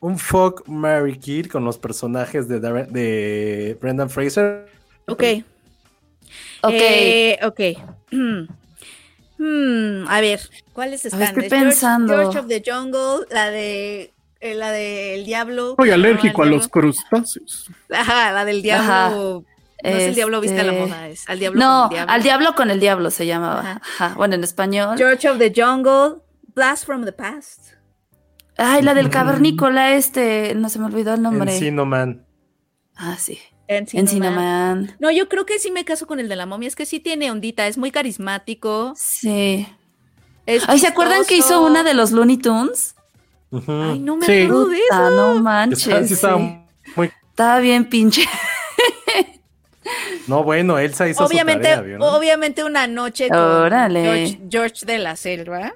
S2: Un fuck Mary Kill con los personajes de, Darren- de Brendan Fraser.
S5: Ok.
S6: Ok.
S5: Eh, ok. *clears throat* Hmm. Hmm, a ver, ¿cuáles están?
S6: estoy
S5: Es George-
S6: pensando.
S5: George of the Jungle, la de. eh, la del diablo.
S4: Soy
S5: ¿cómo se llama
S4: alérgico a
S5: el
S4: los crustáceos.
S5: diablo? Ajá, la del diablo.
S6: Ajá.
S5: No es el diablo viste a la
S6: Este,
S5: moda, es al diablo.
S6: No,
S5: con el
S6: al diablo con el diablo se llamaba.
S5: Ajá.
S6: Ajá, Bueno, en español.
S5: George of the Jungle, Blast from the Past.
S6: Ay, la del cavernícola este, no se me olvidó el nombre.
S2: Mm. Encino Man.
S6: Ah, sí.
S5: Encino
S6: Encino
S5: Man.
S6: Man.
S5: No, yo creo que sí me caso con el de la momia. Es que sí tiene ondita, es muy carismático.
S6: Sí.
S5: es
S6: Ay, ¿se acuerdan que hizo
S5: chistoso.
S6: una de los Looney Tunes?
S2: Ujú.
S5: Ay, no me
S4: Sí.
S5: acuerdo de eso.
S6: Ah, no
S2: Está-
S6: manches.
S2: sí estaba
S6: sí.
S2: muy-
S6: Estaba bien pinche.
S2: No, bueno, Elsa hizo
S5: Obviamente,
S2: su tarea, ¿vieron?
S5: obviamente una noche con
S6: Órale.
S5: George, George de la selva.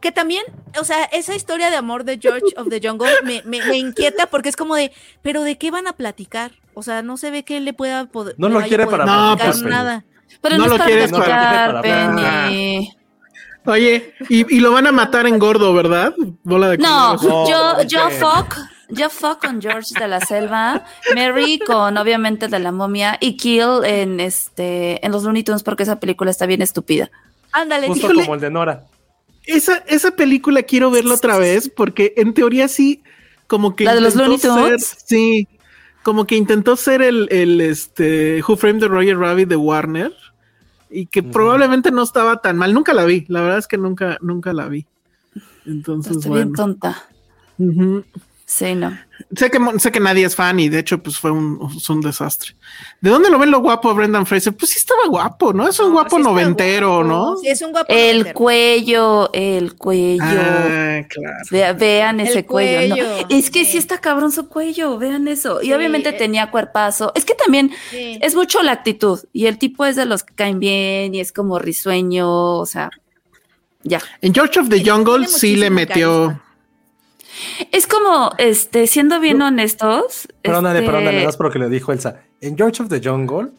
S5: Que también, o sea, esa historia de amor de George of the Jungle me, me- me inquieta porque es como de, pero ¿de qué van a platicar? O sea, no se ve que él le pueda poder.
S2: No lo
S5: vaya a
S2: quiere
S5: poder
S2: para
S4: No,
S5: platicar
S4: pues,
S5: nada.
S6: Pero no,
S4: No
S6: es
S4: lo
S6: para
S4: quieres
S2: para-
S6: platicar,
S2: no lo quieres para
S6: Penny.
S4: Oye, y, y lo van a matar en gordo, ¿verdad? Bola de
S6: No,
S4: culeros.
S2: pues, No,
S6: yo, yo
S2: Penny.
S6: fuck. Yo fuck con George de la Selva, Mary con obviamente de la momia y Kill en este en los Looney Tunes porque esa película está bien estúpida.
S5: Ándale,
S2: Justo
S4: Híjole.
S2: como el de Nora.
S4: Esa, esa película quiero verla otra vez porque en teoría sí, como que
S6: ¿La de los
S4: intentó
S6: Looney Tunes?
S4: ser- sí, como que intentó ser el, el este Who Framed the Roger Rabbit de Warner y que probablemente no estaba tan mal. Nunca la vi, la verdad es que nunca, nunca la vi. Entonces,
S6: Está bien
S4: Pues bueno.
S6: tonta.
S4: Ujú.
S6: Sí, no.
S4: Sé que, mo- sé que nadie es fan y de hecho, pues fue un, es un desastre. ¿De dónde lo ven lo guapo a Brendan Fraser? Pues sí estaba guapo, ¿no? Es un
S5: No,
S4: guapo
S5: sí está
S4: noventero,
S5: guapo.
S4: ¿no?
S5: Sí, es un guapo
S6: El
S5: noventero.
S6: cuello, el cuello.
S4: Ah, claro.
S6: Vea- vean
S5: El
S6: ese cuello. no.
S5: cuello,
S6: Es que
S5: sí.
S6: sí está cabrón su cuello, vean eso. Y
S5: Sí,
S6: obviamente
S5: eh.
S6: tenía cuerpazo. Es que también
S5: Sí.
S6: es mucho la actitud. Y el tipo es de los que caen bien y es como risueño, o sea, ya.
S4: En George of the
S5: Tiene
S4: Jungle sí le
S5: muchísimo
S4: metió.
S5: carisma.
S6: Es como, este, siendo bien honestos.
S2: Perdónale,
S6: este,
S2: perdónale, nada más por lo que le dijo Elsa. En George of the Jungle,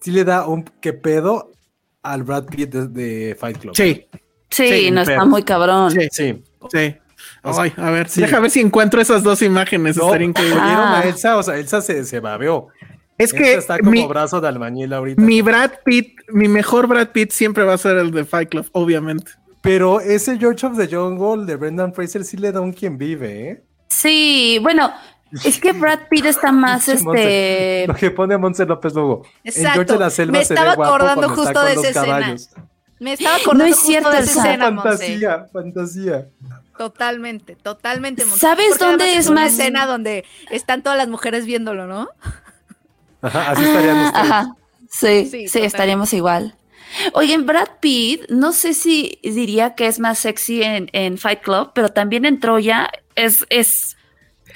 S2: sí le da un qué pedo al Brad Pitt de, de Fight Club.
S4: Sí,
S6: Sí,
S4: Sí,
S6: no
S2: pero-
S6: está muy cabrón.
S4: sí,
S2: Sí.
S4: sí. Ay, a ver,
S2: Sí.
S4: deja ver si encuentro esas dos imágenes.
S2: No,
S4: estaría increíble.
S2: ¿oyeron
S6: Ah.
S2: a Elsa? O sea, Elsa se, se babeó.
S4: Es
S2: Elsa
S4: que
S2: Este está como
S4: mi,
S2: brazo de albañil ahorita.
S4: mi Brad Pitt, mi mejor Brad Pitt siempre va a ser el de Fight Club, obviamente.
S2: Pero ese George of the Jungle de Brendan Fraser sí le da un quien vive, ¿eh?
S6: Sí, bueno, es que Brad Pitt
S4: *laughs*
S6: está más,
S2: Pinche Monse.
S6: este,
S2: Lo que pone Monse López Lugo. En George
S5: Exacto.
S2: de la Selva
S5: Me
S2: se ve
S5: estaba
S2: guapo
S5: acordando
S2: cuando está
S5: justo
S2: con
S5: de
S2: los
S5: esa escena.
S2: caballos.
S5: Me estaba acordando
S6: No es
S5: justo
S6: cierto,
S5: de esa
S6: Elsa.
S5: escena, Monse.
S2: fantasía, fantasía.
S5: Totalmente, totalmente. Monse.
S6: ¿Sabes
S5: Porque
S6: dónde
S5: además
S6: es
S5: una
S6: más-
S5: escena donde están todas las mujeres viéndolo, ¿no?
S2: Ajá, así
S5: *laughs*
S2: estarían
S6: Ah,
S2: ustedes.
S6: Ajá. Sí,
S5: Sí,
S6: sí,
S5: totalmente.
S6: estaríamos igual. Oigan, Brad Pitt, no sé si diría que es más sexy en, en Fight Club, pero también en Troya es, es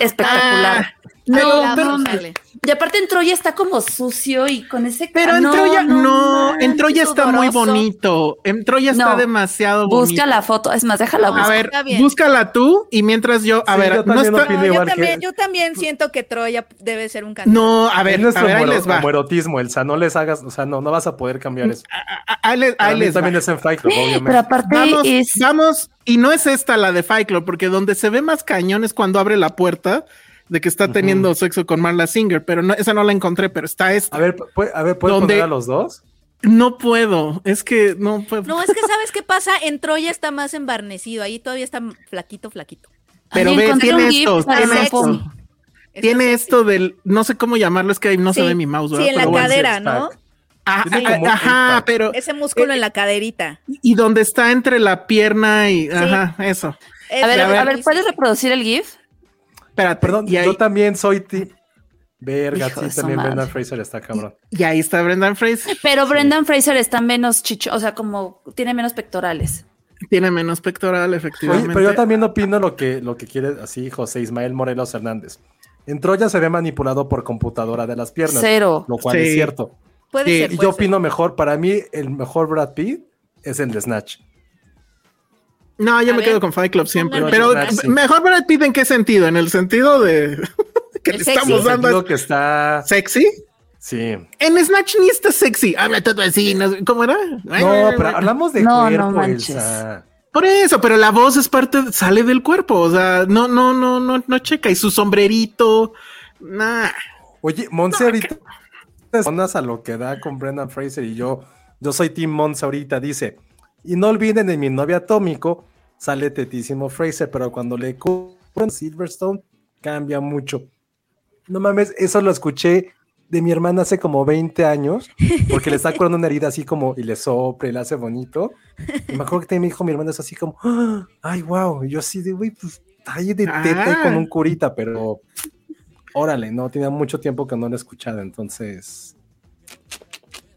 S6: espectacular.
S5: Adorable,
S6: no, pero-
S5: sale.
S6: y aparte en Troya está como sucio y con ese...
S4: Pero
S6: Ah,
S4: en Troya, no, en
S6: manches,
S4: Troya está muy
S6: sudoroso.
S4: bonito. En Troya está
S6: No.
S4: demasiado bonito.
S6: Busca la foto, es más, déjala
S4: A
S6: buscar.
S4: ver,
S5: Está bien.
S4: búscala tú y mientras yo, a
S2: Sí,
S4: ver,
S2: yo
S4: no
S2: también
S4: está-
S2: opino
S5: No, yo,
S2: igual que-
S5: también, yo también siento que Troya debe ser un candidato.
S4: no, a
S2: es
S4: ver, a
S2: nuestro
S4: ver, ahí
S2: muero-
S4: les va. Mm,
S2: homoerotismo, Elsa. No les hagas, o sea, no, no vas a poder cambiar eso.
S4: A- a- Ahí les, ahí
S2: Para mí
S4: les va.
S2: también es en Fight Club, obviamente.
S6: Pero aparte
S4: Vamos,
S6: es...
S4: vamos, y no es esta la de Fight Club, porque donde se ve más cañón es cuando abre la puerta de que está teniendo sexo con Marla Singer, pero no, esa no la encontré, pero está esta.
S2: A ver, pu- a ver, ¿puedes
S4: ¿Dónde?
S2: poner a los dos?
S4: No puedo, es que no puedo.
S5: No, es que ¿sabes qué pasa? En Troya está más embarnecido, ahí todavía está flaquito, flaquito.
S4: pero
S6: Ay,
S4: ve,
S6: encontré
S4: tiene
S6: un GIF
S4: esto,
S6: para
S4: tiene
S6: la
S4: esto,
S6: foto.
S5: Está
S4: tiene
S5: sexy.
S4: esto del, no sé cómo llamarlo, es que ahí no se
S5: Sí,
S4: ve mi mouse,
S5: Sí,
S4: ¿verdad?
S5: en la
S4: Pero bueno.
S5: cadera,
S2: six-pack.
S5: ¿no?
S4: Ah,
S2: Tiene
S4: ah,
S2: como un
S4: ajá,
S2: pack.
S4: pero
S5: Ese músculo en la caderita.
S4: y donde está entre la pierna y ajá, eso.
S6: A ver,
S4: Ya
S6: a ver,
S4: ven.
S6: a ver, ¿puedes reproducir el GIF?
S4: Espérate,
S2: Perdón,
S4: y, ahí,
S2: yo también soy ti. Verga,
S6: Hijo
S2: sí,
S6: de su
S2: también Brenda
S6: madre.
S2: Fraser está cabrón.
S4: y ahí está Brendan Fraser,
S6: Pero Brendan Fraser está menos chicho, o sea, como tiene menos pectorales.
S4: tiene menos pectoral,
S2: Oye,
S4: efectivamente.
S2: pero yo también opino lo que, lo que quiere así José Ismael Morelos Hernández. En Troya se ve manipulado por computadora de las piernas,
S6: Cero.
S2: lo cual
S4: Sí.
S2: es cierto.
S5: Puede
S4: Sí,
S5: ser.
S2: Y
S5: puede
S2: yo
S5: ser.
S2: opino mejor, para mí el mejor Brad Pitt es el de Snatch.
S4: No, yo
S5: A
S4: me
S5: ver.
S4: quedo con Fight Club siempre.
S5: Pongan
S4: Pero
S2: los snacks, sí.
S4: mejor Brad Pitt en qué sentido? En el sentido de *laughs* que
S5: El
S4: le
S5: sexy.
S4: estamos
S2: Yo
S4: dando
S2: digo que está...
S4: sexy.
S2: Sí.
S4: En Snatch ni está sexy. Habla todo así. no sé- ¿Cómo era?
S2: No, pero hablamos de
S6: No, no
S2: cuerpo,
S6: manches.
S2: Elsa.
S4: Por eso, pero la voz es parte, sale del cuerpo. O sea, no, no, no, no, no checa. Y su sombrerito. Nah.
S2: Oye, Monse ahorita personas a lo que da con Brendan Fraser y yo, yo soy Team Monse ahorita, dice, y no olviden en mi novia atómico, sale tetísimo Fraser, pero cuando le cubren Silverstone, cambia mucho. No mames, eso lo escuché de mi hermana hace como 20 años, porque le está curando una herida así como, y le sopla y le hace bonito. Y me acuerdo que también me dijo mi hermana eso así como, "Ah, ay, wow, y yo así de, güey, pues, ahí de teta y con
S4: Ah.
S2: un curita, pero Órale, no, tenía mucho tiempo que no lo escuchaba, entonces.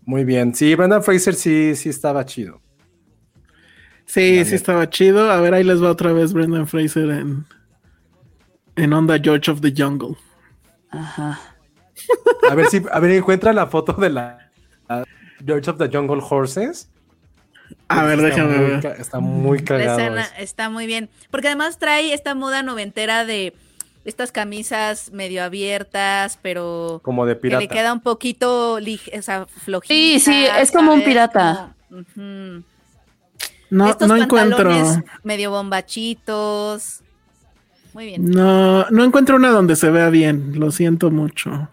S2: Muy bien. Sí, Brendan Fraser sí, sí estaba chido.
S4: Sí,
S2: La
S4: sí
S2: neta.
S4: estaba chido. A ver, ahí les va otra vez Brendan Fraser en, en Onda George of the Jungle.
S6: Ajá.
S2: A ver si, a ver, encuentra la foto de la la George of the Jungle Horses.
S4: A ver,
S2: Está
S4: déjame
S2: muy
S4: ver.
S2: ca- Está muy
S5: La
S2: cagado.
S5: escena
S2: eso.
S5: está muy bien. Porque además trae esta moda noventera de estas camisas medio abiertas, pero
S2: Como de
S5: que le
S2: pirata.
S5: queda un poquito lige- o sea, flojita.
S6: Sí, sí, es como un
S5: ¿sabes?
S6: pirata.
S5: Como- Ujú.
S4: No,
S5: Estos
S4: no encuentro.
S5: pantalones Medio bombachitos. Muy bien.
S4: No, no encuentro una donde se vea bien. Lo siento mucho.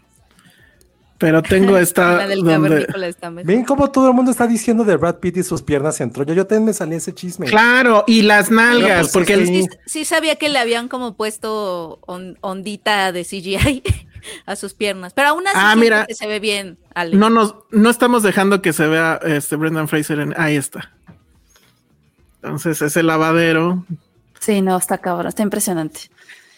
S4: Pero
S5: *laughs*
S4: tengo esta
S5: La del
S4: donde.
S5: cavernícola está
S4: pues.
S5: mejor.
S2: Ven cómo todo el mundo está diciendo de Brad Pitt y sus piernas en Troya. Yo también me salí ese chisme.
S4: Claro, y las nalgas,
S2: pues,
S4: porque
S2: es
S4: el-
S2: que-
S5: Sí, sí sabía que le habían como puesto on- ondita de CGI *laughs* a sus piernas, pero aún así
S4: Ah,
S5: siento
S4: mira.
S5: que se ve bien, Ale.
S4: no nos, no estamos dejando que se vea este Brendan Fraser en ahí está. Entonces, ese lavadero.
S6: Sí, no, está cabrón, está impresionante.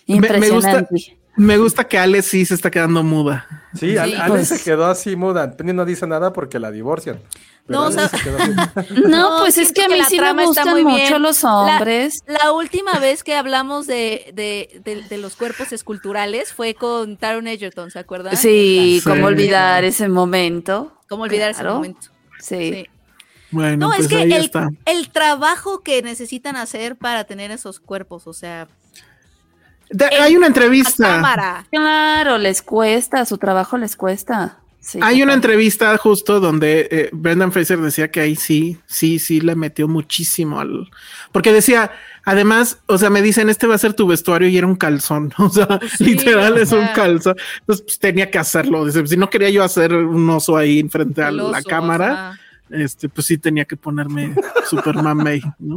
S4: Me- me gusta-
S6: Impresionante.
S4: Me gusta que Ale sí se está quedando muda.
S2: Sí, Ale
S5: Sí,
S2: Ale
S6: pues.
S2: se quedó así muda. Penny no dice nada porque la divorcian. Pero
S5: No,
S2: Ale
S5: o sea-
S2: se quedó así.
S5: *laughs*
S6: No, pues es
S5: siento
S6: que a mí
S5: la
S6: sí me
S5: trama está
S6: gustan
S5: muy
S6: mucho
S5: bien.
S6: los
S5: La-
S6: hombres.
S5: La última vez que hablamos de, de, de- de los cuerpos esculturales fue con Taron Egerton, ¿se acuerdan?
S6: Sí,
S4: Sí.
S6: cómo olvidar ese momento.
S5: Cómo olvidar
S6: Claro,
S5: ese momento.
S6: Sí.
S5: Sí.
S4: Bueno,
S5: No,
S4: pues
S5: es que
S4: ahí
S5: el,
S4: está.
S5: el trabajo que necesitan hacer para tener esos cuerpos, o sea,
S4: Da- hay una
S5: a
S4: entrevista.
S5: cámara.
S6: Claro, les cuesta, su trabajo les cuesta. Sí,
S4: Hay una
S6: total.
S4: entrevista justo donde eh, Brendan Fraser decía que ahí sí, sí, sí le metió muchísimo al. Porque decía, además, o sea, me dicen, este va a ser tu vestuario y era un calzón. *laughs* O sea,
S5: sí,
S4: literal
S5: o
S4: es un
S5: sea.
S4: calzón. Entonces pues, tenía que hacerlo. Dice, si no quería yo hacer un oso ahí frente a
S5: el
S4: la
S5: oso,
S4: cámara,
S5: ajá.
S4: este, pues sí tenía que ponerme Superman May, ¿no?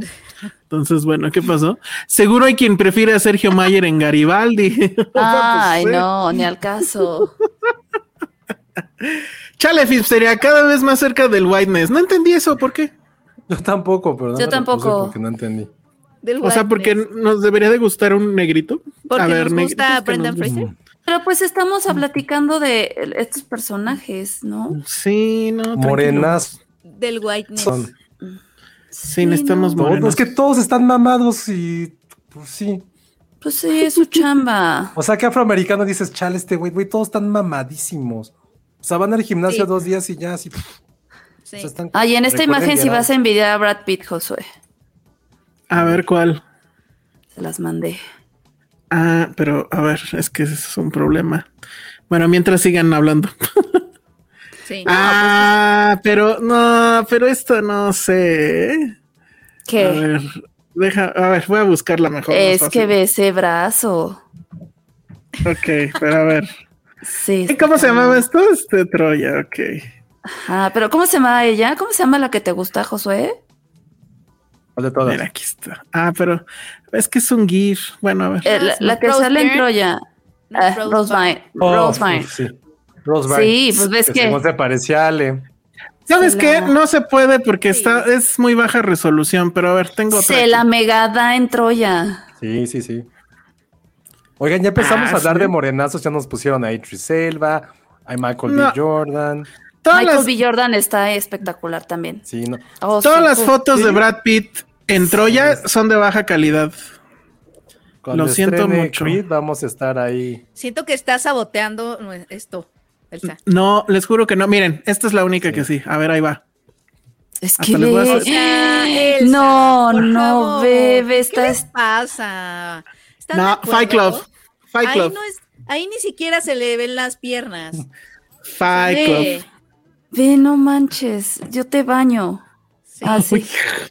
S4: Entonces, bueno, ¿qué pasó? Seguro hay quien prefiere a Sergio Mayer en Garibaldi. *laughs* O sea, pues,
S6: Ay,
S4: sí.
S6: no, ni al caso.
S4: Chale, Fipsteria, cada vez más cerca del whiteness. No entendí eso, ¿por qué?
S2: Yo tampoco, pero no
S6: Yo
S2: me lo puse
S6: tampoco.
S2: Porque no entendí.
S5: Del
S4: O sea,
S5: whiteness.
S4: porque nos debería de gustar un negrito.
S5: Porque nos
S4: negritos
S5: gusta
S4: que
S5: Brendan
S4: nos
S5: Fraser.
S4: gusten.
S6: Pero pues estamos a- platicando de el- estos personajes, ¿no?
S4: Sí, no. tranquilo.
S2: Morenas
S5: Del whiteness.
S2: son.
S4: Sí, necesitamos
S2: Todos,
S4: morenas.
S2: es que todos están mamados y pues sí.
S6: Pues sí, es su chamba.
S2: O sea que afroamericano dices, chale, este güey, güey, todos están mamadísimos. O sea, van al gimnasio
S5: Sí.
S2: dos días y ya así. pff,
S5: Sí.
S2: o sea, están-
S6: Ay, en esta
S2: Recuerden
S6: imagen
S2: que
S6: sí
S2: era-
S6: vas a envidiar a Brad Pitt, Josué.
S4: A ver cuál.
S6: Se las mandé.
S4: Ah, pero a ver, es que ese es un problema. Bueno, mientras sigan hablando.
S5: pues, Sí.
S4: ah, pero no, pero esto no sé. ¿eh? A
S6: ¿Qué?
S4: ver, deja, a ver, voy a buscarla mejor. más
S6: Es
S4: fácil.
S6: que ve ese brazo.
S4: Ok, pero a
S5: *laughs*
S4: ver.
S6: Sí.
S4: ¿Y
S6: está
S4: ¿Cómo se
S6: cañón.
S4: llamaba esto? Este Troya, ok.
S6: Ajá, Ah, pero ¿cómo se llama ella? ¿Cómo se llama la que te gusta, Josué?
S2: de todas.
S4: Mira, aquí está. Ah, pero es que es un GIF. Bueno, a ver.
S6: Eh, la, la que
S5: Rose
S6: sale en
S5: Byrne.
S6: Troya.
S5: No,
S6: Ah,
S5: Rose
S6: Rosevine.
S2: Oh,
S6: Rosevine.
S2: uf, sí. Rosevine.
S6: Sí, pues ves que.
S2: eh. Según se parecía a Ale.
S4: ¿Sabes
S6: Se
S4: qué?
S6: la-
S4: No se puede porque
S5: Sí.
S4: está, es muy baja resolución, pero a ver, tengo otra.
S6: Se la
S4: aquí.
S6: megada en Troya.
S2: Sí, sí, sí. Oigan, ya empezamos
S4: Ah,
S2: a hablar
S4: sí.
S2: de morenazos, ya nos pusieron a Idris Elba, a Michael
S4: No.
S2: B. Jordan.
S4: Todas
S6: Michael
S4: las,
S6: B. Jordan está espectacular también.
S2: Sí, no.
S6: Oh,
S4: todas
S6: sí.
S4: las fotos de
S2: Sí.
S4: Brad Pitt en Troya son de baja calidad.
S2: Cuando
S4: Lo siento
S2: estrene
S4: mucho.
S2: Creed, vamos a estar ahí.
S5: Siento que está saboteando nue- esto, Elsa.
S4: No, les juro que no. Miren, esta es la única que sí. A ver, ahí va.
S6: Es
S4: Hasta les voy a
S6: que...
S4: hacer-
S5: Ah, Elsa,
S6: No,
S5: por
S6: no,
S5: favor.
S6: bebe,
S5: ¿Qué
S6: estás-
S5: les pasa? ¿Están de
S4: No,
S5: acuerdo?
S4: Fight Club. Fight
S5: Ahí,
S4: Club.
S5: no es- ahí ni siquiera se le ven las piernas.
S4: Fight
S5: Ve,
S4: Club.
S6: Ve, no manches, yo te baño. Ah,
S5: sí.
S6: Así.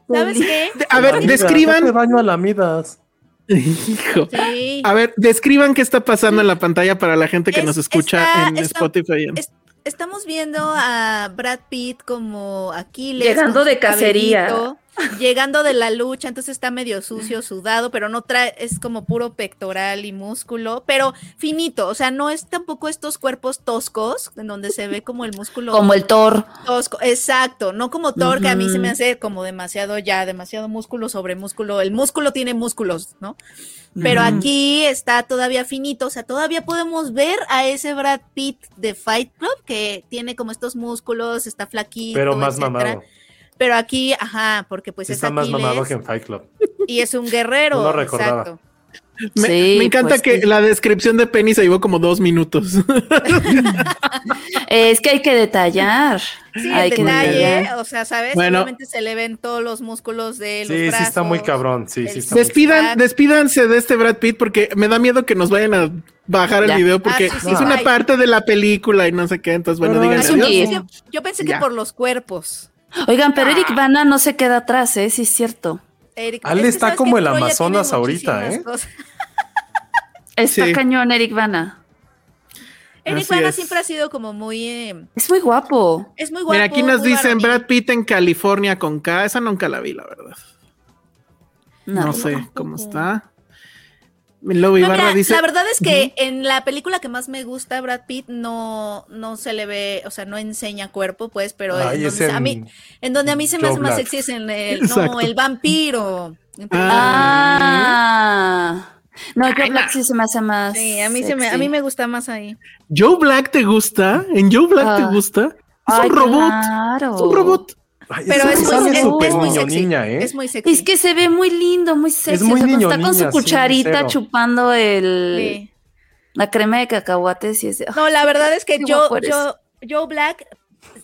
S5: ¿Sabes qué?
S4: De- *laughs* A ver,
S2: Amidas, no te
S4: describan.
S2: baño a la Midas.
S4: Hijo.
S5: Sí.
S4: A ver, describan qué está pasando en la pantalla para la gente que
S5: Es-
S4: nos escucha
S5: está-
S4: en
S5: está-
S4: Spotify. en-
S5: es- Estamos viendo a Brad Pitt como Aquiles.
S6: Llegando
S5: con su
S6: de cacería.
S5: cabellito, Llegando de la lucha, entonces está medio sucio, sudado, pero no trae, es como puro pectoral y músculo, pero finito, o sea, no es tampoco estos cuerpos toscos, en donde se ve como el músculo
S6: Como el Thor.
S5: tosco, exacto, no como Thor, que a mí se me
S6: Ujú.
S5: hace como demasiado ya, demasiado músculo sobre músculo, el músculo tiene músculos, ¿no? Pero
S6: Ujú.
S5: aquí está todavía finito, o sea, todavía podemos ver a ese Brad Pitt de Fight Club que tiene como estos músculos, está flaquito,
S2: Pero más
S5: etcétera.
S2: mamado.
S5: Pero aquí, ajá, porque pues
S2: Sí
S5: es
S2: está más mamado
S5: Aquiles
S2: que en Fight Club.
S5: y es un
S2: *laughs*
S5: guerrero,
S2: No lo recordaba.
S5: exacto.
S4: Me,
S6: Sí,
S4: me encanta
S6: pues
S4: que
S6: sí.
S4: la descripción de Penny se llevó como dos minutos. *laughs*
S6: Es que hay que detallar.
S5: Sí,
S6: hay
S5: el
S6: que
S5: detalle,
S6: detallar.
S5: o sea, ¿sabes?
S4: Bueno.
S5: Solamente se le ven todos los músculos de los
S2: Sí, sí está muy
S5: brazos.
S2: cabrón. Sí, sí
S5: el-
S2: está muy
S4: Despidan,
S5: Exacto.
S4: despídanse de este Brad Pitt porque me da miedo que nos vayan a bajar el
S6: Ya.
S4: video porque
S5: Ah, sí,
S2: sí,
S4: es
S2: sí,
S4: una
S5: bye.
S4: parte de la película y no sé qué. Entonces, bueno,
S2: Pero
S4: digan
S6: es un
S4: adiós.
S6: gif.
S5: Yo, yo pensé
S4: Ya.
S5: que por los cuerpos.
S6: Oigan, pero
S5: Ah.
S6: Eric Bana no se queda atrás, ¿eh? Sí, es cierto.
S5: Eric,
S2: Ale
S5: es que
S2: está
S5: sabes
S2: como
S5: que
S2: el
S5: Troya
S2: Amazonas
S5: tiene
S2: ahorita,
S5: muchísimas
S2: ¿eh?
S5: cosas. *laughs*
S6: Está
S4: Sí.
S6: cañón, Eric Bana.
S5: Eric
S4: Así
S5: Bana
S4: es.
S5: siempre ha sido como muy. eh,
S6: Es muy guapo.
S5: es muy guapo.
S4: Mira, aquí nos
S5: muy
S4: dicen
S5: varonil.
S4: Brad Pitt en California con K. Esa nunca la vi, la verdad. No,
S6: No.
S4: sé cómo está. Lobo
S5: No,
S4: Ibarra
S5: mira,
S4: dice.
S5: la verdad es que en la película que más me gusta, Brad Pitt no, no se le ve, o sea, no enseña cuerpo, pues, pero en
S2: Ay,
S5: donde,
S2: es
S5: a mí,
S2: en...
S5: en donde a mí se me
S2: Joe
S5: hace más
S2: Black.
S5: sexy es en el,
S4: Exacto.
S5: no, el vampiro.
S6: Ah. No, yo Black sí se me hace más.
S5: Sí, a mí, se me, a
S6: sexy.
S5: mí me gusta más ahí.
S4: Joe Black te gusta. En Joe Black
S6: Ah.
S4: te gusta. Es
S6: Ay,
S4: un robot.
S6: claro.
S4: Es un robot.
S2: Ay,
S5: Pero
S2: ese
S5: es
S2: sale
S5: muy, es-
S2: súper
S5: es muy
S2: niño,
S5: sexy.
S2: niña, ¿eh?
S5: Es muy sexy.
S6: Es que se ve muy lindo, muy sexy.
S2: muy
S6: o sea, cuando
S2: niño,
S6: está con
S2: niña,
S6: su
S2: sí,
S6: cucharita
S2: cero.
S6: chupando el,
S5: Sí.
S6: la crema de cacahuates y es de, ¡ah!
S5: No, la verdad es que
S6: Qué
S5: yo,
S6: guapo eres.
S5: yo, Joe Black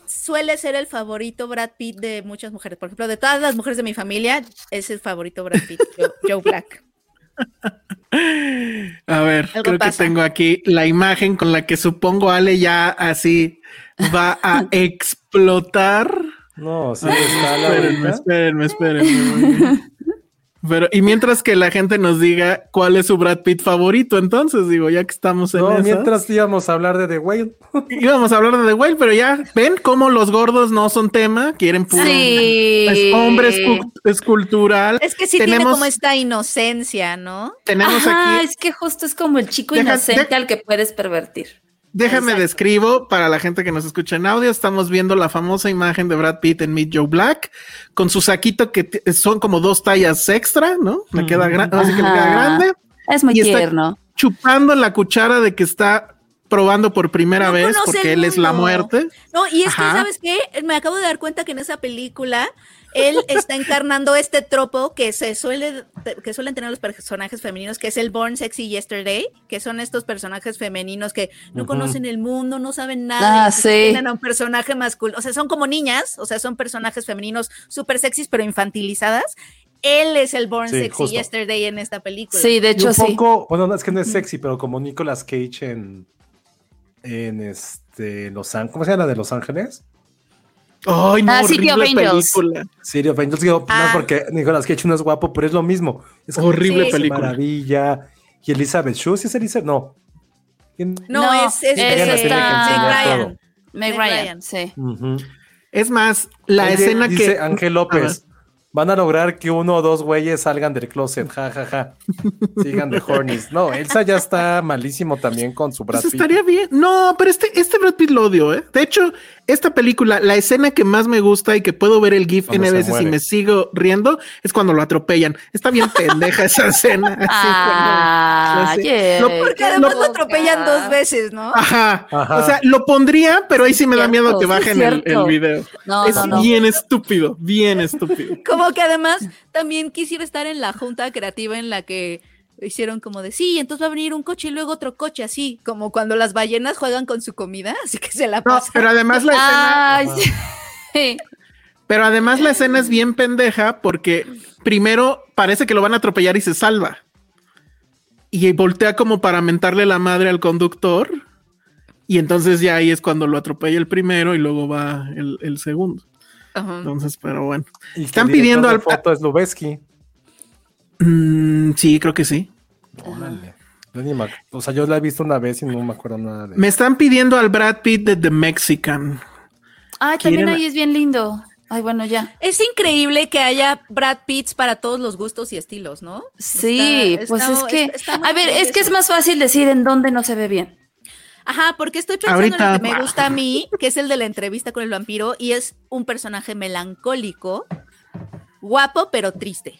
S5: suele ser el favorito Brad Pitt de muchas mujeres. Por ejemplo, de todas las mujeres de mi familia, es el favorito Brad Pitt, Joe, Joe Black.
S4: A ver,
S5: Algo
S4: creo
S5: pasa.
S4: que tengo aquí la imagen con la que supongo Ale ya así va a explotar.
S2: No, sí está la
S4: espérenme,
S2: ahorita.
S4: espérenme, espérenme. muy
S5: *laughs*
S4: bien. Pero, y mientras que la gente nos diga cuál es su Brad Pitt favorito, entonces digo, ya que estamos en
S2: No,
S4: esas,
S2: mientras íbamos a hablar de The Whale.
S4: íbamos a hablar de The Whale, pero ya ven cómo los gordos no son tema, quieren puro
S6: Sí.
S4: es hombre escu- escultural.
S5: Es que sí tiene
S4: Tenemos-
S5: como esta inocencia, ¿no?
S4: Tenemos
S6: Ajá,
S4: aquí
S6: es que justo es como el chico
S4: Deja-
S6: inocente
S4: de-
S6: al que puedes pervertir.
S4: Déjame
S5: Exacto.
S4: describo para la gente que nos escucha en audio. Estamos viendo la famosa imagen de Brad Pitt en Meet Joe Black con su saquito que t- son como dos tallas extra, ¿no? Le queda,
S5: Mm.
S4: gran- así que le queda
S6: Ajá.
S4: grande,
S6: Es muy
S4: Y está-
S6: tierno.
S4: chupando la cuchara de que está probando por primera
S5: No
S4: vez
S5: conoce
S4: porque
S5: el
S4: él es la
S5: mundo.
S4: muerte.
S5: No, y es que,
S4: Ajá.
S5: ¿sabes qué? Me acabo de dar cuenta que en esa película él está encarnando este tropo que se suele que suelen tener los personajes femeninos, que es el Born Sexy Yesterday, que son estos personajes femeninos que no
S2: Ujú.
S5: conocen el mundo, no saben nada,
S6: Ah,
S5: y entonces
S6: sí.
S5: tienen a un personaje masculino, o sea, son como niñas, o sea, son personajes femeninos súper sexys pero infantilizadas. Él es el Born
S2: Sí,
S5: Sexy
S2: justo.
S5: Yesterday en esta película.
S6: Sí, de
S2: Y
S6: hecho
S2: un
S6: sí.
S2: poco, bueno, no, es que no es sexy, pero como Nicolas Cage en, en este Los Ángeles, ¿cómo se llama la de Los Ángeles?
S4: Ay, no,
S6: Ah, City of
S4: horrible
S6: Angels.
S4: película.
S2: City of Angels, digo,
S5: Ah.
S2: no, porque Nicolas Cage no es guapo, pero es lo mismo. Es como
S4: Horrible
S5: Sí.
S4: película.
S2: maravilla. Y Elizabeth Shue, ¿sí es Elizabeth? No. ¿Quién?
S5: No,
S6: No,
S5: es, es,
S6: es
S5: es
S6: esta-
S5: Meg Ryan.
S2: todo.
S6: Meg
S5: Meg
S6: Ryan,
S5: Ryan.
S6: sí.
S2: Ujú.
S4: Es más, la
S2: Oye,
S4: escena
S2: dice
S4: que
S2: Ángel
S4: A ver.
S2: López. Van a lograr que uno o dos güeyes salgan del closet, ja, ja, ja. Sigan
S4: *laughs*
S2: de hornies. No, Elsa ya está malísimo también con su
S4: Pues
S2: brazo.
S4: estaría bien. No, pero este, este Brad Pitt lo odio, ¿eh? De hecho, esta película, la escena que más me gusta y que puedo ver el GIF
S2: Cuando
S4: N
S2: se
S4: veces y
S2: muere.
S4: me sigo riendo es cuando lo atropellan. Está bien pendeja
S5: *laughs*
S4: esa escena. así,
S5: Ah,
S4: cuando- así.
S6: Ayer.
S4: Lo-
S5: Porque
S6: Qué
S5: además lo
S6: poca.
S5: atropellan dos veces, ¿no?
S4: Ajá.
S2: Ajá.
S4: O sea, lo pondría, pero ahí sí me da
S6: Cierto,
S4: miedo que
S6: sí,
S4: bajen el,
S6: cierto.
S4: el video.
S6: No,
S4: es
S6: no, no.
S4: bien estúpido, bien estúpido.
S5: Como que además también quisiera estar en la junta creativa en la que hicieron como de sí, entonces va a venir un coche y luego otro coche, así como cuando las ballenas juegan con su comida, *laughs* así que se la
S4: No,
S5: pasan.
S4: pero además la escena,
S6: Ay, sí.
S4: pero además la escena es bien pendeja porque primero parece que lo van a atropellar y se salva. Y voltea como para mentarle la madre al conductor. Y entonces ya ahí es cuando lo atropella el primero y luego va el, el segundo.
S5: Ajá.
S4: Entonces, pero bueno.
S2: Y que
S4: Están
S2: el director
S4: pidiendo
S2: de
S4: al-
S2: foto es Lubeski.
S4: Mm, sí, creo que sí.
S2: Órale. Yo ni me ac- O sea, yo la he visto una vez y no me acuerdo nada de
S4: Me están pidiendo al Brad Pitt de The Mexican.
S6: Ay, también
S4: Quieren-
S6: ahí es bien lindo. Ay, bueno, ya.
S5: Es increíble que haya Brad Pitts para todos los gustos y estilos, ¿no?
S6: Sí,
S5: Está-
S6: pues
S5: está-
S6: es que,
S5: está- está muy
S6: a ver,
S5: bien
S6: es que es
S5: eso.
S6: más fácil decir en dónde no se ve bien.
S5: Ajá, porque estoy pensando en
S4: Ahorita-
S5: el que me gusta a mí, que es el de la entrevista con el vampiro, y es un personaje melancólico, guapo pero triste.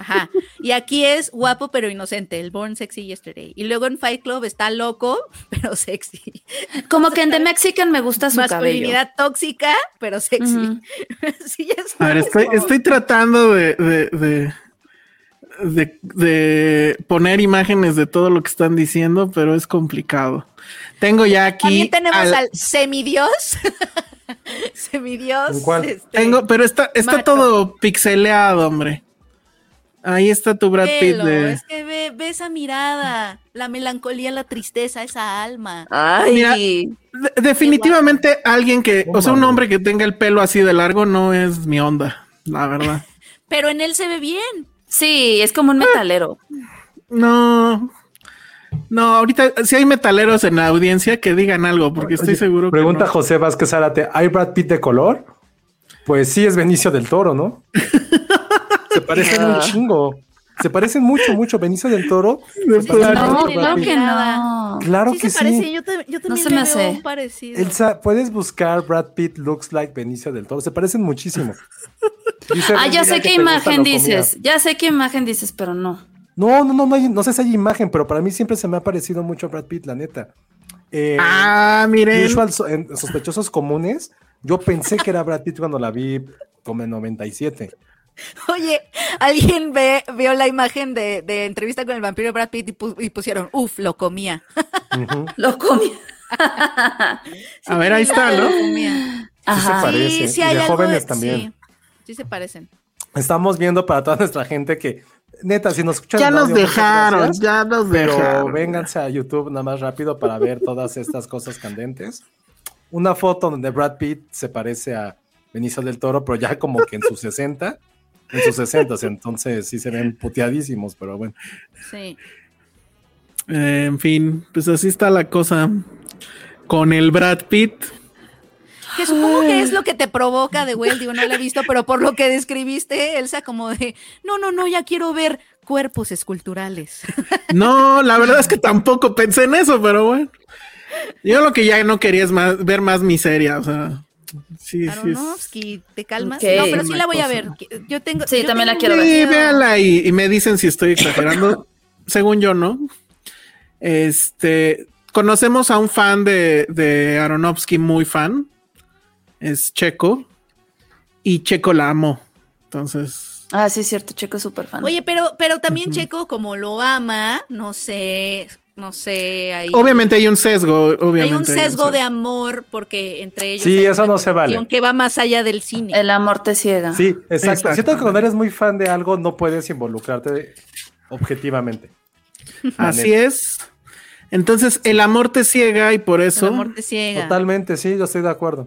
S5: Ajá. Y aquí es guapo pero inocente, el Born Sexy Yesterday. Y luego en Fight Club está loco *laughs* pero sexy.
S6: Como que en The Mexican me gusta su cabello.
S5: Masculinidad tóxica pero sexy.
S6: Ujú.
S5: *laughs* Sí, ya es
S4: A ver, estoy,
S5: como-
S4: estoy tratando de, de, de, de- de poner imágenes de todo lo que están diciendo, pero es complicado. Tengo ya aquí.
S5: También tenemos
S4: al-
S5: al, semidios. *laughs* semidios.
S2: ¿En cuál?
S5: este,
S4: tengo, pero está, está
S5: Macho.
S4: todo pixeleado, hombre. Ahí está tu Brad Pitt
S5: velo,
S4: de.
S5: Es que ve, ve esa mirada, la melancolía, la tristeza, esa alma.
S6: Ay,
S4: Mira, de- definitivamente alguien que, o sea, un
S2: Tómalo.
S4: hombre que tenga el pelo así de largo no es mi onda, la verdad.
S5: *laughs* Pero en él se ve bien.
S6: sí, es como un
S2: Ah.
S6: metalero.
S4: No. No, ahorita si hay metaleros en la audiencia que digan algo, porque estoy
S2: Oye,
S4: seguro que
S2: Pregunta
S4: no.
S2: José Vázquez Zárate, ¿hay Brad Pitt de color? Pues sí, es Benicio del Toro, ¿no? Se parecen un chingo. Se parecen mucho, mucho. Benicio del Toro. se
S4: Sí,
S2: parece
S6: No,
S2: mucho a Brad
S6: claro
S2: Pitt.
S6: que no.
S2: Claro
S5: sí
S2: que
S5: se parece.
S2: sí.
S5: Yo, tam- yo también
S6: se
S5: le
S6: me
S5: veo
S6: hace.
S5: un parecido.
S2: Elsa, puedes buscar Brad Pitt looks like Benicio del Toro. Se parecen muchísimo. Dice
S6: Ah, ya
S2: Regina
S6: sé
S2: que te
S6: qué
S2: gusta la
S6: imagen
S2: comida.
S6: dices. Ya sé qué imagen dices, pero no.
S2: No, no, no, no, hay- no sé si hay imagen, pero para mí siempre se me ha parecido mucho a Brad Pitt, la neta. Eh,
S4: Ah, miren.
S2: Usual so- en sospechosos comunes, yo pensé que era Brad Pitt cuando la vi como en 97.
S5: Oye, alguien ve, vio la imagen de, de entrevista con el vampiro Brad Pitt y, pu- y pusieron, uff, lo *laughs* comía.
S2: Ujú.
S6: Lo comí.
S4: A ver, ahí está, ¿no?
S5: Lo comía.
S6: Ajá.
S2: parece.
S5: Sí, sí
S2: Y
S5: hay
S2: de
S5: algo.
S2: jóvenes
S5: sí.
S2: también.
S5: Sí se parecen.
S2: Estamos viendo para toda nuestra gente que, neta, si nos escuchan.
S4: Ya
S2: en
S4: nos
S2: audio, muchas
S4: dejaron,
S2: gracias,
S4: ya nos
S2: Pero
S4: dejaron.
S2: vénganse a YouTube nada más rápido para ver todas estas cosas candentes. Una foto donde Brad Pitt se parece a Benicio del Toro, pero ya como que en sus 60. En sus 60, entonces sí se ven puteadísimos, pero bueno.
S5: Sí.
S4: Eh, en fin, pues así está la cosa con el Brad Pitt.
S5: Que supongo que es lo que te provoca de Well, digo, no lo he visto, pero por lo que describiste, Elsa, como de, no, no, no, ya quiero ver cuerpos esculturales.
S4: No, la verdad es que tampoco pensé en eso, pero bueno. Yo lo que ya no quería es más, ver más miseria, o sea. Sí, sí. es-
S5: Aronofsky, ¿te calmas?
S6: Ok.
S5: No, pero sí la voy a
S4: Una
S5: ver. Yo tengo.
S6: Sí,
S5: yo
S6: también la
S5: tengo
S6: quiero
S4: Sí,
S6: ver.
S5: demasiado-
S4: véanla y, y me dicen si estoy exagerando. *coughs* Según yo, ¿no? Este, conocemos a un fan de, de Aronofsky, muy fan. Es Checo. Y Checo la amo. Entonces,
S6: Ah, sí, es cierto, Checo es súper fan.
S5: Oye, pero, pero también Checo, como lo ama, no sé, no sé. Hay,
S4: obviamente hay un sesgo. Obviamente
S5: hay un sesgo de
S4: sesgo.
S5: amor porque entre ellos.
S2: Sí,
S5: hay
S2: eso
S5: una
S2: no se vale.
S5: conexión Que va más allá del cine.
S6: El amor te ciega.
S2: Sí, exacto.
S4: Exacto.
S2: Siento que cuando eres muy fan de algo no puedes involucrarte objetivamente.
S4: Así es. Entonces, el amor te ciega y por
S5: El
S4: eso.
S5: amor te ciega.
S2: Totalmente, sí, yo estoy de acuerdo.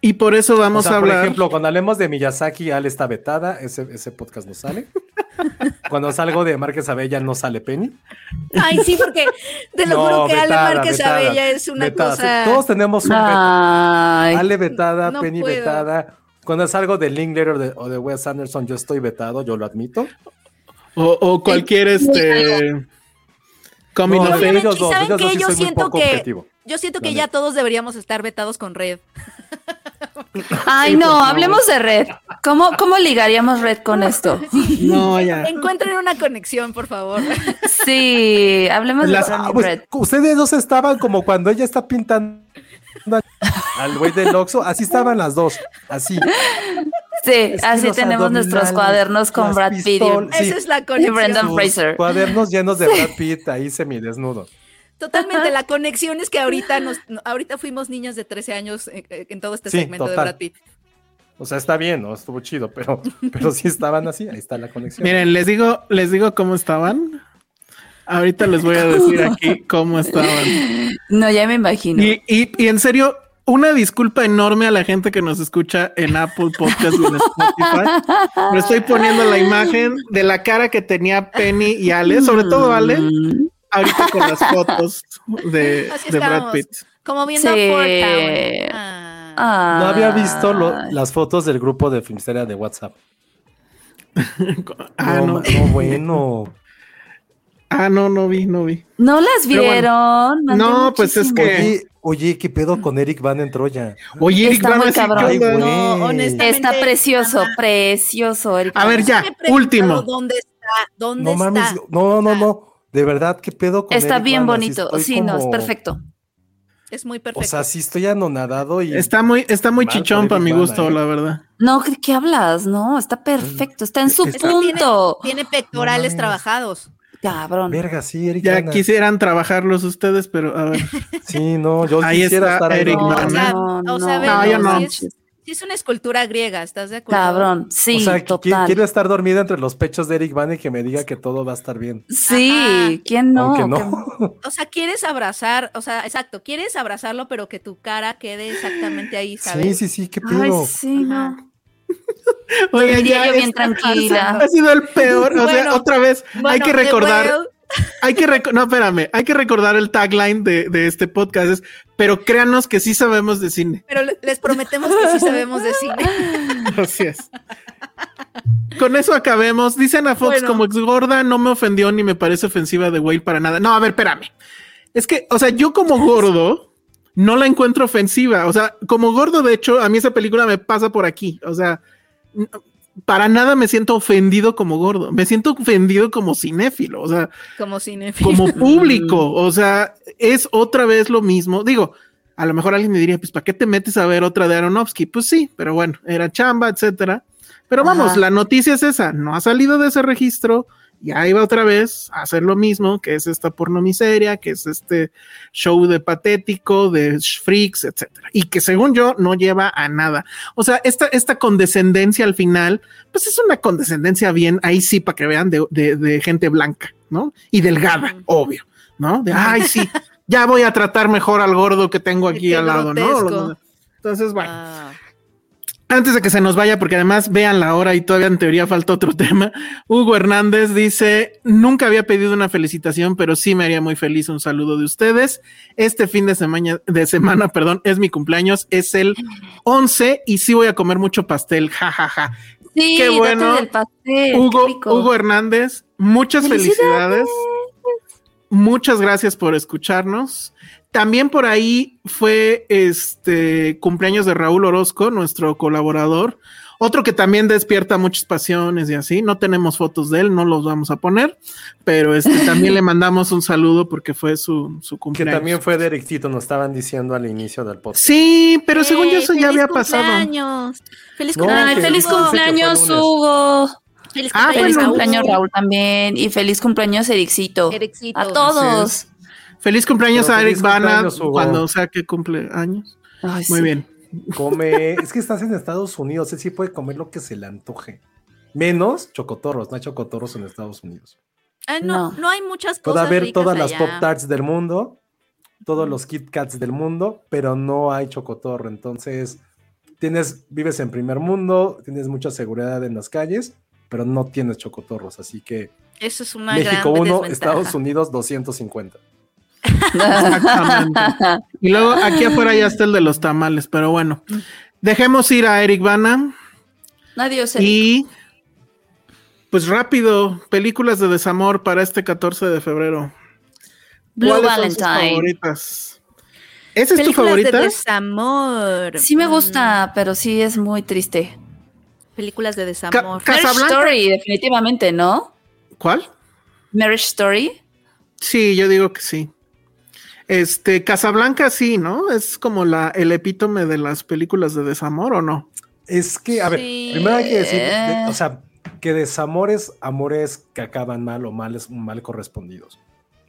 S4: Y por eso vamos
S2: o sea,
S4: a
S2: Por
S4: hablar.
S2: ejemplo, cuando hablemos de Miyazaki, Al está vetada, ese, ese podcast no sale.
S5: *laughs*
S2: cuando salgo de Márquez Abella, no sale Penny.
S5: Ay, sí, porque te
S2: *laughs*
S5: lo
S2: No,
S5: juro que Ale
S2: vetada,
S5: Márquez
S2: vetada,
S5: Abella es una
S2: vetada.
S5: cosa.
S2: Todos tenemos un veto.
S6: Ay,
S2: Ale vetada,
S5: no
S2: Penny
S5: puedo.
S2: vetada. Cuando salgo de Linklater o de, o de Wes Anderson, yo estoy vetado, yo lo admito.
S4: O, o cualquier este. Coming
S2: No,
S4: of
S5: Obviamente,
S4: age.
S2: digas
S5: y
S2: dos,
S5: ¿saben
S2: digas
S5: qué?
S2: dos, sí
S5: Yo
S2: soy muy
S5: siento
S2: poco
S5: que-
S2: objetivo.
S5: Yo siento
S2: La
S5: que ya todos deberíamos estar vetados
S2: *laughs*
S5: con red.
S6: Ay, no, hablemos de red. ¿Cómo, ¿Cómo ligaríamos red
S2: *laughs*
S6: con esto?
S4: No, ya.
S5: Encuentren una conexión, por favor.
S6: Sí, hablemos
S4: Las-
S6: de
S2: Ah,
S6: Ronnie
S2: pues,
S6: Red.
S2: ustedes dos estaban como cuando ella está pintando al güey del Oxxo, así estaban las dos, así.
S6: Sí,
S2: Es que
S6: así
S2: los
S6: tenemos nuestros
S2: abdominales,
S6: cuadernos con
S2: las
S6: Brad Pitt y-
S2: pistolas, sí.
S5: Esa es la
S6: y
S5: conexión.
S6: Brendan
S2: Sus
S6: Fraser.
S2: Cuadernos llenos de Brad Pitt ahí semidesnudo.
S5: Totalmente, la conexión es que
S6: *laughs*
S5: ahorita nos, no, ahorita fuimos niñas de 13 años eh, eh, en todo este
S2: Sí,
S5: segmento
S2: total.
S5: de Brad Pitt.
S2: O sea, está bien, ¿no? Estuvo chido, pero, pero sí estaban así, ahí está la conexión.
S4: Miren, les digo, les digo cómo estaban. Ahorita les voy a decir aquí cómo estaban.
S6: No, ya me imagino.
S4: Y, y- y en serio, una disculpa enorme a la gente que nos escucha en Apple Podcast y en Spotify. Pero estoy poniendo la imagen de la cara que tenía Penny y Ale, sobre todo Ale,
S6: Mm,
S4: ahorita con las fotos de,
S5: Así
S4: de Brad
S5: estábamos.
S4: Pitt.
S5: Como viendo
S6: Sí.
S5: a Fort Town. Ah.
S6: ah.
S2: No había visto lo- las fotos del grupo de Filmsteria de WhatsApp.
S4: Ah,
S2: no,
S4: no,
S2: ma- no,
S4: *laughs*
S2: bueno.
S4: ah, no, no vi, no vi.
S6: No las
S4: Pero bueno.
S6: vieron. mandé
S4: No, pues es
S6: muchísimo.
S4: que-
S2: Oye, oye, ¿qué pedo con Eric Van en Troya?
S4: Oye, Eric,
S6: Está
S4: van
S6: muy
S4: a decir,
S6: cabrón.
S4: ¿qué onda?
S5: No,
S2: güey.
S5: honestamente,
S6: Está precioso, precioso. Eric.
S4: A ver, ya,
S5: Me he preguntado
S4: último.
S5: ¿Dónde está? ¿Dónde
S2: No
S5: está?
S2: mames, no, no, no. De verdad, ¿qué pedo con
S6: Está
S2: Eric
S6: bien
S2: Bana? Si
S6: bonito.
S2: estoy
S6: Sí, no, es
S2: como-
S6: perfecto.
S5: Es muy
S2: O
S5: perfecto.
S2: sea, sí estoy anonadado y
S4: Está muy, está muy
S2: Mal
S4: chichón
S2: por
S4: para mi
S2: Eric Bana,
S4: gusto,
S2: ¿eh?
S4: la verdad.
S6: No, ¿de ¿qué hablas? No, está perfecto. Está en su
S5: Es que tiene-
S6: punto.
S5: Tiene pectorales
S2: mames.
S5: trabajados.
S6: Cabrón.
S2: verga, sí, Eric
S4: Ya
S2: Bana.
S4: quisieran trabajarlos ustedes, pero a *laughs* ver.
S2: Sí, no, yo
S4: Ahí
S2: quisiera
S4: está
S2: estar ahí.
S4: Eric
S2: No,
S4: Bana.
S2: o sea,
S6: no,
S5: o sea,
S6: no,
S4: No, yo no.
S5: sí es- Sí es una escultura griega, ¿estás de acuerdo?
S6: Cabrón, sí,
S2: o sea, que-
S6: total.
S2: quiero estar dormida entre los pechos de Eric Bana y que me diga que todo va a estar bien.
S6: Sí,
S5: Ajá.
S6: ¿quién no?
S2: Aunque no.
S6: ¿Qué-
S5: O sea, quieres abrazar, o sea, exacto, quieres abrazarlo, pero que tu cara quede exactamente
S2: *laughs*
S5: ahí,
S2: Sí,
S5: ¿sabes?
S2: sí, sí, qué
S6: Ay,
S2: pedo.
S6: sí,
S5: Ajá.
S6: no.
S4: Oigan,
S6: Dormiría yo bien
S4: esta farsa
S6: tranquila.
S4: Ha sido el peor. O sea,
S5: Bueno,
S4: otra vez, hay
S5: Bueno,
S4: que
S5: The
S4: recordar,
S5: Whale,
S4: hay que reco- no, espérame, hay que recordar el tagline de, de este podcast. Es, pero créanos que sí sabemos de cine.
S5: pero le- les prometemos que sí sabemos de cine.
S4: *laughs* Así es. Con eso acabemos. Dicen a Fox
S5: Bueno.
S4: como ex gorda, no me ofendió ni me parece ofensiva de Whale para nada. No, a ver, espérame. Es que, o sea, yo como gordo no la encuentro ofensiva. O sea, como gordo, de hecho, a mí esa película me pasa por aquí. O sea, n- para nada me siento ofendido como gordo. Me siento ofendido como cinéfilo. O sea,
S5: Como cine. *laughs*
S4: como público. O sea, es otra vez lo mismo. Digo, a lo mejor alguien me diría, pues, ¿para qué te metes a ver otra de Aronofsky? Pues sí, pero bueno, era chamba, etcétera. Pero vamos,
S6: Ajá.
S4: la noticia es esa, no ha salido de ese registro. Y ahí va otra vez a hacer lo mismo, que es esta porno miseria, que es este show de patético, de sh- freaks, etcétera. Y que según yo no lleva a nada. O sea, esta, esta condescendencia al final, pues es una condescendencia bien, ahí sí, para que vean, de, de- de gente blanca, ¿no? Y delgada, obvio, ¿no? De, ay, sí, ya voy a tratar mejor al gordo *laughs* que tengo aquí
S5: Qué
S4: al lado, ¿no?
S5: grotesco.
S4: Entonces, bueno,
S5: Ah,
S4: antes de que se nos vaya, porque además vean la hora y todavía en teoría falta otro *laughs* tema, Hugo Hernández dice, nunca había pedido una felicitación, pero sí me haría muy feliz un saludo de ustedes. Este fin de semana, de semana, *laughs* perdón, es mi cumpleaños, es el 11 y sí voy a comer mucho pastel, jajaja.
S6: Sí,
S4: Qué
S6: date
S4: bueno.
S6: del pastel.
S4: Hugo,
S6: qué rico.
S4: Hugo Hernández, muchas felicidades. Muchas gracias por escucharnos. También por ahí fue este cumpleaños de Raúl Orozco, nuestro colaborador, otro que también despierta muchas pasiones y así. No tenemos fotos de él, no los vamos a poner, pero este también le mandamos un saludo porque fue su, su
S2: Que
S4: cumpleaños.
S2: también fue de Eric Tito, nos estaban diciendo al inicio del podcast.
S4: Sí, pero según yo
S5: ¡Ey,
S4: eso
S5: feliz
S4: ya había pasado.
S5: cumpleaños! Feliz
S2: No,
S5: cumpleaños.
S6: Ay,
S2: que
S6: feliz
S2: dice que fue
S6: cumpleaños,
S2: lunes.
S6: Hugo.
S5: Feliz
S4: Ah,
S6: feliz
S5: cumpleaños,
S4: bueno.
S6: cumpleaños,
S5: Raúl.
S6: Raúl, también. Y feliz cumpleaños, Ericito.
S5: Ericito.
S6: A todos.
S4: Feliz cumpleaños
S2: Pero
S4: a
S2: feliz
S4: Eric Bana
S2: cumpleaños, Hugo.
S4: cuando sea que cumple años.
S6: Ay,
S4: Muy
S6: sí.
S4: bien.
S2: Come, es que estás en Estados Unidos, él sí puede comer lo que se le antoje. Menos chocotorros, no hay chocotorros en Estados Unidos.
S5: Ah, no,
S6: No.
S5: no, hay muchas
S2: Puede
S5: cosas.
S2: haber
S5: ricas
S2: todas las
S5: allá.
S2: Pop Tarts del mundo, todos los Kit Kats del mundo, pero no hay chocotorro. Entonces, tienes, vives en primer mundo, tienes mucha seguridad en las calles, pero no tienes chocotorros. Así que
S5: Eso es una
S2: México
S5: gran
S2: 1,
S5: desventaja.
S2: Estados Unidos 250.
S4: Exactamente. Y luego aquí afuera ya está el de los tamales, pero bueno. Dejemos ir a Eric Bana
S6: Adiós, Eric.
S4: y pues rápido, películas de desamor para este 14 de febrero.
S6: Blue
S4: ¿Cuáles son sus
S6: Valentine.
S4: favoritas? ¿Esa es tu
S5: Películas
S4: favorita?
S5: de desamor.
S6: Sí me
S5: Mm,
S6: gusta, pero sí es muy triste.
S5: películas de desamor.
S4: Ca-
S6: Marriage
S4: Casablanca.
S6: Story, definitivamente, ¿no?
S4: ¿Cuál?
S6: Marriage Story.
S4: Sí, yo digo que sí. Este, Casablanca sí, ¿no? Es como la, el epítome de las películas de desamor, ¿o no?
S2: Es que, a ver,
S6: Sí. Eh.
S2: primero hay que decir, de- o sea, que desamores, amores que acaban mal o mal, mal correspondidos.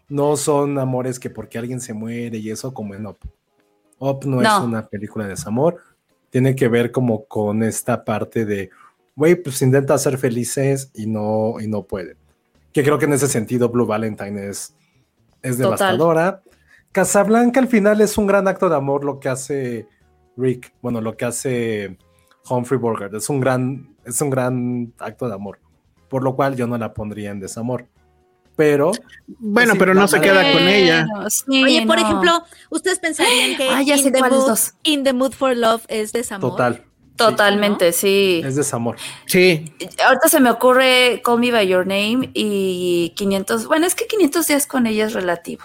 S2: No son amores que porque alguien se muere y eso, como en Up. Up no, es
S6: No.
S2: una película de desamor. Tiene que ver como con esta parte de, güey, pues intenta ser felices y no, y no puede. Que creo que en ese sentido Blue Valentine es, es
S6: Total.
S2: devastadora. Casablanca al final es un gran acto de amor lo que hace Rick, bueno, lo que hace Humphrey Bogart. Es un gran, es un gran acto de amor. Por lo cual yo no la pondría en desamor. Pero
S4: Bueno,
S2: Sí,
S4: pero no
S2: la
S4: se
S2: madre.
S4: queda con ella.
S6: Bueno, sí,
S5: Oye, por
S6: no.
S5: ejemplo, ¿ustedes pensarían que
S6: Ah, ya sé
S5: in, the
S6: cuáles
S5: mood,
S6: dos.
S5: in the Mood for Love es desamor?
S2: total,
S6: Totalmente, sí.
S2: es desamor.
S4: Sí,
S6: Ahorita se me ocurre Call Me By Your Name y 500. Bueno, es que 500 días con ella es relativo.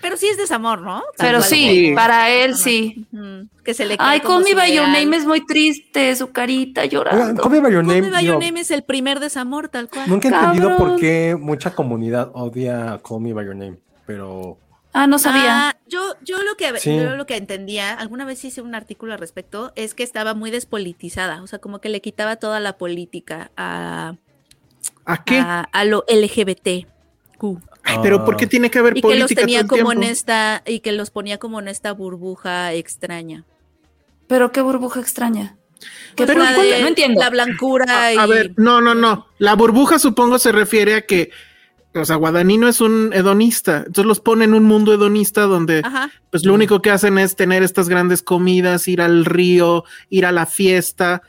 S5: Pero sí es desamor, ¿no? Tal
S6: Pero
S5: cual
S6: sí,
S4: Sí.
S6: para
S5: como-
S6: él sí.
S5: Ujú, Que se le cae
S6: Ay,
S5: como
S6: Call Me
S5: su
S6: By Your
S5: ideal.
S6: Name es muy triste, su carita
S2: Oigan,
S6: llorando.
S2: Call Me By Your
S5: Ah, Call Me
S2: Name,
S5: By Your
S2: digo,
S5: Name es el primer desamor, tal cual.
S2: Nunca he entendido por
S6: Cabrón.
S2: qué mucha comunidad odia a Call Me By Your Name, pero
S6: Ah, no sabía.
S5: Ah, yo, yo lo que
S2: Sí.
S5: yo lo que entendía, alguna vez hice un artículo al respecto, es que estaba muy despolitizada, o sea, como que le quitaba toda la política a,
S4: ¿a qué?
S5: a, a lo LGBT.
S4: Ay, pero ¿por qué
S2: Ah.
S4: tiene que haber
S5: Y que
S4: política
S5: los tenía
S4: todo el
S5: como en
S4: tiempo?
S5: esta, y que los ponía como en esta burbuja extraña.
S6: Pero qué burbuja extraña. ¿Qué
S5: Pues
S6: pero
S5: la de
S6: no entiendo.
S5: La blancura y.
S4: A, a ver, no, no, no. La burbuja supongo se refiere a que, o sea, Guadagnino es un hedonista, entonces los pone en un mundo hedonista donde
S5: Ajá.
S4: pues lo único que hacen es tener estas grandes comidas, ir al río, ir a la fiesta,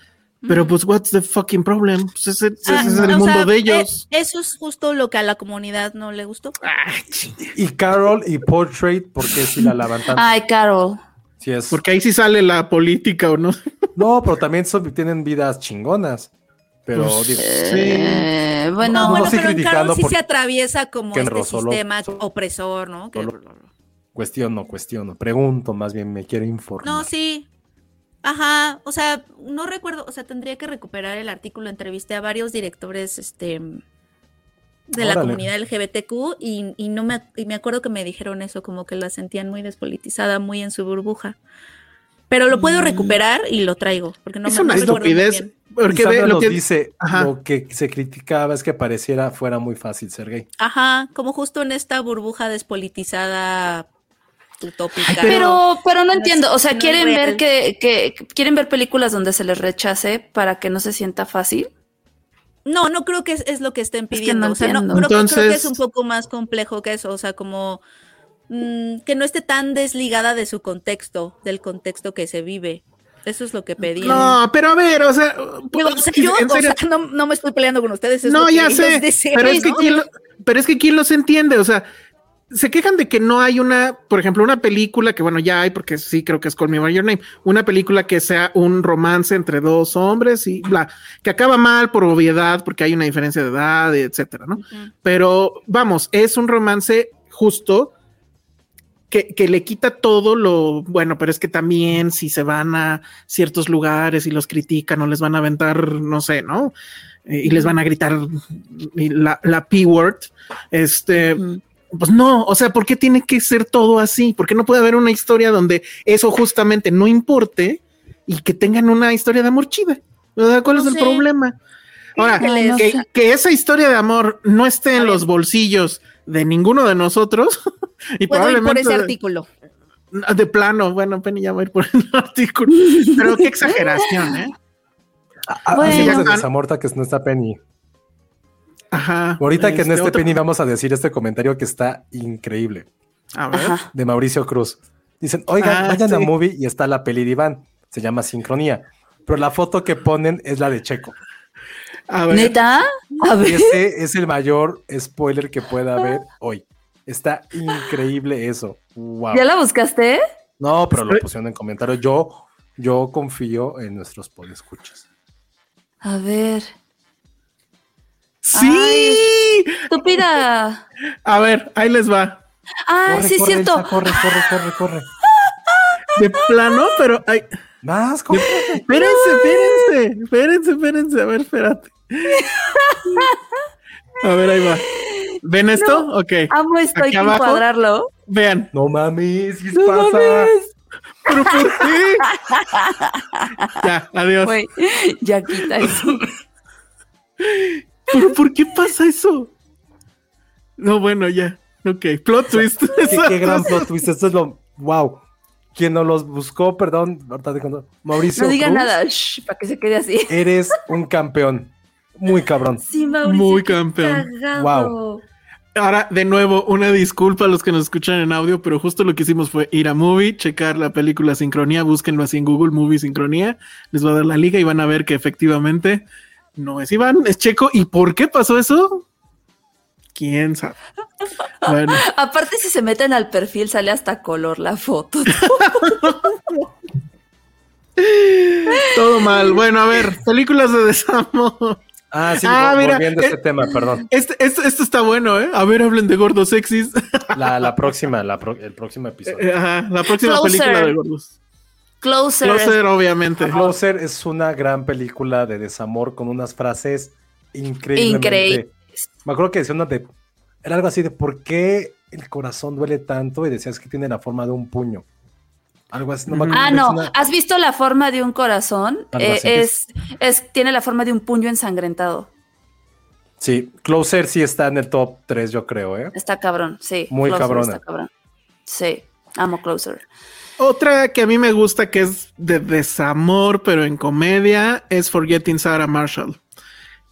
S4: pero
S5: Ujú.
S4: pues what's the fucking problem? Pues ese, ese
S5: Ah,
S4: es el
S5: o
S4: mundo
S5: sea,
S4: de
S5: eh,
S4: ellos.
S5: eso es justo lo que a la comunidad no le gustó.
S4: Ay, ching,
S2: Y Carol y Portrait, ¿por qué si la lavan tanto?
S5: Ah,
S6: Ay, Carol.
S2: Si es-
S4: porque ahí sí sale la política o no.
S2: No, pero también son- tienen vidas chingonas. Pero
S4: Pues,
S2: digo,
S4: sí.
S6: Eh,
S5: No,
S6: bueno,
S2: no
S5: bueno,
S2: estoy
S5: pero en
S2: criticando
S5: Carol sí
S2: porque-
S5: se atraviesa como
S2: que en
S5: este
S2: Rosolo-
S5: sistema opresor, ¿no? Que-
S2: cuestiono, cuestiono, pregunto, más bien me quiero informar.
S5: No, sí. Ajá, o sea, no recuerdo, o sea, tendría que recuperar el artículo, entrevisté a varios directores este de la
S2: Órale.
S5: comunidad LGBTQ y, y no me, ac- y me acuerdo que me dijeron eso, como que la sentían muy despolitizada, muy en su burbuja. Pero lo puedo recuperar y lo traigo, porque no
S4: es
S5: me
S4: una
S5: no recuerdo muy
S4: estupidez.
S5: bien.
S4: Porque
S2: Y
S4: ve
S2: Sandra
S4: lo
S2: nos
S4: que
S2: dice,
S4: Ajá.
S2: lo que se criticaba es que pareciera fuera muy fácil ser gay.
S5: Ajá, como justo en esta burbuja despolitizada utópica.
S6: pero, pero no
S5: es-
S6: entiendo. O sea,
S5: no es
S6: quieren
S5: real.
S6: ver que, que quieren ver películas donde se les rechace para que no se sienta fácil.
S5: No, no creo que es, es lo que estén
S6: que
S5: pidiendo.
S6: no
S5: o sea, no,
S6: entiendo.
S5: creo, que- creo que es
S4: Entonces-
S5: un poco más complejo que eso. O sea, como mm, que no esté tan desligada de su contexto, del contexto que se vive. Eso es lo que pedían.
S4: No, pero a ver, o sea,
S5: Digo, o sea, yo
S4: en
S5: o
S4: serio,
S5: sea, no, no me estoy peleando con ustedes. es lo
S4: no,
S5: que
S4: ya
S5: ellos
S4: sé,
S5: desean,
S4: pero es que
S5: ¿no?
S4: quién lo- pero es que quién los entiende, o sea, se quejan de que no hay una, por ejemplo, una película que bueno, ya hay porque sí creo que es Call Me By Your Name, una película que sea un romance entre dos hombres y bla, que acaba mal por obviedad porque hay una diferencia de edad, etcétera, ¿no? Pero vamos, es un romance justo que, que le quita todo lo bueno, pero es que también si se van a ciertos lugares y los critican o les van a aventar, no sé, ¿no? Eh, Y les van a gritar y la, la P-word, este, pues no, o sea, ¿por qué tiene que ser todo así? ¿Por qué no puede haber una historia donde eso justamente no importe y que tengan una historia de amor chida? O sea, ¿Cuál
S5: No
S4: es el
S5: sé.
S4: problema? Ahora,
S5: Ay, no
S4: que, que esa historia de amor no esté en
S5: A ver.
S4: los bolsillos de ninguno de nosotros *laughs* y
S5: Puedo ir por
S4: probablemente
S5: ese
S4: de-
S5: artículo.
S4: de, plano, bueno, Penny ya va a ir por el *laughs* artículo, pero qué exageración, ¿eh?
S2: A- a-
S6: Bueno.
S2: Hacemos de desamorta que no está Penny.
S4: Ajá.
S2: Ahorita que en este
S4: otro-
S2: Penny vamos a decir este comentario que está increíble,
S4: A ver.
S6: Ajá.
S2: de Mauricio Cruz. Dicen, oigan,
S4: Ah,
S2: vayan a
S4: sí.
S2: Movie y está la peli de Iván. Se llama Sincronía. Pero la foto que ponen es la de
S6: *laughs*
S2: Checo.
S4: A ver.
S6: Neta, a
S2: Y
S6: ver.
S2: Ese es el mayor spoiler que pueda haber hoy. Está increíble eso. Wow.
S6: ¿Ya la buscaste?
S2: No, pero lo pusieron en comentario. Yo, yo confío en nuestros podescuchas.
S6: A ver.
S4: Sí.
S6: Estúpida. *laughs*
S4: A ver, ahí les va.
S6: Ah, sí, es cierto.
S2: Elsa, corre, corre, corre, corre.
S4: De plano, pero. Ay,
S2: Más, corre.
S4: espérense, espérense. Espérense, espérense. A ver, espérate. A ver, ahí va. ¿Ven esto? ok.
S6: Amo esto, hay
S4: Aquí
S6: que
S4: abajo.
S6: encuadrarlo. *laughs*
S4: Vean.
S2: No mames, ¿qué pasa?
S4: ¿Pero por qué? ya, adiós.
S6: Güey, ya
S2: *laughs*
S6: quita eso.
S4: ¿Pero por qué pasa eso? No, bueno, ya. Ok, plot twist.
S2: Qué, qué
S4: *laughs*
S6: *laughs*
S2: gran plot twist. Esto es lo. ¡Wow! Quien no los buscó, perdón, ahorita te cuento. Mauricio.
S6: No diga
S2: Cruz,
S6: nada, shh, para que se quede así.
S2: Eres un campeón. Muy cabrón.
S6: Sí, Mauricio.
S4: Muy
S6: qué
S4: campeón.
S6: cagado.
S2: Wow.
S4: Ahora, de nuevo, una disculpa a los que nos escuchan en audio, pero justo lo que hicimos fue ir a Movie, checar la película Sincronía, búsquenlo así en Google, Movie Sincronía, les va a dar la liga y van a ver que efectivamente no es Iván, es Checo. ¿Y por qué pasó eso? ¿Quién sabe? Bueno,
S6: Aparte, si se meten al perfil, sale hasta color
S2: *laughs*
S6: la foto.
S4: todo mal. Bueno, a ver, películas de desamor.
S2: Ah, sí,
S4: Ah,
S2: vol-
S4: mira,
S2: volviendo a
S4: eh.
S2: este tema, perdón.
S4: Este, este- esto está bueno, ¿eh? A ver, hablen de gordos sexys. *laughs*
S2: La, la próxima, la pro- el próximo episodio.
S4: Ajá, la próxima
S6: Closer.
S4: película de gordos.
S6: Closer.
S4: Closer, obviamente.
S2: Closer es una gran película de desamor con unas frases increíbles.
S6: Increíble.
S2: Me acuerdo que decía una de. Era algo así de por qué el corazón duele tanto y decías que tiene la forma de un puño. Algo así. No me acuerdo,
S6: Ah,
S2: es
S6: no.
S2: una-
S6: ¿Has visto la forma de un corazón?
S2: Algo
S6: Eh,
S2: así.
S6: es, es, tiene la forma de un puño ensangrentado.
S2: Sí, Closer sí está en el top 3, yo creo, ¿eh?
S6: Está cabrón, sí.
S2: Muy
S6: Closer
S2: cabrona.
S6: Está cabrón. Sí, amo Closer.
S4: Otra que a mí me gusta que es de desamor, pero en comedia, es Forgetting Sarah Marshall.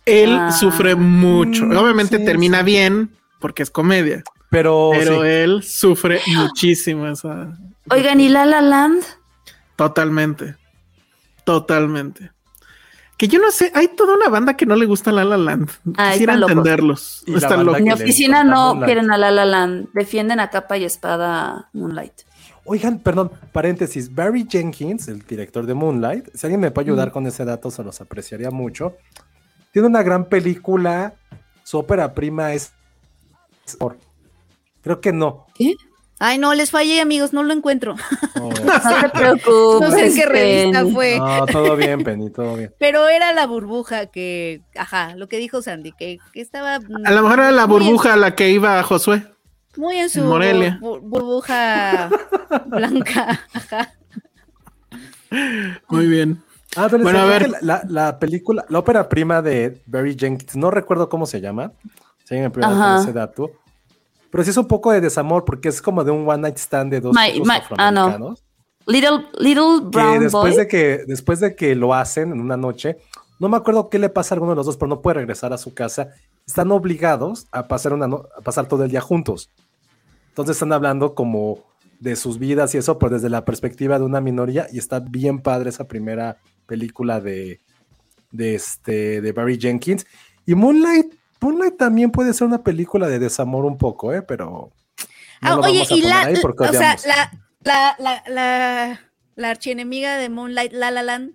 S4: Él
S6: Ah.
S4: sufre mucho.
S2: Mm,
S4: Obviamente
S2: sí,
S4: termina
S2: sí.
S4: bien porque es comedia,
S2: Pero,
S4: pero
S2: Oh, sí,
S4: él sufre muchísimo. o sea,
S6: Oigan, ¿y La La Land?
S4: totalmente. Totalmente. Que yo no sé, hay toda una banda que no le gusta La La Land.
S6: Ah,
S4: Quisiera
S6: están locos.
S4: entenderlos.
S2: Y la
S4: Están
S2: banda
S4: locos.
S2: que
S6: Mi
S2: le
S6: oficina
S2: encanta
S6: no
S2: Moonlight.
S6: quieren a La La Land. Defienden a capa y espada Moonlight.
S2: Oigan, perdón, paréntesis. Barry Jenkins, el director de Moonlight, si alguien me puede ayudar con ese dato, se los apreciaría mucho. Tiene una gran película. Su ópera prima es. Creo que no.
S5: Ay, no, les fallé, amigos, no lo encuentro.
S2: Oh,
S6: No te preocupes. este,
S5: *laughs* No sé en qué revista
S6: Penny.
S5: fue.
S2: no, todo bien, Penny, todo bien.
S5: Pero era la burbuja que, ajá, lo que dijo Sandy, que, que estaba
S4: A lo mejor era la
S5: muy en-
S4: burbuja a la que iba Josué.
S5: muy en su
S4: Morelia.
S5: bu- burbuja blanca. Ajá.
S4: Muy bien.
S2: Ah, pero bueno,
S4: Bueno, a ver.
S2: La, la película, la ópera prima de Barry Jenkins, no recuerdo cómo se llama. Si alguien me puede ayudar
S6: Ajá.
S2: con ese dato. Pero sí es un poco de desamor porque es como de un one night stand de dos
S6: My-
S2: chicos
S6: my- ah, no.
S2: afroamericanos.
S6: Little, little
S2: que
S6: Brown
S2: después
S6: Boy.
S2: de que después de que lo hacen en una noche, no me acuerdo qué le pasa a alguno de los dos, pero no puede regresar a su casa. Están obligados a pasar una no- a pasar todo el día juntos. Entonces están hablando como de sus vidas y eso, pero desde la perspectiva de una minoría y está bien padre esa primera película de de este de Barry Jenkins y Moonlight Moonlight también puede ser una película de desamor un poco, ¿eh? pero no
S5: Ah,
S2: lo
S5: oye,
S2: vamos a
S5: y
S2: poner
S5: la,
S2: ahí porque
S5: o sea,
S2: odiamos.
S5: la, la, la, la, la archienemiga de Moonlight, La La Land.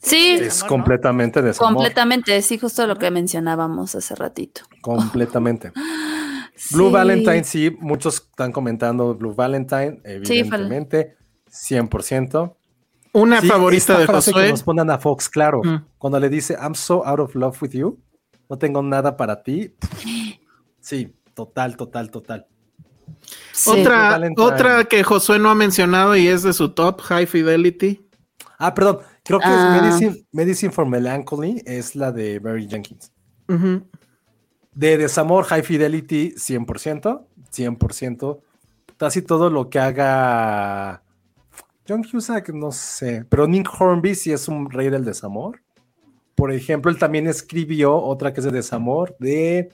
S6: Sí,
S2: es
S5: desamor, ¿no?
S2: completamente desamor,
S6: completamente. Sí, justo lo que mencionábamos hace ratito.
S2: completamente. Blue
S6: Ah, Sí.
S2: Valentine, sí, muchos están comentando Blue Valentine, evidentemente, 100%.
S4: Una
S2: Sí,
S4: favorita
S2: esta
S4: de
S2: frase
S4: Josué.
S2: Que nos pongan a Fox, claro,
S4: Mm.
S2: cuando le dice, I'm so out of love with you, no tengo nada para
S6: *gasps*
S2: ti. Sí, total, total, total.
S6: Sí.
S2: Blue
S4: Otra,
S2: Valentine.
S4: otra que Josué no ha mencionado y es de su top, High Fidelity.
S2: Ah, perdón, creo que es
S6: Ah.
S2: Medicine, Medicine for Melancholy es la de Barry Jenkins.
S4: Ujú.
S2: De Desamor, High Fidelity, 100%, 100%. Casi todo lo que haga John Cusack, no sé. Pero Nick Hornby sí es un rey del desamor. Por ejemplo, él también escribió otra que es de desamor, de...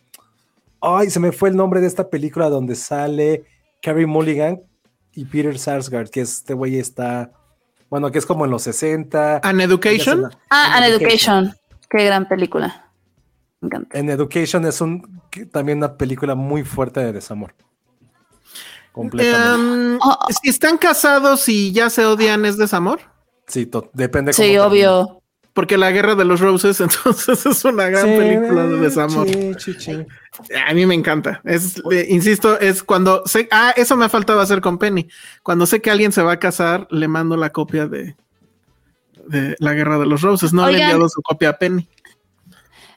S2: Ay, se me fue el nombre de esta película donde sale Carrie Mulligan y Peter Sarsgaard, que este güey está... Bueno, que es como en los 60.
S4: An Education.
S6: Ah, An
S2: An
S6: Education. Qué gran película. Me encanta.
S2: En Education es un que- también una película muy fuerte de desamor. Completamente.
S4: Em,
S6: Oh, oh.
S4: si están casados y ya se odian, ¿es desamor?
S2: sí, to- depende.
S6: Sí,
S2: cómo termine.
S6: obvio.
S4: porque la guerra de los roses, *laughs* entonces es una gran
S2: Sí,
S4: película de
S2: eh,
S4: desamor.
S2: sí, sí, sí.
S4: A mí me encanta. Es, eh, insisto, es cuando sé, ah, eso me faltaba hacer con Penny. Cuando sé que alguien se va a casar, le mando la copia de, de la guerra de los roses. No le he
S5: Oigan.
S4: enviado su copia a Penny.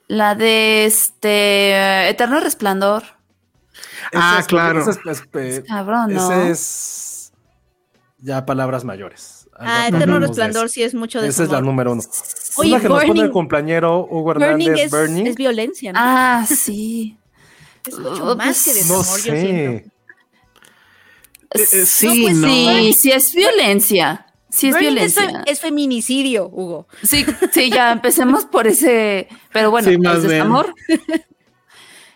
S6: La de este eh, Eterno Resplandor.
S4: Ah,
S2: Ese es-
S4: claro.
S2: ese es- es-
S6: Cabrón, ¿no?
S2: Ese es ya palabras mayores. Al
S5: Ah,
S2: rato
S5: Eterno
S2: hablamos de
S5: Resplandor
S2: eso.
S5: sí es mucho de
S2: Esa es la número uno.
S5: Oye,
S2: es la que nos pone
S5: Burning-
S2: el compañero Hugo
S5: Burning
S2: Hernández
S5: es,
S2: Burning.
S5: es violencia, ¿no?
S6: Ah,
S2: *laughs*
S6: sí.
S5: es mucho más que
S6: pues,
S2: no
S5: desamor, yo siento.
S2: sé.
S4: Eh, eh,
S6: No,
S4: sí,
S6: pues
S4: no.
S6: sí, sí es violencia. Sí es
S5: Burning
S6: violencia.
S5: fe- es feminicidio, Hugo.
S6: Sí, sí, ya empecemos por ese. Pero bueno,
S4: Sí, más
S6: es
S4: bien.
S6: desamor.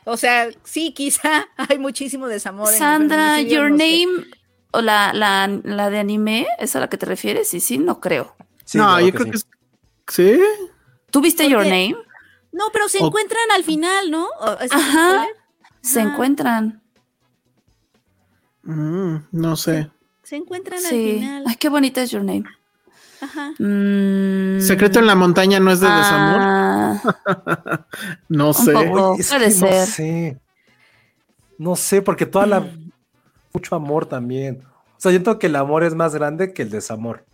S5: O sea, sí, quizá *laughs* hay muchísimo desamor. en el
S6: Sandra,
S5: feminicidio,
S6: Your
S5: no sé.
S6: Name o la, la, la de anime, ¿es a la que te refieres? Sí, sí, no creo.
S2: Sí,
S4: no,
S2: claro
S4: yo
S2: que
S4: creo
S2: sí.
S4: que es- sí.
S6: ¿Tú viste Your
S5: Porque-
S6: Name?
S5: No, pero se
S4: O-
S5: encuentran al final, ¿no? O- ¿es
S6: Ajá.
S5: spoiler?
S6: Se
S5: Ajá.
S6: encuentran.
S4: Mm, no sé.
S5: Se encuentran al
S6: Sí.
S5: final.
S6: Ay, qué bonita es Your Name.
S5: Ajá.
S6: Mm.
S4: Secreto en la montaña no es de desamor.
S6: Ah,
S4: No
S6: un
S4: sé.
S6: poco.
S2: Es
S6: Puede
S2: que
S6: ser.
S2: No sé. No sé, porque toda la.
S5: Mm.
S2: Mucho amor también. O sea, yo siento que el amor es más grande que el desamor.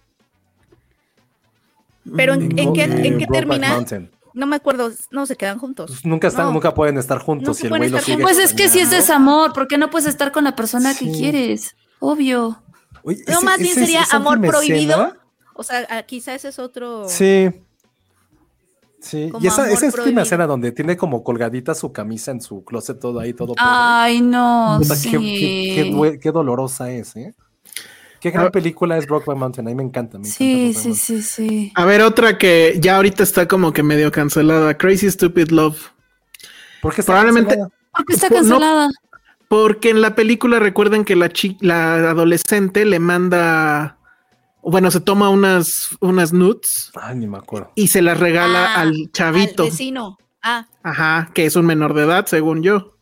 S4: Mm,
S5: Pero en, en
S2: Como
S5: qué,
S4: eh,
S5: en qué
S2: Brokeback
S5: termina,
S2: Mountain.
S5: no me acuerdo, no se quedan juntos.
S2: Pues nunca, están,
S5: No.
S2: nunca pueden estar juntos.
S5: No
S2: si
S5: se
S2: el
S5: pueden
S2: güey lo
S5: estar
S2: sigue
S6: Pues es que si es
S2: extrañando.
S6: desamor, ¿por qué no puedes estar con la persona que
S2: Sí.
S6: quieres? Obvio.
S2: Oye,
S5: No, más bien sería
S2: esa
S5: amor
S2: última
S5: prohibido.
S2: escena-
S5: O sea, ah, quizá ese es otro.
S2: Sí. Sí.
S5: Como
S2: Y esa,
S5: amor
S2: esa es
S5: prohibido.
S2: una escena donde tiene como colgadita su camisa en su closet, todo ahí, todo.
S5: Ah,
S2: pobre.
S6: Ay, no.
S2: Puta,
S6: sí.
S2: qué, qué- qué due- qué dolorosa es, ¿eh? Qué gran película es Brokeback Mountain. A mí me encanta. Me encanta
S6: Sí,
S2: Brokeback
S6: sí,
S2: Mountain.
S6: sí, sí.
S4: A ver, otra que ya ahorita está como que medio cancelada. Crazy Stupid Love.
S2: ¿Por qué está
S4: Probablemente-
S2: cancelada?
S6: ¿Por qué está
S4: No,
S6: cancelada?
S4: Porque en la película recuerden que la chi- la adolescente le manda, bueno, se toma unas, unas nudes
S2: Ay, ni me acuerdo.
S4: y se las regala
S5: Ah,
S4: al
S5: Al
S4: chavito.
S5: vecino. Ah,
S4: Ajá, que es un menor de edad, según yo.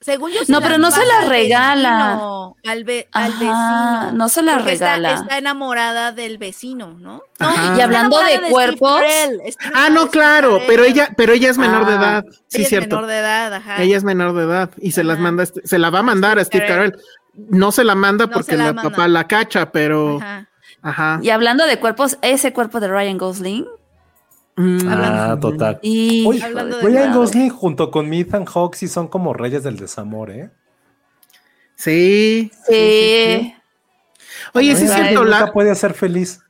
S5: según yo.
S6: No,
S5: las
S6: pero no se
S5: pasa
S6: la
S5: al
S6: regala.
S5: vecino, Al, ve- al
S6: Ajá,
S5: vecino.
S6: no se la
S5: Porque está-
S6: regala.
S5: Está, enamorada del vecino, ¿no? No,
S4: Ajá.
S5: está
S4: Y
S6: hablando de
S5: enamorada Steve
S6: cuerpos.
S5: Carell, está
S4: Ah,
S5: enamorada de
S4: no,
S5: Steve
S4: claro,
S5: Carell.
S4: pero ella, pero ella es menor de
S6: Ah,
S4: edad. Sí,
S5: Ella es
S4: cierto.
S5: menor de edad, ajá.
S4: Ella es menor de edad y se las
S5: Ajá.
S4: manda, a este- se la va a mandar a Steve
S5: Steve
S4: Carell. No se la manda
S5: No se
S4: porque
S5: la
S4: la,
S5: manda.
S4: papá la cacha, pero ajá.
S5: Ajá.
S6: Y hablando de cuerpos, ese cuerpo de Ryan Gosling.
S4: Mm.
S2: Ah, total.
S6: Y
S2: Oye,
S5: Hablando de
S2: Ryan
S5: madre.
S2: Gosling junto con Ethan Hawke sí son como reyes del desamor, ¿eh?
S4: Sí.
S6: Sí.
S4: Oye, sí es cierto,
S6: Ryan
S2: Gosling
S4: la,
S2: eh, nunca puede ser feliz.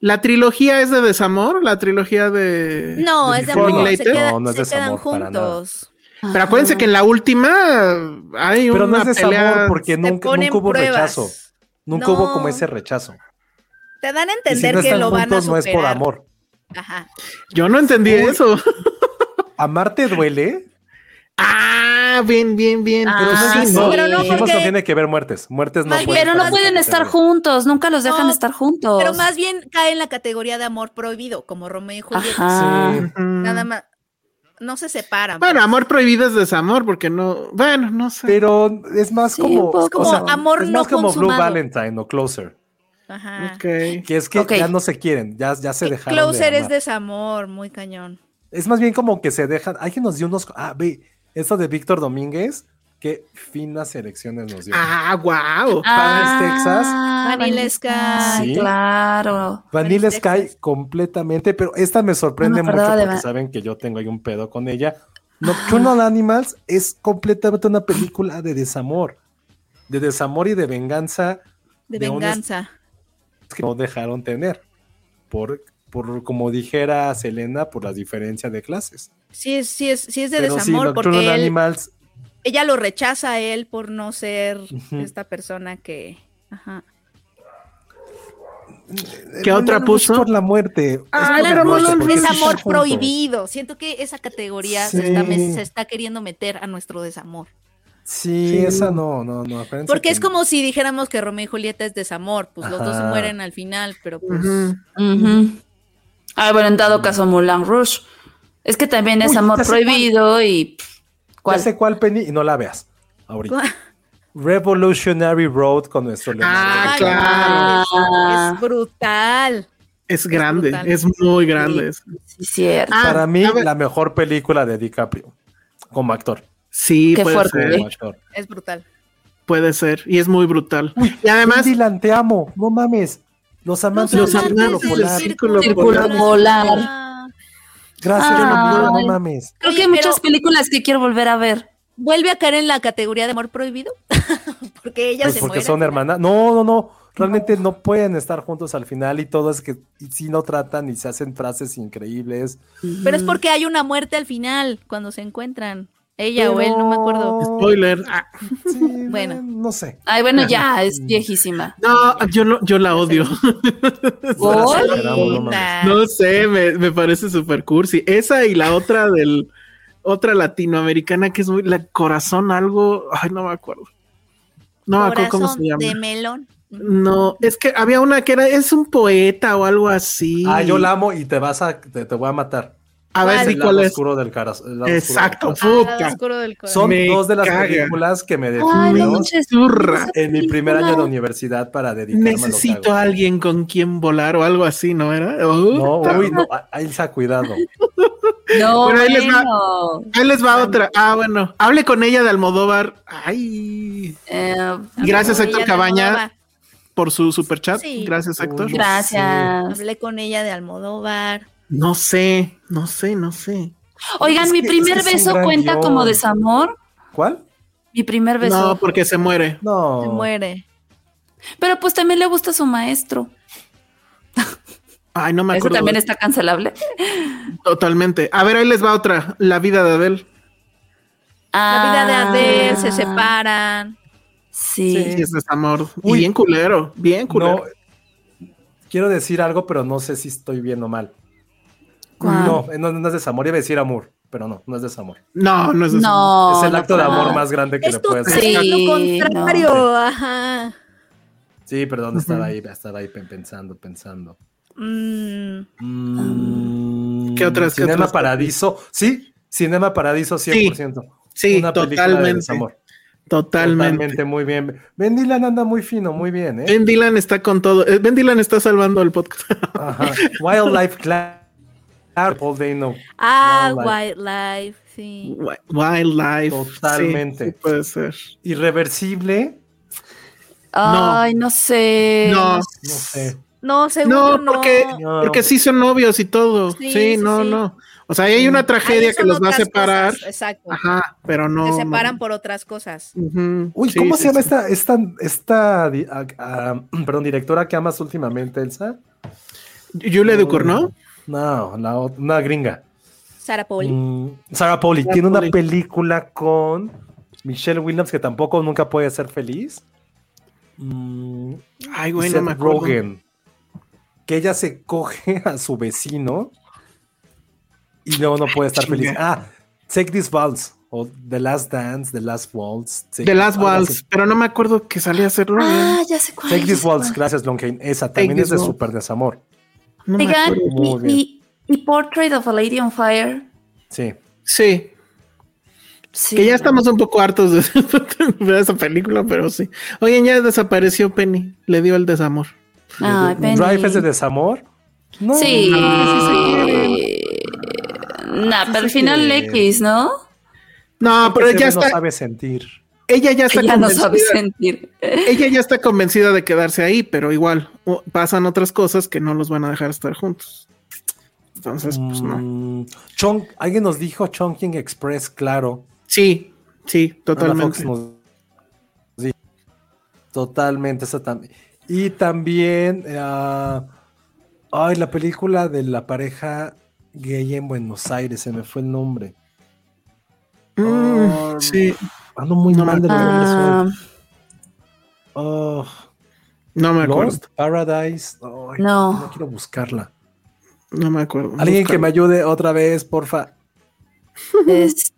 S4: la trilogía es de desamor, la trilogía de
S5: No,
S4: de
S5: es de
S4: Before
S5: amor.
S4: and
S5: Se,
S4: Later?
S5: queda-
S2: No, no es
S5: se quedan
S2: desamor para nada.
S5: juntos.
S4: Pero acuérdense que en la última hay
S2: Pero no
S4: una
S2: es desamor
S4: pelea.
S2: porque
S5: Te
S2: nunca,
S5: ponen
S2: nunca hubo
S5: pruebas.
S2: rechazo. Nunca hubo como
S5: No.
S2: ese rechazo.
S5: Te dan a
S2: Y si
S5: entender
S2: no
S5: que
S2: están
S5: lo van a
S2: juntos no
S5: superar.
S2: es por amor.
S5: Ajá.
S4: Yo no entendí
S2: Uy.
S4: eso.
S2: Amarte duele,
S4: Ah, bien, bien, bien.
S6: Ah,
S2: pero no,
S6: sí,
S2: no,
S6: pero no
S2: dijimos
S5: porque-
S2: no tiene que ver muertes. Muertes no
S5: Más bien,
S2: pueden
S6: Pero no
S2: estar
S6: pueden
S2: en esa
S6: estar
S2: categoría.
S6: juntos, nunca los dejan
S5: No,
S6: estar juntos.
S5: Pero más bien cae en la categoría de amor prohibido, como Romeo y Julieta.
S6: Ajá.
S5: Ah.
S2: Sí.
S4: Mm.
S5: Nada más. No se separan.
S4: Bueno,
S5: pues.
S4: amor prohibido es desamor porque no. Bueno, no sé.
S2: Pero es más
S6: Sí, un
S2: como,
S6: poco.
S2: o
S6: Es
S5: como amor
S2: es
S5: no
S2: más como Blue
S5: consumado.
S2: Valentine o Closer,
S5: Ajá.
S4: Ok.
S2: que es que
S6: Ok.
S2: ya no se quieren, ya, ya se dejaron. de
S5: Closer es
S2: amar.
S5: desamor, muy cañón.
S2: Es más bien como que se dejan. Alguien nos dio unos. Ah, ve, esta de Víctor Domínguez. Qué finas elecciones nos dio.
S4: Ah, wow.
S2: Padres Texas.
S6: Vanilla
S5: Vanilla
S6: Sky.
S2: Sky. Sí.
S6: Ah, Claro.
S2: Vanilla
S5: Paris,
S2: Sky
S5: Texas.
S2: completamente, pero esta me sorprende
S6: No me
S2: mucho
S6: acordaba de
S2: porque
S6: Van-
S2: saben que yo tengo ahí un pedo con ella. Nocturnal Animals es completamente una película de desamor. De desamor y de venganza
S5: De,
S2: De un es-
S5: venganza.
S2: que no dejaron tener. Por, por como dijera Selena, por la diferencia de clases.
S5: Sí, es, sí, es, sí es de
S2: Pero sí,
S5: desamor,
S2: Nocturnal
S5: porque él,
S2: Animals
S5: ella lo rechaza a él por no ser
S2: Ujú.
S5: esta persona que. Ajá.
S4: ¿Qué
S2: No,
S4: otra
S2: no, no, es
S4: puso?
S2: por la muerte. Es
S4: Ah,
S2: por la
S4: pero no
S2: muerte,
S4: lo-
S2: porque
S5: Es
S2: sí están
S5: amor
S2: juntos.
S5: prohibido. Siento que esa categoría
S2: Sí.
S5: se, está, me- se está queriendo meter a nuestro desamor.
S2: Sí,
S4: Sí.
S2: esa no, no, no. acuérdense
S5: Porque
S2: que
S5: es como si dijéramos que Romeo y Julieta es desamor, pues los dos se
S2: Ajá.
S5: mueren al final, pero pues.
S4: Ujú.
S6: Ujú. Ah, bueno, en dado caso, Mulan Rush. Es que también es
S2: Uy,
S6: amor
S2: ya sé cuál.
S6: prohibido y. pff, ¿Cuál?
S2: Ya sé cuál Penny y no la veas ahorita.
S5: Ah,
S2: Revolutionary Road con nuestro Leonardo.
S4: Ah,
S5: Ay,
S4: claro.
S5: no, es brutal.
S4: Es grande, brutal. es muy grande.
S6: Sí, cierto.
S2: Ah, Para mí, la mejor película de DiCaprio como actor.
S4: Sí, Qué puede fuerte, ser.
S5: ¿eh? Actor. Es brutal.
S4: Puede ser, y es muy brutal. Uy, y además.
S2: Dylan, te amo, no mames. Los amantes,
S4: los amantes del polar. círculo, círculo polar.
S6: polar.
S2: Gracias, ah, no, no mames.
S6: Creo que hay muchas películas que quiero volver a ver
S5: vuelve a caer en la categoría de amor prohibido *laughs* porque ellas pues se
S2: porque mueren. son hermanas no no no realmente no. no pueden estar juntos al final y todo es que si no tratan y se hacen frases increíbles
S5: pero es porque hay una muerte al final cuando se encuentran ella pero... o él no me acuerdo *laughs*
S4: spoiler ah.
S2: sí, bueno no sé
S6: ay bueno ya es viejísima
S4: no yo no, yo la odio *laughs*
S6: oh,
S4: no sé me, me parece super cursi esa y la otra del otra latinoamericana que es muy la corazón algo, ay no me acuerdo. No
S5: corazón me
S4: acuerdo cómo se llama.
S5: De melón.
S4: No, es que había una que era es un poeta o algo así.
S2: Ah, yo la amo y te vas a te, te voy a matar.
S4: A ver si
S2: el lado cuál es. Oscuro del cara,
S4: Exacto,
S5: oscuro del ah, oscuro del
S2: Son me dos de las caga. películas que me definieron en mi primer año de universidad para dedicarme
S4: Necesito a, a alguien con quien volar o algo así, ¿no era?
S2: Oh, no, uy, no, ahí se ha cuidado.
S6: No,
S4: bueno, ahí, les va, ahí les va otra. Ah, bueno, hable con ella de Almodóvar. Ay.
S6: Eh,
S4: Gracias, Héctor Cabaña, por su super chat. Sí. Gracias, Héctor.
S6: Gracias.
S5: Hablé con ella de Almodóvar.
S4: No sé, no sé, no sé.
S6: Oigan, es mi que, primer es que beso cuenta guión. como desamor.
S2: ¿Cuál?
S6: Mi primer beso.
S4: No, pues porque se muere.
S2: No.
S5: Se muere.
S6: Pero pues también le gusta su maestro.
S4: Ay, no me acuerdo.
S6: ¿Eso también está cancelable.
S4: Totalmente. A ver, ahí les va otra. La vida de Adel.
S5: Ah, la vida de Adel, se separan.
S6: Sí.
S4: sí es desamor. Uy, bien culero, bien culero.
S2: No, quiero decir algo, pero no sé si estoy bien o mal. No, no, no, es desamor, iba a decir amor, pero no, no es desamor.
S4: No, no es
S6: desamor.
S5: Oh,
S2: No, es el acto
S6: no,
S2: de amor más grande que
S5: es
S2: le puedes
S5: hacer. Sí, lo contrario, ajá.
S2: Sí, perdón, estar ahí, estar ahí pensando, pensando.
S5: Mm.
S2: Mm.
S4: ¿Qué otras?
S2: Cinema
S4: ¿qué otras?
S2: Paradiso, sí, Cinema Paradiso 100%.
S4: Sí, sí Una totalmente. De desamor. Totalmente.
S2: Totalmente, muy bien. Ben Dylan anda muy fino, muy bien. ¿eh?
S4: Ben Dylan está con todo. Eh, Ben Dylan está salvando el podcast. *laughs*
S2: Ajá. Wildlife Club. All Day No.
S5: Ah, Wildlife, sí.
S4: Wildlife.
S2: Totalmente.
S4: Sí, puede ser.
S2: Irreversible.
S6: Ay, no, no Eh, sé.
S4: No.
S2: no sé.
S5: No, seguro
S4: no. Porque, no. porque sí son novios y todo. Sí, sí, sí no, no. O sea, hay una tragedia Ay, que los va a separar.
S5: Cosas. Exacto.
S4: Ajá, pero no.
S5: Se separan por otras cosas.
S4: Uh -huh.
S2: Uy, ¿cómo se llama esta, esta, esta uh, perdón, directora que amas últimamente, Elsa? este
S4: Julia uh, Ducournau.
S2: No, la otra, una gringa.
S5: Sarah Pauli.
S2: Mm, Sarah Pauli Sarah tiene Pauli. una película con Michelle Williams que tampoco nunca puede ser feliz.
S4: Mm, Ay, güey, no me acuerdo. Rogen,
S2: que ella se coge a su vecino y luego no puede estar feliz. Ah, Take This Waltz. O The Last Dance, The Last Waltz.
S4: Take the
S2: Ah,
S4: Last Waltz, así. pero no me acuerdo que salía a ser Rogen.
S6: Ah, ya sé cuál.
S2: Take This Waltz, gracias Longhain. Esa también Take es de waltz. super desamor.
S6: No Oigan, y, y, Portrait of a Lady on Fire.
S2: Sí.
S4: Sí. sí que ya estamos un poco hartos de, *laughs* de esa película, pero sí. Oigan, ya desapareció Penny. Le dio el desamor.
S6: Ay,
S2: Penny. ¿Drive es de desamor?
S6: No. Sí. No, sí. Nah, pero al final X, ¿no?
S4: No, pero ya está.
S2: No sabe sentir.
S4: Ella ya está
S6: ella convencida. No sabe sentir.
S4: Ella ya está convencida de quedarse ahí, pero igual o, pasan otras cosas que no los van a dejar estar juntos. Entonces, pues no. Mm,
S2: Chong, alguien nos dijo Chongqing Express, claro.
S4: Sí, sí, totalmente.
S2: Nos... Sí, totalmente, esa también. Y también, uh, ay, la película de la pareja gay en Buenos Aires, se me fue el nombre.
S4: Mm, um, sí
S2: ando muy no mal de
S6: Ah,
S2: los uh,
S4: no me acuerdo. Lord
S2: Paradise. Oh,
S6: no.
S2: No quiero buscarla.
S4: No me acuerdo.
S2: Alguien Busca. que me ayude otra vez, porfa.
S6: Este...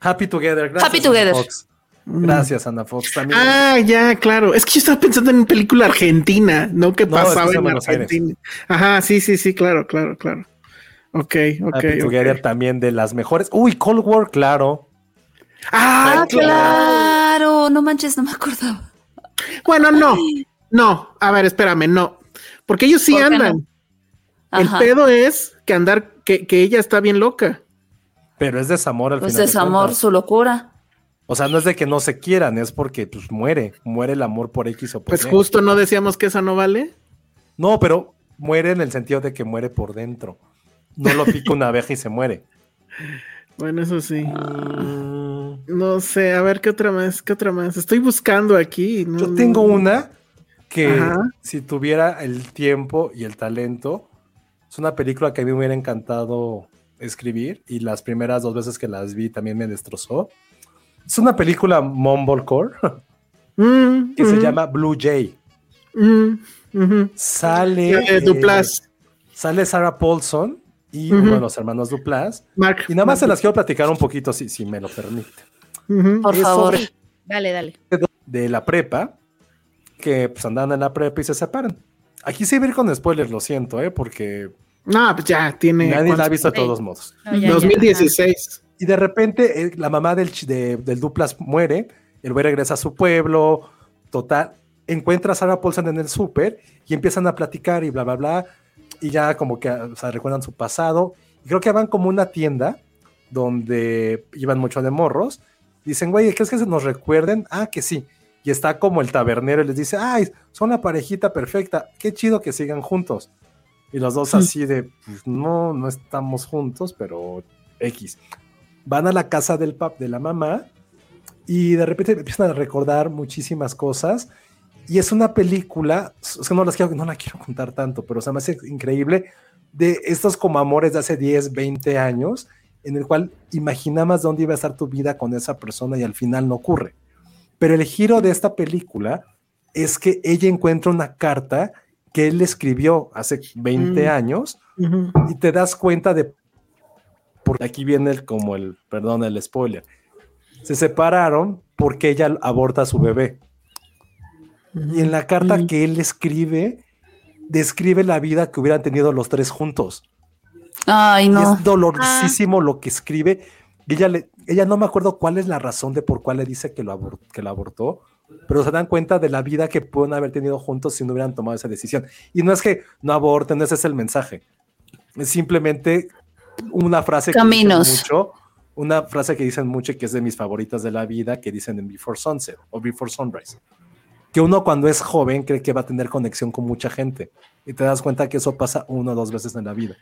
S2: Happy Together. Gracias,
S6: Happy Together.
S2: Fox. Gracias, Ana Fox. También.
S4: Mm. Ah, ya, claro. Es que yo estaba pensando en película argentina, ¿no? Que no, pasaba es que en Argentina. Ajá, sí, sí, sí, claro, claro, claro. Ok, ok.
S2: Happy Together
S4: okay.
S2: también de las mejores. Uy, Cold War, claro.
S6: Ah, claro, no manches, no me acordaba.
S4: Bueno, no, no, a ver, espérame, no, Porque ellos sí andan. No? El pedo es que andar, que, que, ella está bien loca.
S2: Pero es desamor al
S6: pues
S2: final.
S6: Es desamor, de su locura.
S2: O sea, no es de que no se quieran, es porque pues muere, muere el amor por X o por
S4: Pues y. justo no decíamos que esa no vale.
S2: No, pero muere en el sentido de que muere por dentro. No lo pica una abeja y se muere.
S4: Bueno, eso sí. Ah. No sé, a ver qué otra más, qué otra más. Estoy buscando aquí. No,
S2: Yo tengo una que Mm. Ajá. si tuviera el tiempo y el talento, es una película que a mí me hubiera encantado escribir y las primeras dos veces que las vi también me destrozó. Es una película mumblecore *laughs* mm, que mm -hmm. se llama Blue Jay. Mm, -hmm. Sale
S4: eh, Duplas.
S2: Sale Sarah Paulson y uh -huh. uno de los hermanos Duplas. Mark, y nada más Mark. se las quiero platicar un poquito, si, si me lo permite.
S6: Uh -huh. Por favor.
S5: Sí. Dale, dale.
S2: De la prepa, que pues andan en la prepa y se separan. Aquí sí voy a ir con spoilers, lo siento, ¿eh? Porque...
S4: No, pues ya tiene...
S2: Nadie ¿cuánto? la ha visto de todos modos.
S4: No, ya, 2016.
S2: Ya. Y de repente eh, la mamá del, de, del Duplas muere, el güey regresa a su pueblo, total, encuentra a Sarah Paulson en el súper y empiezan a platicar y bla, bla, bla y ya como que o sea, recuerdan su pasado. Y creo que van como una tienda donde iban mucho de morros. Dicen, güey, ¿crees que se nos recuerden? Ah, que sí. Y está como el tabernero y les dice, ay, son la parejita perfecta. Qué chido que sigan juntos. Y los dos así de, pues no, no estamos juntos, pero X. Van a la casa del pap de la mamá y de repente empiezan a recordar muchísimas cosas y es una película, es que no, las quiero, no la quiero contar tanto, pero o sea, me hace increíble de estos como amores de hace 10, 20 años, en el cual imaginabas dónde iba a estar tu vida con esa persona y al final no ocurre. Pero el giro de esta película es que ella encuentra una carta que él escribió hace 20 mm. años uh -huh. y te das cuenta de porque aquí viene el, como el, perdón, el spoiler. Se separaron porque ella aborta a su bebé. Y en la carta mm. que él escribe, describe la vida que hubieran tenido los tres juntos.
S6: Ay, no. Ah.
S2: Y es dolorosísimo ah. lo que escribe. Ella, le, ella no me acuerdo cuál es la razón de por cuál le dice que lo, abor que lo abortó, pero se dan cuenta de la vida que pueden haber tenido juntos si no hubieran tomado esa decisión. Y no es que no aborten, ese es el mensaje. Es simplemente una frase
S6: Caminos.
S2: que dicen mucho, una frase que dicen mucho y que es de mis favoritas de la vida, que dicen en Before Sunset o Before Sunrise que uno cuando es joven cree que va a tener conexión con mucha gente y te das cuenta que eso pasa una o dos veces en la vida.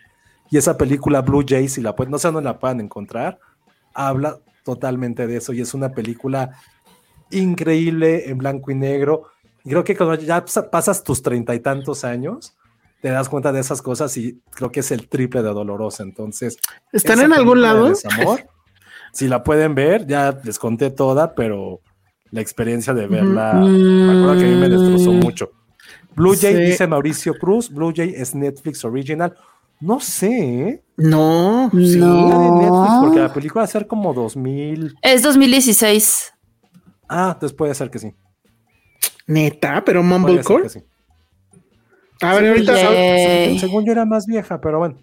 S2: Y esa película Blue Jay, si la pueden, no sé dónde la pueden encontrar, habla totalmente de eso y es una película increíble en blanco y negro. Y creo que cuando ya pasas tus treinta y tantos años, te das cuenta de esas cosas y creo que es el triple de dolorosa. Entonces,
S4: ¿están en algún lado?
S2: Amor, si la pueden ver, ya les conté toda, pero la experiencia de verla. Mm. Me acuerdo que a mí me destrozó
S4: mm.
S2: mucho. Blue Jay sí. dice Mauricio Cruz, Blue Jay es Netflix original. No sé.
S4: No,
S2: sí, no. De Netflix
S4: Ah.
S2: porque la película va a ser como 2000.
S6: Es 2016.
S2: Ah, entonces puede ser que sí.
S4: Neta, pero Mumblecore. Sí. A ver, ahorita.
S2: Según, según yo era más vieja, pero bueno.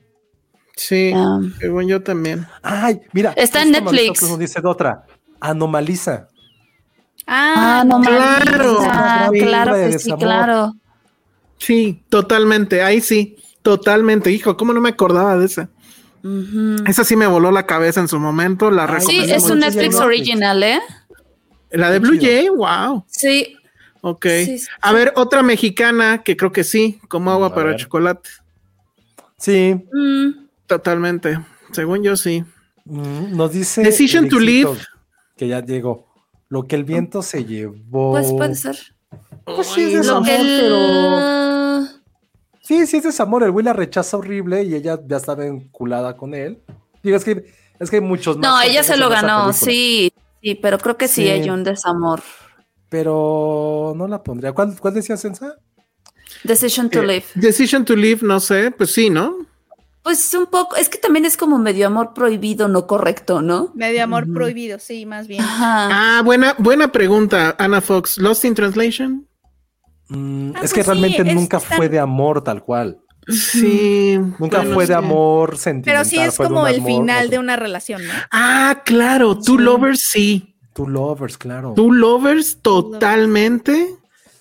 S4: Sí, um. según yo también.
S2: Ay, mira.
S6: Está en Netflix.
S2: Nos dice de otra. Anomaliza.
S6: Ah, ah, no, claro. Ah, claro que de sí, claro.
S4: Sí, totalmente, ahí sí, totalmente. Hijo, ¿cómo no me acordaba de esa? Uh -huh. Esa sí me voló la cabeza en su momento, la Ay,
S6: Sí, es un Netflix, Netflix original, ¿eh?
S4: La de Blue Jay, wow.
S6: Sí.
S4: Ok. Sí, sí. A ver, otra mexicana que creo que sí, como agua A para ver. chocolate.
S2: Sí.
S4: Mm. Totalmente, según yo sí.
S2: Mm. Nos dice...
S4: Decision to Live.
S2: Que ya llegó. Lo que el viento se llevó.
S6: Pues puede ser.
S2: Pues sí, Oh. es desamor, el... pero. Sí, sí, es desamor. El güey la rechaza horrible y ella ya estaba vinculada con él. Digo, es que, es que hay muchos
S6: más. No, ella se lo ganó, sí. Sí, pero creo que sí, sí, hay un desamor.
S2: Pero no la pondría. ¿Cuál, cuál decía Sensa?
S6: Decision to eh, Live.
S4: Decision to Live, no sé, pues sí, ¿no?
S6: Pues un poco, es que también es como medio amor prohibido, no correcto, ¿no?
S5: Medio amor uh -huh. prohibido, sí, más bien.
S4: Ajá. Ah, buena, buena pregunta, Ana Fox. ¿Lost in Translation?
S2: Mm, ah, es pues que realmente sí, nunca esta... fue de amor tal cual.
S4: Sí.
S2: Nunca bueno, fue sí. de amor sentimental.
S5: Pero sí es como el amor, final otro. de una relación, ¿no?
S4: Ah, claro, Two sí. Lovers sí.
S2: Two Lovers, claro.
S4: Two Lovers totalmente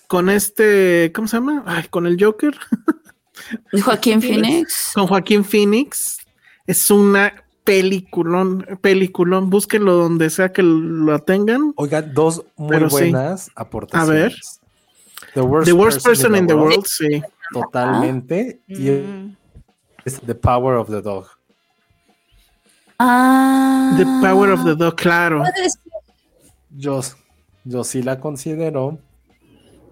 S4: con este, ¿cómo se llama? Ay, con el Joker. *laughs*
S6: Joaquín Phoenix.
S4: Con Joaquín Phoenix. Es una peliculón, peliculón. Búsquenlo donde sea que lo tengan.
S2: Oigan, dos muy
S4: Pero sí.
S2: buenas aportaciones.
S4: A ver.
S2: The worst,
S4: The worst person in the world, sí.
S2: Totalmente. Y es The Power of the Dog.
S6: Ah.
S4: The Power of the Dog, claro.
S2: Yo, yo sí la considero.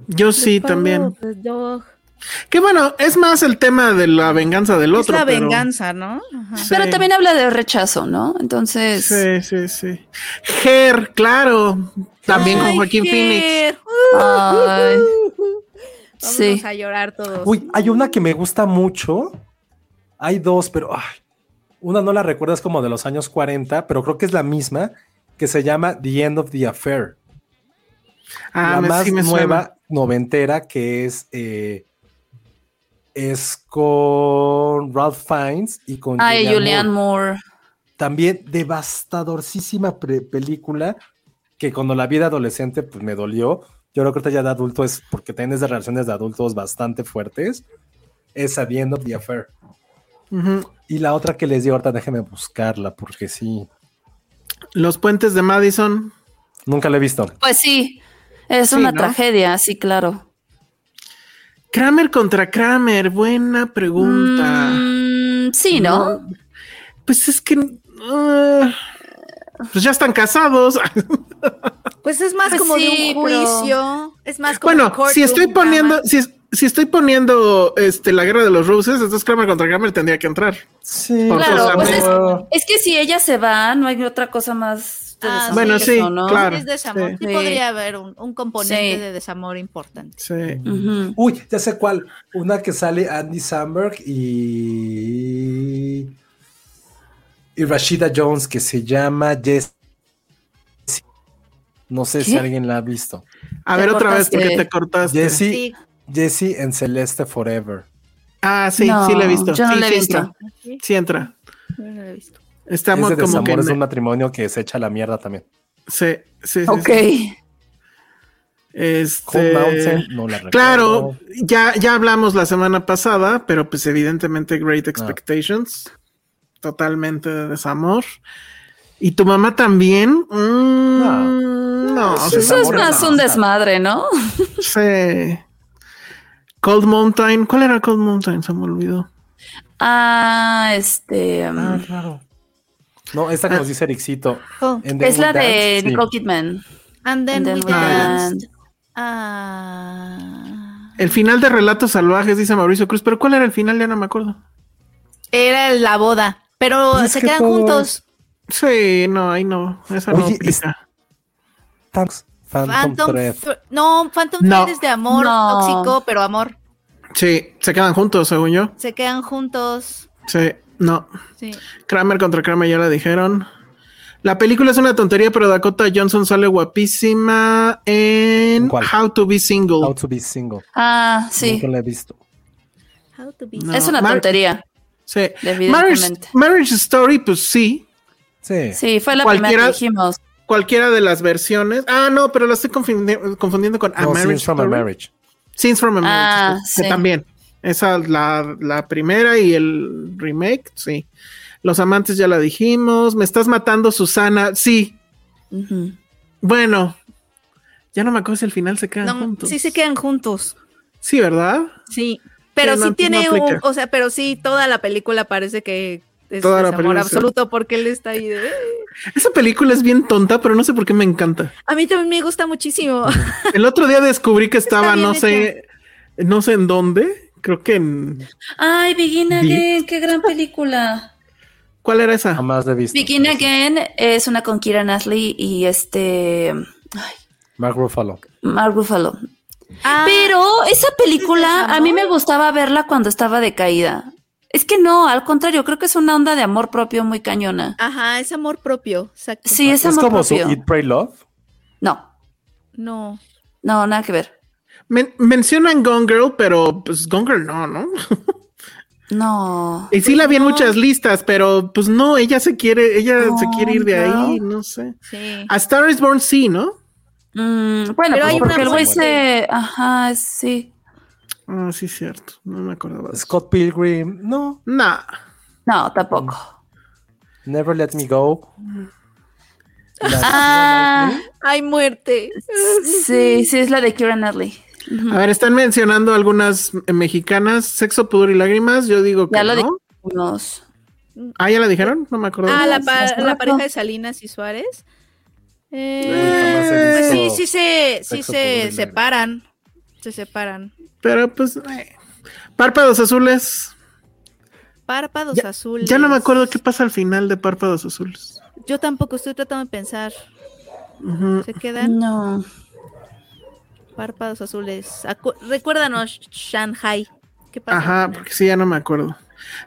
S4: Yo sí
S5: Pablo
S4: también.
S5: the Dog.
S4: Que bueno, es más el tema de la venganza del
S5: Es
S4: otro.
S5: la
S4: pero-
S5: venganza, ¿no? Ajá.
S4: Sí.
S6: Pero también habla de rechazo, ¿no? Entonces.
S4: Sí, sí, sí. Ger, claro. También con
S5: Ay,
S4: Joaquín
S5: Ger.
S4: Phoenix.
S6: ay,
S5: Vámonos
S6: sí.
S5: a llorar todos.
S2: Uy, hay una que me gusta mucho. Hay dos, pero ay, una no la recuerdas como de los años 40, pero creo que es la misma, que se llama The End of the Affair.
S4: Ah,
S2: la
S4: me,
S2: más
S4: sí me
S2: nueva
S4: suena.
S2: noventera que es eh, es con Ralph Fiennes y con
S6: Ay,
S2: Julianne
S6: Julianne
S2: Moore.
S6: Moore.
S2: También devastadorcísima pre- película que cuando la vi de adolescente pues me dolió. Yo creo que ahorita ya de adulto es porque tienes de relaciones de adultos bastante fuertes. Es The End of the Affair.
S4: Ujú.
S2: Y la otra que les di ahorita, déjenme buscarla porque sí.
S4: Los puentes de Madison.
S2: Nunca la he visto.
S6: Pues sí. Es
S4: Sí,
S6: una
S4: ¿no?
S6: tragedia, sí, claro.
S4: Kramer contra Kramer, buena pregunta.
S6: Mm, sí, ¿no?
S4: Pues es que. ah, pues ya están
S6: *laughs*
S4: casados.
S5: Pues es más
S6: Pues
S5: como
S6: sí,
S5: de un
S6: pero-
S5: juicio. Es más como
S4: bueno,
S5: un courtroom
S4: si estoy poniendo.
S5: drama.
S4: Si, es- si estoy poniendo este, la guerra de los Roses, entonces Kramer contra Kramer tendría que entrar.
S2: Sí,
S4: Por
S6: Claro,
S4: sus
S6: pues es-
S4: amigos.
S6: Es que si ella se va, no hay otra cosa más. de
S5: Ah,
S6: desamor
S4: bueno,
S6: que
S4: sí,
S6: eso, ¿no?
S4: claro.
S5: Es desamor.
S4: Sí.
S5: Sí,
S6: Sí.
S5: podría haber un, un componente
S6: Sí.
S5: de desamor importante.
S4: Sí.
S6: Ujú.
S2: Uy, ya sé cuál. Una que sale Andy Samberg y. Y Rashida Jones, que se llama Jess. No sé si
S6: ¿Qué?
S2: alguien la ha visto.
S4: A
S6: Te
S4: ver otra vez
S6: cortaste.
S4: porque te cortaste.
S2: Jessie,
S5: Sí.
S2: Jessie en Celeste Forever.
S4: Ah, sí,
S6: No,
S4: sí la he visto.
S6: yo no
S4: Sí,
S6: la he
S4: sí
S6: visto.
S4: entra. Sí entra.
S5: Yo no lo he visto.
S4: Estamos
S2: es de
S4: como que.
S2: desamor, es de
S4: en-
S2: un matrimonio que se echa a la mierda también.
S4: Sí, sí, sí.
S6: Ok.
S4: sí.
S2: Cold
S4: Este.
S2: Mountain, no la recuerdo.
S4: Claro, ya, ya hablamos la semana pasada, pero pues evidentemente
S2: Ah.
S4: Great Expectations, totalmente de desamor. ¿Y tu mamá también? Mm, no,
S2: Ah. sí,
S6: Eso es
S2: desamor,
S6: más
S2: no,
S6: un
S2: está.
S6: desmadre, ¿no?
S4: sí. Cold Mountain, ¿cuál era Cold Mountain? Se me olvidó.
S6: Ah, este. um,
S2: Ah, claro. No, esta
S4: Ah.
S2: que nos dice Ericito.
S5: Oh,
S2: En The
S6: es la
S2: Good Dance,
S6: de
S2: sí.
S6: Nicole Kidman.
S5: And
S6: And
S5: then,
S6: then
S5: we
S6: we
S5: danced.
S6: danced.
S5: Ah.
S4: El final de Relatos Salvajes, dice Mauricio Cruz, pero ¿cuál era el final? Ya no me acuerdo.
S5: Era la boda. Pero
S2: Pues es
S5: se
S2: que
S5: quedan
S2: todos-
S5: juntos.
S4: Sí, no, ahí no, esa no
S2: Oye, es-
S4: aplica.
S2: Thanks, Phantom,
S5: Phantom
S2: Thread.
S5: Thre- No, Phantom
S4: No.
S5: Thread es de amor
S6: No.
S5: tóxico, pero amor.
S4: Sí, se quedan juntos, según yo.
S5: Se quedan juntos.
S4: Sí, no.
S5: Sí.
S4: Kramer contra Kramer, ya la dijeron. La película es una tontería, pero Dakota Johnson sale guapísima en
S2: ¿Cuál?
S4: How to Be Single.
S2: How to be single.
S6: Ah, sí.
S2: Nunca la he visto.
S5: How to be-
S4: No.
S6: Es una
S4: Mar-
S6: tontería.
S4: Sí.
S6: Evidentemente.
S4: Marriage, Marriage Story, pues sí.
S2: Sí.
S6: Sí, fue la
S4: Cualquiera-
S6: primera que dijimos.
S4: Cualquiera de las versiones. Ah, no, pero la estoy confundi- confundiendo
S5: Ah,
S4: con A
S2: No,
S4: Marriage
S2: Scenes from a
S4: Story.
S2: Marriage.
S4: Scenes from a
S6: Ah,
S4: Marriage. que
S6: sí.
S4: también. Esa la, la primera y el remake, sí. Los amantes ya la dijimos. Me estás matando, Susana. Sí.
S6: Ujú.
S4: Bueno. Ya no me acuerdo si al final se quedan
S5: No,
S4: juntos.
S5: sí se quedan juntos.
S4: Sí, ¿verdad?
S5: Sí. Pero
S4: Sí,
S5: sí
S4: no,
S5: tiene
S4: no aplica.
S5: un, o sea, pero sí, toda la película parece que es
S4: Toda la
S5: desamor
S4: película, sí.
S5: absoluto porque él está ahí de... "Eh".
S4: Esa película es bien tonta, pero no sé por qué me encanta.
S5: A mí también me gusta muchísimo. *laughs*
S4: El otro día descubrí que estaba,
S5: bien
S4: no sé, no sé en dónde. Creo que en.
S6: Ay, Begin
S4: Vi-
S6: Again, qué gran película.
S4: ¿Cuál era
S5: Ah.
S4: esa?
S2: Jamás la he visto.
S6: Begin Again es una con Kira Nashley y este
S2: Mark Ruffalo.
S6: Mark Ruffalo.
S5: Ah,
S6: Pero esa película
S5: desamor?
S6: a mí me gustaba verla cuando estaba decaída. Es que no, al contrario, creo que es una onda de amor propio muy cañona.
S5: Ajá, es amor propio. Exacto.
S6: Sí, es,
S2: Es
S6: amor
S2: como su
S6: propio.
S2: Eat, Pray, Love.
S6: No,
S5: No.
S6: no, nada que ver.
S4: Men- mencionan Gone Girl, pero pues Gone Girl no, ¿no?
S6: No.
S4: Y sí la vi en muchas listas, pero pues no, ella se quiere, ella se
S6: No,
S4: quiere ir de
S6: no.
S4: ahí, no sé.
S5: Sí.
S4: A Star is Born sí, ¿no?
S6: Mm, bueno,
S5: Pero
S6: pues
S5: hay
S6: porque
S5: una
S6: el güey
S5: muerte.
S6: se. Ajá, sí.
S4: Ah, sí, cierto. No me acordaba. de eso.
S2: Scott Pilgrim, no.
S4: Nah.
S6: No, tampoco.
S2: Never Let Me Go.
S6: Ah,
S5: Hay muerte.
S2: Mm.
S6: sí, sí, es la de Kieran Natalie.
S4: A ver, están mencionando algunas eh, mexicanas. Sexo, pudor y lágrimas. Yo digo que
S6: Ya lo
S4: no.
S6: dijimos.
S4: Ah, ya la dijeron. No me acuerdo.
S5: Ah, la, pa-
S6: hace
S5: la
S6: rato.
S5: pareja de Salinas y Suárez.
S2: jamás he
S5: Eh, pues sí,
S2: visto
S5: sí se, sí
S2: Sexo,
S5: se
S2: Pudor y
S5: separan. Se separan.
S4: Pero pues. eh. Párpados azules.
S5: Párpados azules.
S4: Ya no me acuerdo qué pasa al final de Párpados azules.
S5: Yo tampoco estoy tratando de pensar.
S4: Ujú.
S5: Se quedan
S6: No.
S5: párpados azules. Acu- Recuérdanos, Shanghai. ¿Qué pasa?
S4: Ajá, porque sí, ya no me acuerdo.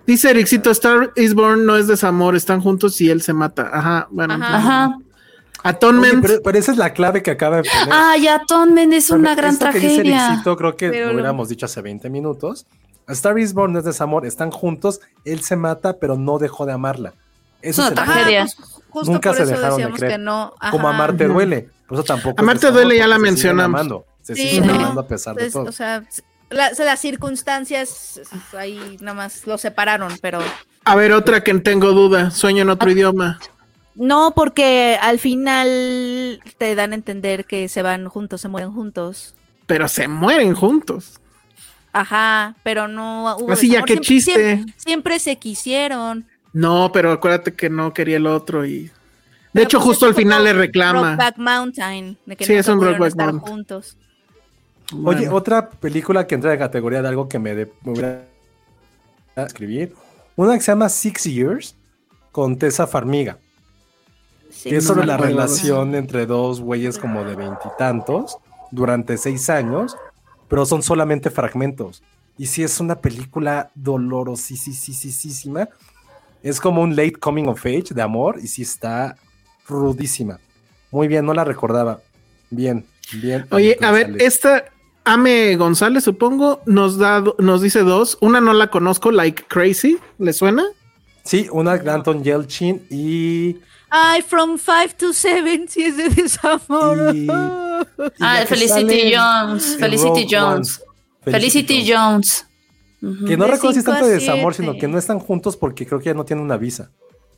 S4: Dice Ericito, Star is Born no es desamor, están juntos y él se mata. Ajá, bueno.
S5: Ajá.
S4: entonces-
S6: Ajá.
S4: Atonement.
S2: Oye, pero, pero esa es la clave que acaba de poner.
S6: Mm. Ah, ya Atonement es una gran
S2: Esto que dice
S6: tragedia.
S2: Ericito, creo que
S5: Pero
S2: lo
S5: lo-
S2: hubiéramos dicho hace 20 minutos. A Star is Born no es desamor, están juntos, él se mata, pero no dejó de amarla. Eso
S6: Es
S2: es
S6: una
S2: el-
S6: tragedia.
S5: Justo
S2: Nunca
S5: por
S2: se
S5: eso
S2: dejaron de
S5: decíamos
S2: creer.
S5: que no. Ajá.
S2: Como amarte
S4: Ujú.
S2: duele. Por eso tampoco.
S4: Amarte
S2: desamor,
S4: duele ya la
S2: porque se siguen
S4: mencionamos.
S2: amando, Se
S5: Sí,
S2: siguen
S5: ¿no?
S2: amando a pesar de
S6: Pues,
S5: Entonces,
S2: todo.
S5: o sea, la- las circunstancias ahí nada más lo separaron, pero
S4: A ver, otra que tengo duda. Sueño en
S5: Ah.
S4: otro idioma.
S5: no porque al final te dan a entender que se van juntos, se mueren juntos.
S4: Pero se mueren juntos.
S5: Ajá, pero no hubo
S4: Así ya,
S5: desamor.
S4: qué
S5: Siempre-
S4: chiste.
S5: Siempre, siempre se quisieron.
S4: No, pero acuérdate que no quería el otro y. De
S5: Pero
S4: hecho,
S5: pues
S4: justo
S5: es
S4: al final
S5: como
S4: le reclama.
S5: Brokeback Mountain, de que
S4: Sí,
S5: nunca
S4: es un
S5: pudieron
S4: Brokeback
S5: estar
S4: Mountain.
S5: juntos.
S4: Bueno.
S2: Oye, otra película que entra en la categoría de algo que me, de- me hubiera escribir. Una que se llama Six Years con Tessa Farmiga.
S5: Sí.
S2: que es
S4: no
S2: sobre
S4: me
S2: la
S4: acuerdo.
S2: relación entre dos güeyes como de veintitantos durante seis años, pero son solamente fragmentos. Y sí es una película dolorosísima. Es como un late coming of age de amor y sí está rudísima. Muy bien, no la recordaba. Bien, bien.
S4: Oye, a ver,
S2: González.
S4: esta Ame González, supongo, nos da, do- nos dice dos. Una no la conozco, like crazy. ¿Le suena?
S2: Sí, una de Anton Yelchin y...
S5: Ay, from 5 to 7, si es de desamor.
S2: y- y
S6: Ah,
S2: la que
S6: Felicity
S2: sale
S6: Jones.
S2: en
S6: Felicity
S2: Rogue One.
S6: Jones. Felicity Jones.
S2: Que no
S5: De
S2: recuerdo si es
S5: cinco
S2: tanto
S5: a
S2: de desamor,
S5: siete.
S2: sino que no están juntos porque creo que ya no tienen una visa.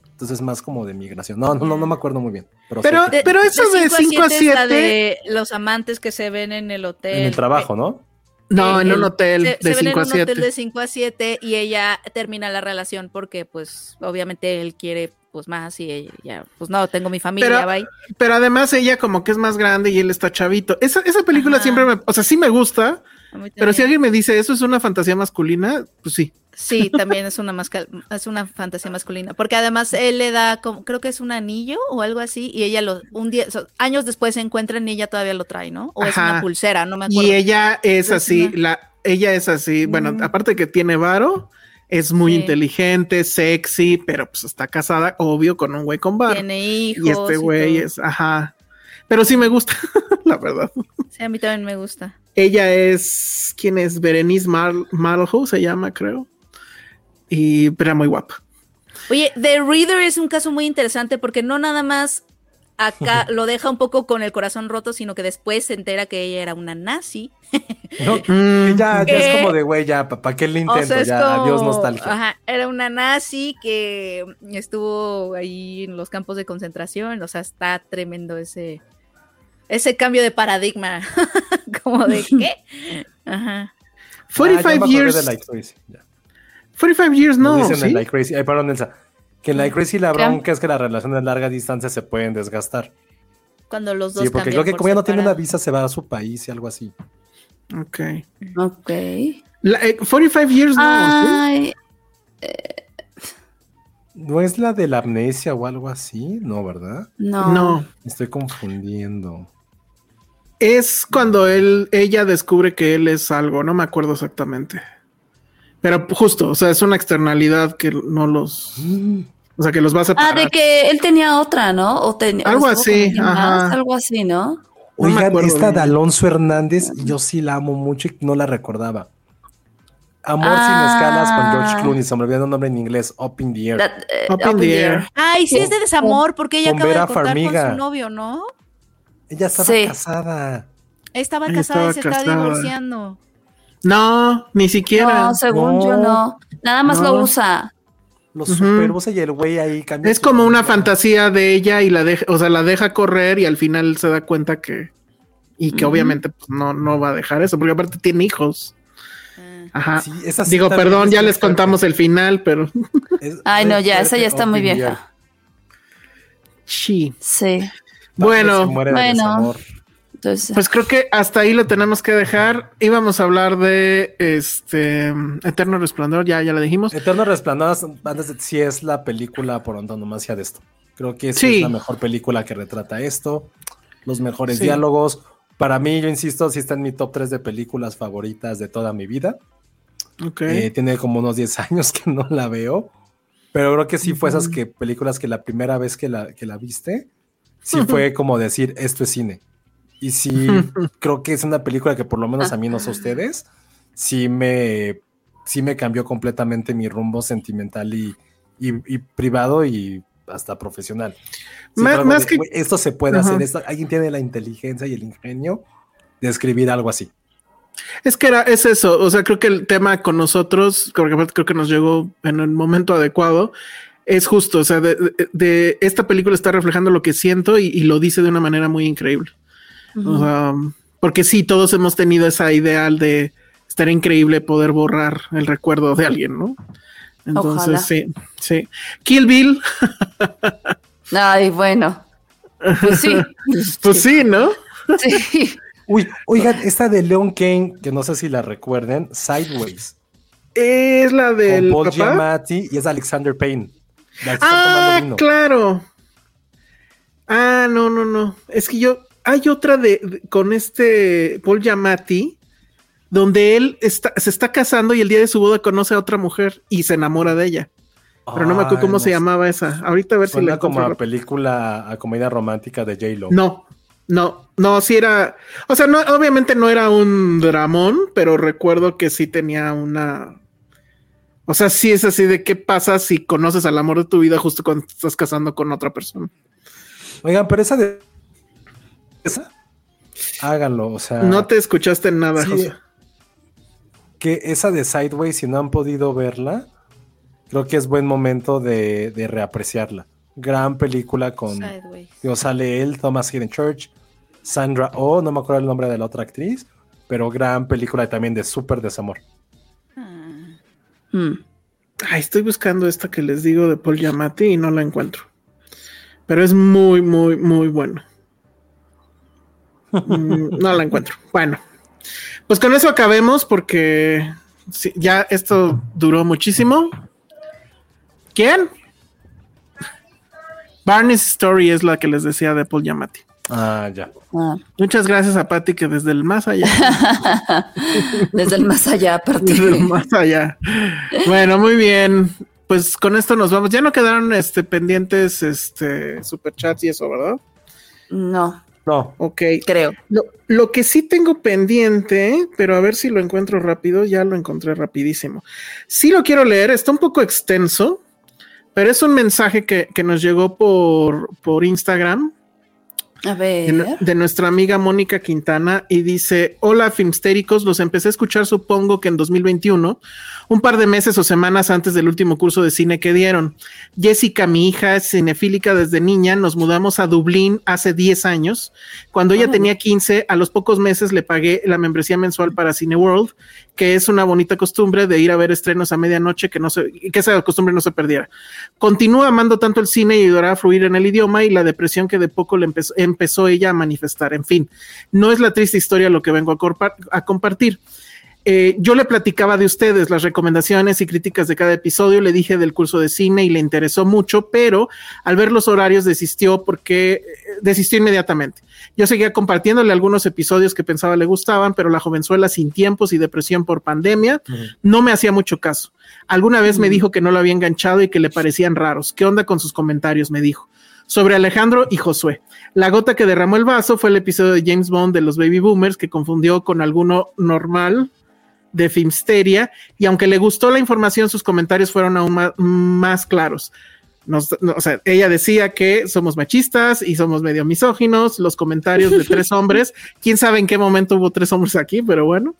S2: Entonces es más como de migración. No, no, no, no me acuerdo muy bien. Pero,
S4: Pero,
S2: sé que-
S4: pero eso de 5 a 7.
S5: es la de los amantes que se ven en el hotel.
S2: en el trabajo, ¿no?
S4: No,
S5: Eh,
S4: en un
S5: el-
S4: hotel
S5: Se,
S4: de
S5: se ven
S4: 5 a
S5: en un hotel de
S4: 7.
S5: 5 a 7 y ella termina la relación porque pues obviamente él quiere pues más y ella ya, pues no, tengo mi familia,
S4: Pero-
S5: bye.
S4: Pero además ella como que es más grande y él está chavito. Esa, esa película
S5: Ajá.
S4: siempre me, o sea, sí me gusta,
S5: A mí
S4: pero
S5: también.
S4: si alguien me dice eso es una fantasía masculina, pues sí.
S5: Sí, también es una masca- es una fantasía masculina, porque además él le da como creo que es un anillo o algo así y ella lo un día so- años después se encuentran y ella todavía lo trae, ¿no? O es
S4: Ajá.
S5: una pulsera, no me acuerdo.
S4: Y ella es
S5: Pero sí
S4: así,
S5: me-
S4: la, ella es así, bueno, aparte que tiene varo, es muy
S5: Sí.
S4: inteligente, sexy, pero pues está casada, obvio, con un güey con varo.
S5: tiene hijos.
S4: Y este
S5: y
S4: güey
S5: todo.
S4: es, ajá. Pero sí me gusta, *laughs* la verdad.
S5: Sí, a mí también me gusta.
S4: Ella es, ¿quién es? Berenice Mal Malho se llama, creo. Y pero era muy guapa.
S5: Oye, The Reader es un caso muy interesante porque no nada más
S4: *laughs*
S5: acá lo deja un poco con el corazón roto, sino que después se entera que ella era una nazi.
S2: *laughs* No,
S4: Mm.
S2: que Ah, ya, ya es
S5: Eh,
S2: como de, güey, ya, ¿para qué le intento?
S5: o sea, es
S2: ya,
S5: como-
S2: adiós nostalgia.
S5: Ajá, era una nazi que estuvo ahí en los campos de concentración. O sea, está tremendo ese, ese cambio de paradigma. *laughs*
S2: *laughs*
S5: como de qué.
S2: Ah,
S5: Ajá.
S2: ya me
S4: 45
S2: acordé de
S4: years.
S2: Like Crazy. Ya.
S4: 45 years
S2: Nos
S4: no.
S2: dicen en
S4: ¿sí?
S2: Like Crazy. Ay, perdón, Elsa. Que en
S5: Mm,
S2: Like Crazy la bronca es que las relaciones a larga distancia se pueden desgastar.
S5: Cuando los dos
S2: Sí, porque
S5: cambian
S2: creo que
S5: por
S2: como ya no tiene una
S5: separado.
S2: visa, se va a su país y algo así.
S4: Ok.
S6: Ok.
S4: La- eh, 45 years no. ¿sí?
S6: Ay,
S2: ¿No es la de la amnesia o algo así? No, ¿verdad?
S6: no.
S4: No.
S2: Me estoy confundiendo.
S4: Es cuando él, ella descubre que él es algo, no me acuerdo exactamente. Pero justo, o sea, es una externalidad que no los,
S2: Mm.
S4: o sea, que los va a
S6: Ah,
S4: separar.
S6: de que él tenía otra, ¿no? O ten- o
S4: Algo
S6: estuvo con
S4: así,
S6: alguien más,
S4: ajá.
S6: algo así, ¿no?
S4: No me
S2: Oigan,
S4: acuerdo
S2: esta
S4: bien.
S2: de Alonso Hernández, yo sí la amo mucho y no la recordaba. Amor
S6: Ah.
S2: sin escalas con George Clooney, se me olvidó el nombre en inglés, Up in the Air.
S6: That, eh,
S4: Up in the air.
S5: Ay, sí, es de desamor porque ella
S2: Con
S5: acaba
S2: Vera
S5: de cortar
S2: Farmiga.
S5: con su novio, ¿no?
S2: Ella estaba
S6: sí.
S2: casada.
S5: Estaba
S4: Ella
S5: casada y
S4: estaba
S5: se estaba
S4: casada.
S5: divorciando.
S4: No, ni siquiera.
S6: No, según
S2: No.
S6: yo no. Nada más
S4: No.
S6: lo usa.
S2: Los
S4: Ujú.
S2: superusa y el güey ahí cambió
S4: Es
S2: su-
S4: como una fantasía de ella y la deja, o sea, la deja correr y al final se da cuenta que y que obviamente pues, no, no va a dejar eso, porque aparte tiene hijos. Ajá.
S2: Sí, esa sí
S4: Digo,
S2: también
S4: perdón,
S2: es
S4: ya
S2: muy
S4: les
S2: fuerte.
S4: contamos el final, pero *laughs*
S2: Es
S6: Ay,
S2: muy
S6: no, ya, esa
S2: fuerte,
S6: ya está muy
S2: Optimal.
S6: vieja.
S4: sí.
S6: Sí.
S2: También se
S4: Bueno,
S2: muere de
S6: bueno.
S2: desamor.
S6: Entonces,
S4: pues creo que hasta ahí lo tenemos que dejar. Íbamos a hablar de este Eterno Resplandor, ya, ya lo dijimos.
S2: Eterno Resplandor antes de- sí es la película por antonomasia de esto. Creo que esa
S4: Sí.
S2: es la mejor película que retrata esto. Los mejores
S4: Sí.
S2: diálogos. Para mí, yo insisto, sí está en mi top 3 de películas favoritas de toda mi vida.
S4: Ok.
S2: Eh, tiene como unos 10 años que no la veo. Pero creo que sí fue esas que, películas que la primera vez que la, que la viste, sí fue como decir, esto es cine. Y sí,
S4: *laughs*
S2: creo que es una película que por lo menos a mí, no
S4: Ah.
S2: sé ustedes, sí me, sí me cambió completamente mi rumbo sentimental y, y- y privado y hasta profesional. Sí, fue
S4: Más-
S2: algo
S4: más
S2: de,
S4: que-
S2: "Güey, Esto se puede
S4: Ajá.
S2: hacer, esto- alguien tiene la inteligencia y el ingenio de escribir algo así.
S4: Es que era, es eso, o sea, creo que el tema con nosotros, porque aparte creo que nos llegó en el momento adecuado, es justo, o sea, de, de- de- esta película está reflejando lo que siento y, y lo dice de una manera muy increíble. O sea, porque sí, todos hemos tenido esa ideal de estar increíble poder borrar el recuerdo de alguien, ¿no? Entonces,
S6: Ojalá.
S4: sí, sí. Kill Bill,
S6: ay, bueno. Pues sí.
S4: *laughs* pues sí, ¿no?
S6: sí.
S4: *laughs*
S2: Uy, oigan, esta de Leon Kane, que no sé si la recuerden, Sideways,
S4: Es la
S2: con
S4: del
S2: Paul
S4: papá.
S2: Giamatti y es Alexander Payne. La que está
S4: Ah,
S2: tomando vino.
S4: claro. Ah, no, no, no. Es que yo hay otra de, de- con este Paul Giamatti donde él está, se está casando y el día de su boda conoce a otra mujer y se enamora de ella. Pero no me acuerdo
S2: Ay,
S4: cómo
S2: Ah, no
S4: se
S2: sé.
S4: llamaba esa. Ahorita a ver si
S2: Suena
S4: la
S2: como a
S4: encuentro.
S2: película, a comedia romántica de J-Lo.
S4: No, no, no, sí era. O sea, no, obviamente no era un dramón, pero recuerdo que sí tenía una. O sea, sí es así de qué pasa si conoces al amor de tu vida justo cuando te estás casando con otra persona.
S2: Oigan, pero esa de... ¿Esa? Háganlo, o sea...
S4: No te escuchaste nada,
S2: Ah. sí,
S4: José.
S2: que esa de Sideways, si no han podido verla, creo que es buen momento de, de reapreciarla. Gran película con...
S5: Sideways.
S2: Digo, sale él, Thomas Hidden Church, Sandra Oh, no me acuerdo el nombre de la otra actriz, pero gran película también de súper desamor.
S5: Ah.
S6: Mm.
S4: Ay, estoy buscando esta que les digo de Paul Giamatti y no la encuentro. Pero es muy, muy, muy bueno. Mm, no la encuentro. Bueno, pues con eso acabemos porque sí, ya esto duró muchísimo. ¿Quién? Barney's Story es la que les decía de Paul Giamatti.
S2: Ah, ya.
S6: Ah,
S4: Muchas gracias a Patty que desde el más allá.
S6: desde el más allá, aparte.
S4: Desde
S6: *laughs*
S4: el más allá. Bueno, muy bien. Pues con esto nos vamos. Ya no quedaron este pendientes este superchats y eso, ¿verdad?
S6: No,
S2: No,
S4: Ok.
S6: creo.
S4: Lo, lo que sí tengo pendiente, pero a ver si lo encuentro rápido, ya lo encontré rapidísimo. Sí lo quiero leer, está un poco extenso, pero es un mensaje que, que nos llegó por, por Instagram
S6: A
S4: de, nu-
S6: ver.
S4: de nuestra amiga Mónica Quintana y dice, hola filmstéricos, los empecé a escuchar supongo que en 2021, un par de meses o semanas antes del último curso de cine que dieron. Jessica, mi hija, es cinefílica desde niña, nos mudamos a Dublín hace 10 años. Cuando ella
S6: Ah.
S4: tenía 15, a los pocos meses le pagué la membresía mensual para Cineworld, que es una bonita costumbre de ir a ver estrenos a medianoche que no se, que esa costumbre no se perdiera. Continúa amando tanto el cine y ayudará a fluir en el idioma y la depresión que de poco le empezó, empezó ella a manifestar. En fin, no es la triste historia lo que vengo a, corpa- a compartir. Eh, yo le platicaba de ustedes las recomendaciones y críticas de cada episodio, le dije del curso de cine y le interesó mucho, pero al ver los horarios desistió porque eh, desistió inmediatamente. Yo seguía compartiéndole algunos episodios que pensaba le gustaban, pero la jovenzuela sin tiempos y depresión por pandemia no me hacía mucho caso. Alguna vez me dijo que no lo había enganchado y que le parecían raros. ¿Qué onda con sus comentarios? Me dijo. Sobre Alejandro y Josué. La gota que derramó el vaso fue el episodio de James Bond de los Baby Boomers que confundió con alguno normal de Filmsteria y aunque le gustó la información, sus comentarios fueron aún ma- más, claros. Nos- no, o sea, ella decía que somos machistas y somos medio misóginos, los comentarios de tres hombres, quién sabe en qué momento hubo tres hombres aquí, pero bueno.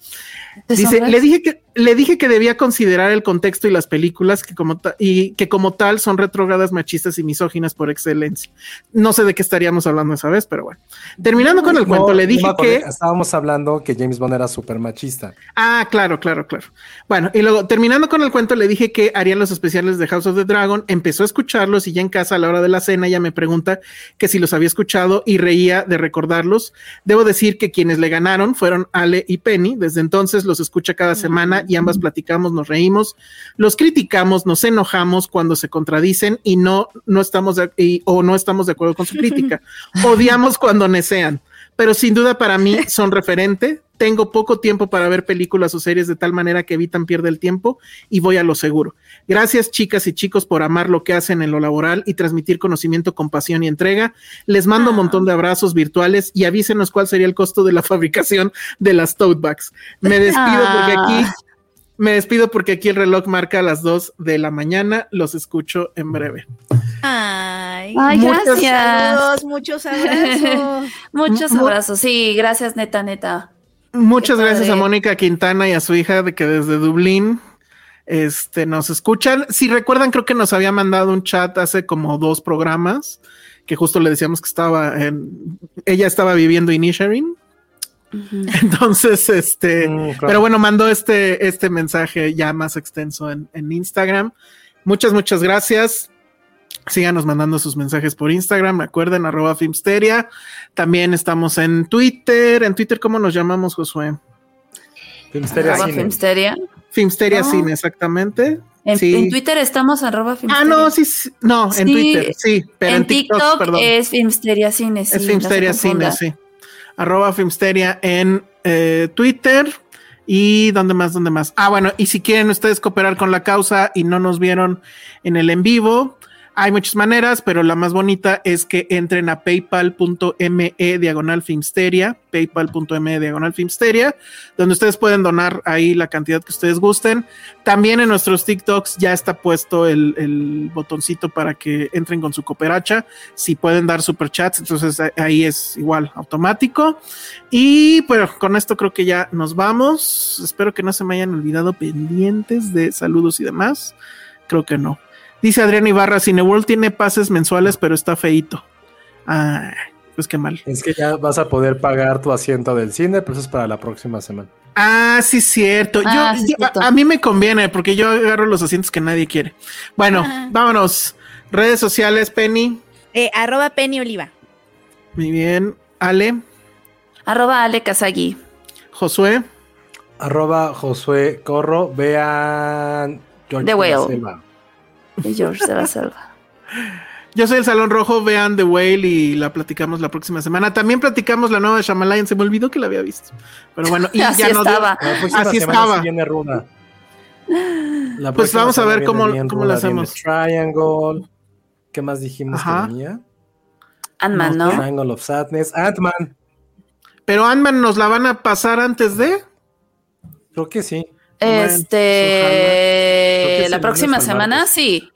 S4: Dice, le dije que le dije que debía considerar el contexto y las películas que como ta- y que como tal son retrógradas, machistas y misóginas por excelencia. No sé de qué estaríamos hablando esa vez, pero bueno. Terminando con el cuento,
S8: No,
S4: le dije
S8: no,
S4: que
S8: Estábamos hablando que James Bond era súper machista.
S4: Ah, claro, claro, claro. Bueno, y luego terminando con el cuento, le dije que harían los especiales de House of the Dragon. Empezó a escucharlos y ya en casa a la hora de la cena ya me pregunta que si los había escuchado y reía de recordarlos. Debo decir que quienes le ganaron fueron Ale y Penny. Desde entonces los escucha cada semana y ambas platicamos, nos reímos, los criticamos, nos enojamos cuando se contradicen y no, no estamos de- y- o no estamos de acuerdo con su crítica. Odiamos cuando necean pero sin duda para mí son referente. Tengo poco tiempo para ver películas o series de tal manera que evitan pierda el tiempo y voy a lo seguro. Gracias chicas y chicos por amar lo que hacen en lo laboral y transmitir conocimiento con pasión y entrega. Les mando un montón de abrazos virtuales y avísenos cuál sería el costo de la *laughs* fabricación de las tote bags. Me despido porque aquí me despido porque aquí el reloj marca las 2 de la mañana. Los escucho en breve.
S5: Ay,
S6: Ay,
S5: muchos
S6: gracias.
S5: saludos, muchos *laughs* abrazos.
S6: Muchos
S4: Mu-
S6: abrazos. Sí, gracias, neta, neta.
S4: Muchas
S6: Qué
S4: gracias a
S6: padre.
S4: Mónica Quintana y a su hija de que desde Dublín este, nos escuchan. Si recuerdan, creo que nos había mandado un chat hace como dos programas que justo le decíamos que estaba en, ella estaba viviendo in Inisherin. *laughs* Entonces, este,
S2: Mm,
S4: pero bueno, mandó este, este mensaje ya más extenso en, en Instagram. Muchas, muchas gracias. Síganos mandando sus mensajes por Instagram. Recuerden, arroba Filmsteria. También estamos en Twitter. En Twitter, ¿cómo nos llamamos, Josué?
S8: Filmsteria
S6: Arroba
S8: Cine.
S6: Filmsteria.
S4: Filmsteria
S6: No.
S4: Cine, exactamente.
S6: En,
S4: Sí.
S6: en Twitter estamos arroba
S4: Ah,
S6: Filmsteria.
S4: no, sí, sí. no, en
S6: Sí,
S4: Twitter, sí, pero en, TikTok, perdón.
S6: es Filmsteria Cine. sí,
S4: es Filmsteria
S6: no se confunda.
S4: Cine, sí. Arroba Filmsteria en eh, Twitter. ¿Y dónde más? ¿Dónde más? Ah, bueno, y si quieren ustedes cooperar con la causa y no nos vieron en el en vivo, hay muchas maneras, pero la más bonita es que entren a paypal.me diagonal Filmsteria, paypal.me diagonal Filmsteria, donde ustedes pueden donar ahí la cantidad que ustedes gusten. También en nuestros TikToks ya está puesto el, el botoncito para que entren con su cooperacha si pueden dar superchats, entonces a- ahí es igual automático. Y bueno, con esto creo que ya nos vamos. Espero que no se me hayan olvidado pendientes de saludos y demás. Creo que no. Dice Adrián Ibarra, Cineworld tiene pases mensuales, pero está feito. Ah, pues qué mal.
S8: Es que ya vas a poder pagar tu asiento del cine, pero eso es para la próxima semana.
S4: Ah, sí, cierto. Yo-
S6: Ah, sí,
S4: yo,
S6: cierto.
S4: A, a mí me conviene porque yo agarro los asientos que nadie quiere. Bueno,
S6: Ah.
S5: Ajá.
S4: vámonos. Redes sociales, Penny.
S5: Eh, arroba Penny Oliva.
S4: Muy bien. Ale,
S6: Arroba Ale Kazagi.
S4: Josué.
S8: Arroba Josué Corro, vean George de
S6: The
S8: la
S6: Whale.
S8: Selva.
S6: Y George
S4: *laughs*
S6: de la Selva.
S4: Yo soy el Salón Rojo, vean The Whale y la platicamos la próxima semana. También platicamos la nueva de Shyamalan, se me olvidó que la había visto. Pero bueno, y
S6: Así
S4: ya no dio-
S6: estaba.
S8: La próxima
S4: Así
S8: semana
S4: estaba.
S8: sí viene Runa. La
S4: Pues
S8: próxima
S4: vamos a
S8: semana
S4: ver cómo-
S8: viene bien
S4: cómo lo
S8: Runa, viene
S4: hacemos.
S8: Triangle. ¿Qué más dijimos
S4: Ajá.
S8: que venía?
S6: Ant-Man,
S4: pues
S6: ¿no?
S8: Triangle of Sadness. Ant-Man.
S4: Pero Ant-Man nos la van a pasar antes de.
S8: Creo que sí.
S4: pues
S8: Creo que
S6: Este.
S8: es
S6: La
S8: el
S6: próxima
S8: lunes o el
S6: semana,
S8: martes.
S6: sí.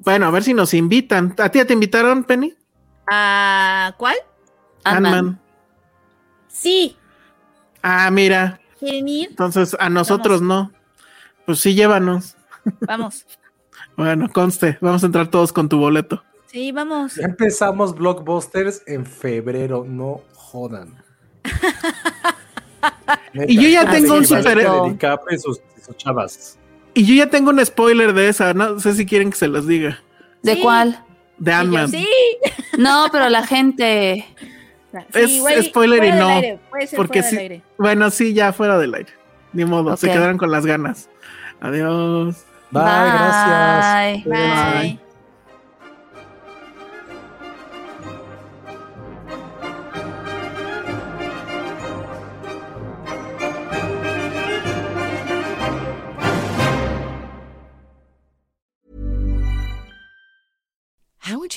S4: Bueno, a ver si nos invitan. ¿A ti ya te invitaron, Penny?
S5: ¿A Ah, cuál?
S6: Ant-Man.
S5: Sí.
S4: Ah, mira.
S5: ¿Quieren ir?
S4: Entonces a nosotros no. Pues sí, llévanos.
S5: Vamos.
S4: Bueno, conste, vamos a entrar todos con tu boleto.
S5: Sí, vamos.
S8: Ya empezamos blockbusters en febrero. No jodan. Neta,
S4: *laughs* Y yo ya
S8: es
S4: tengo
S8: que
S4: un
S8: se vaya
S4: super-
S8: de DiCaprio y sus, y sus chavas.
S4: Y yo ya tengo un spoiler de esa, no sé si quieren que se los diga.
S6: ¿De
S5: Sí.
S6: cuál?
S4: De
S5: Y yo,
S4: Ant-Man.
S5: sí.
S6: No, pero la gente.
S4: Es spoiler y
S5: fuera del
S4: no,
S5: aire, Puede ser
S4: porque
S5: fuera del
S4: sí-
S5: aire.
S4: Bueno, sí, ya fuera del aire. Ni modo, se
S6: Ok.
S4: quedaron con las ganas. Adiós.
S8: Bye, gracias.
S6: Bye.
S5: Bye.
S4: Bye.
S9: How would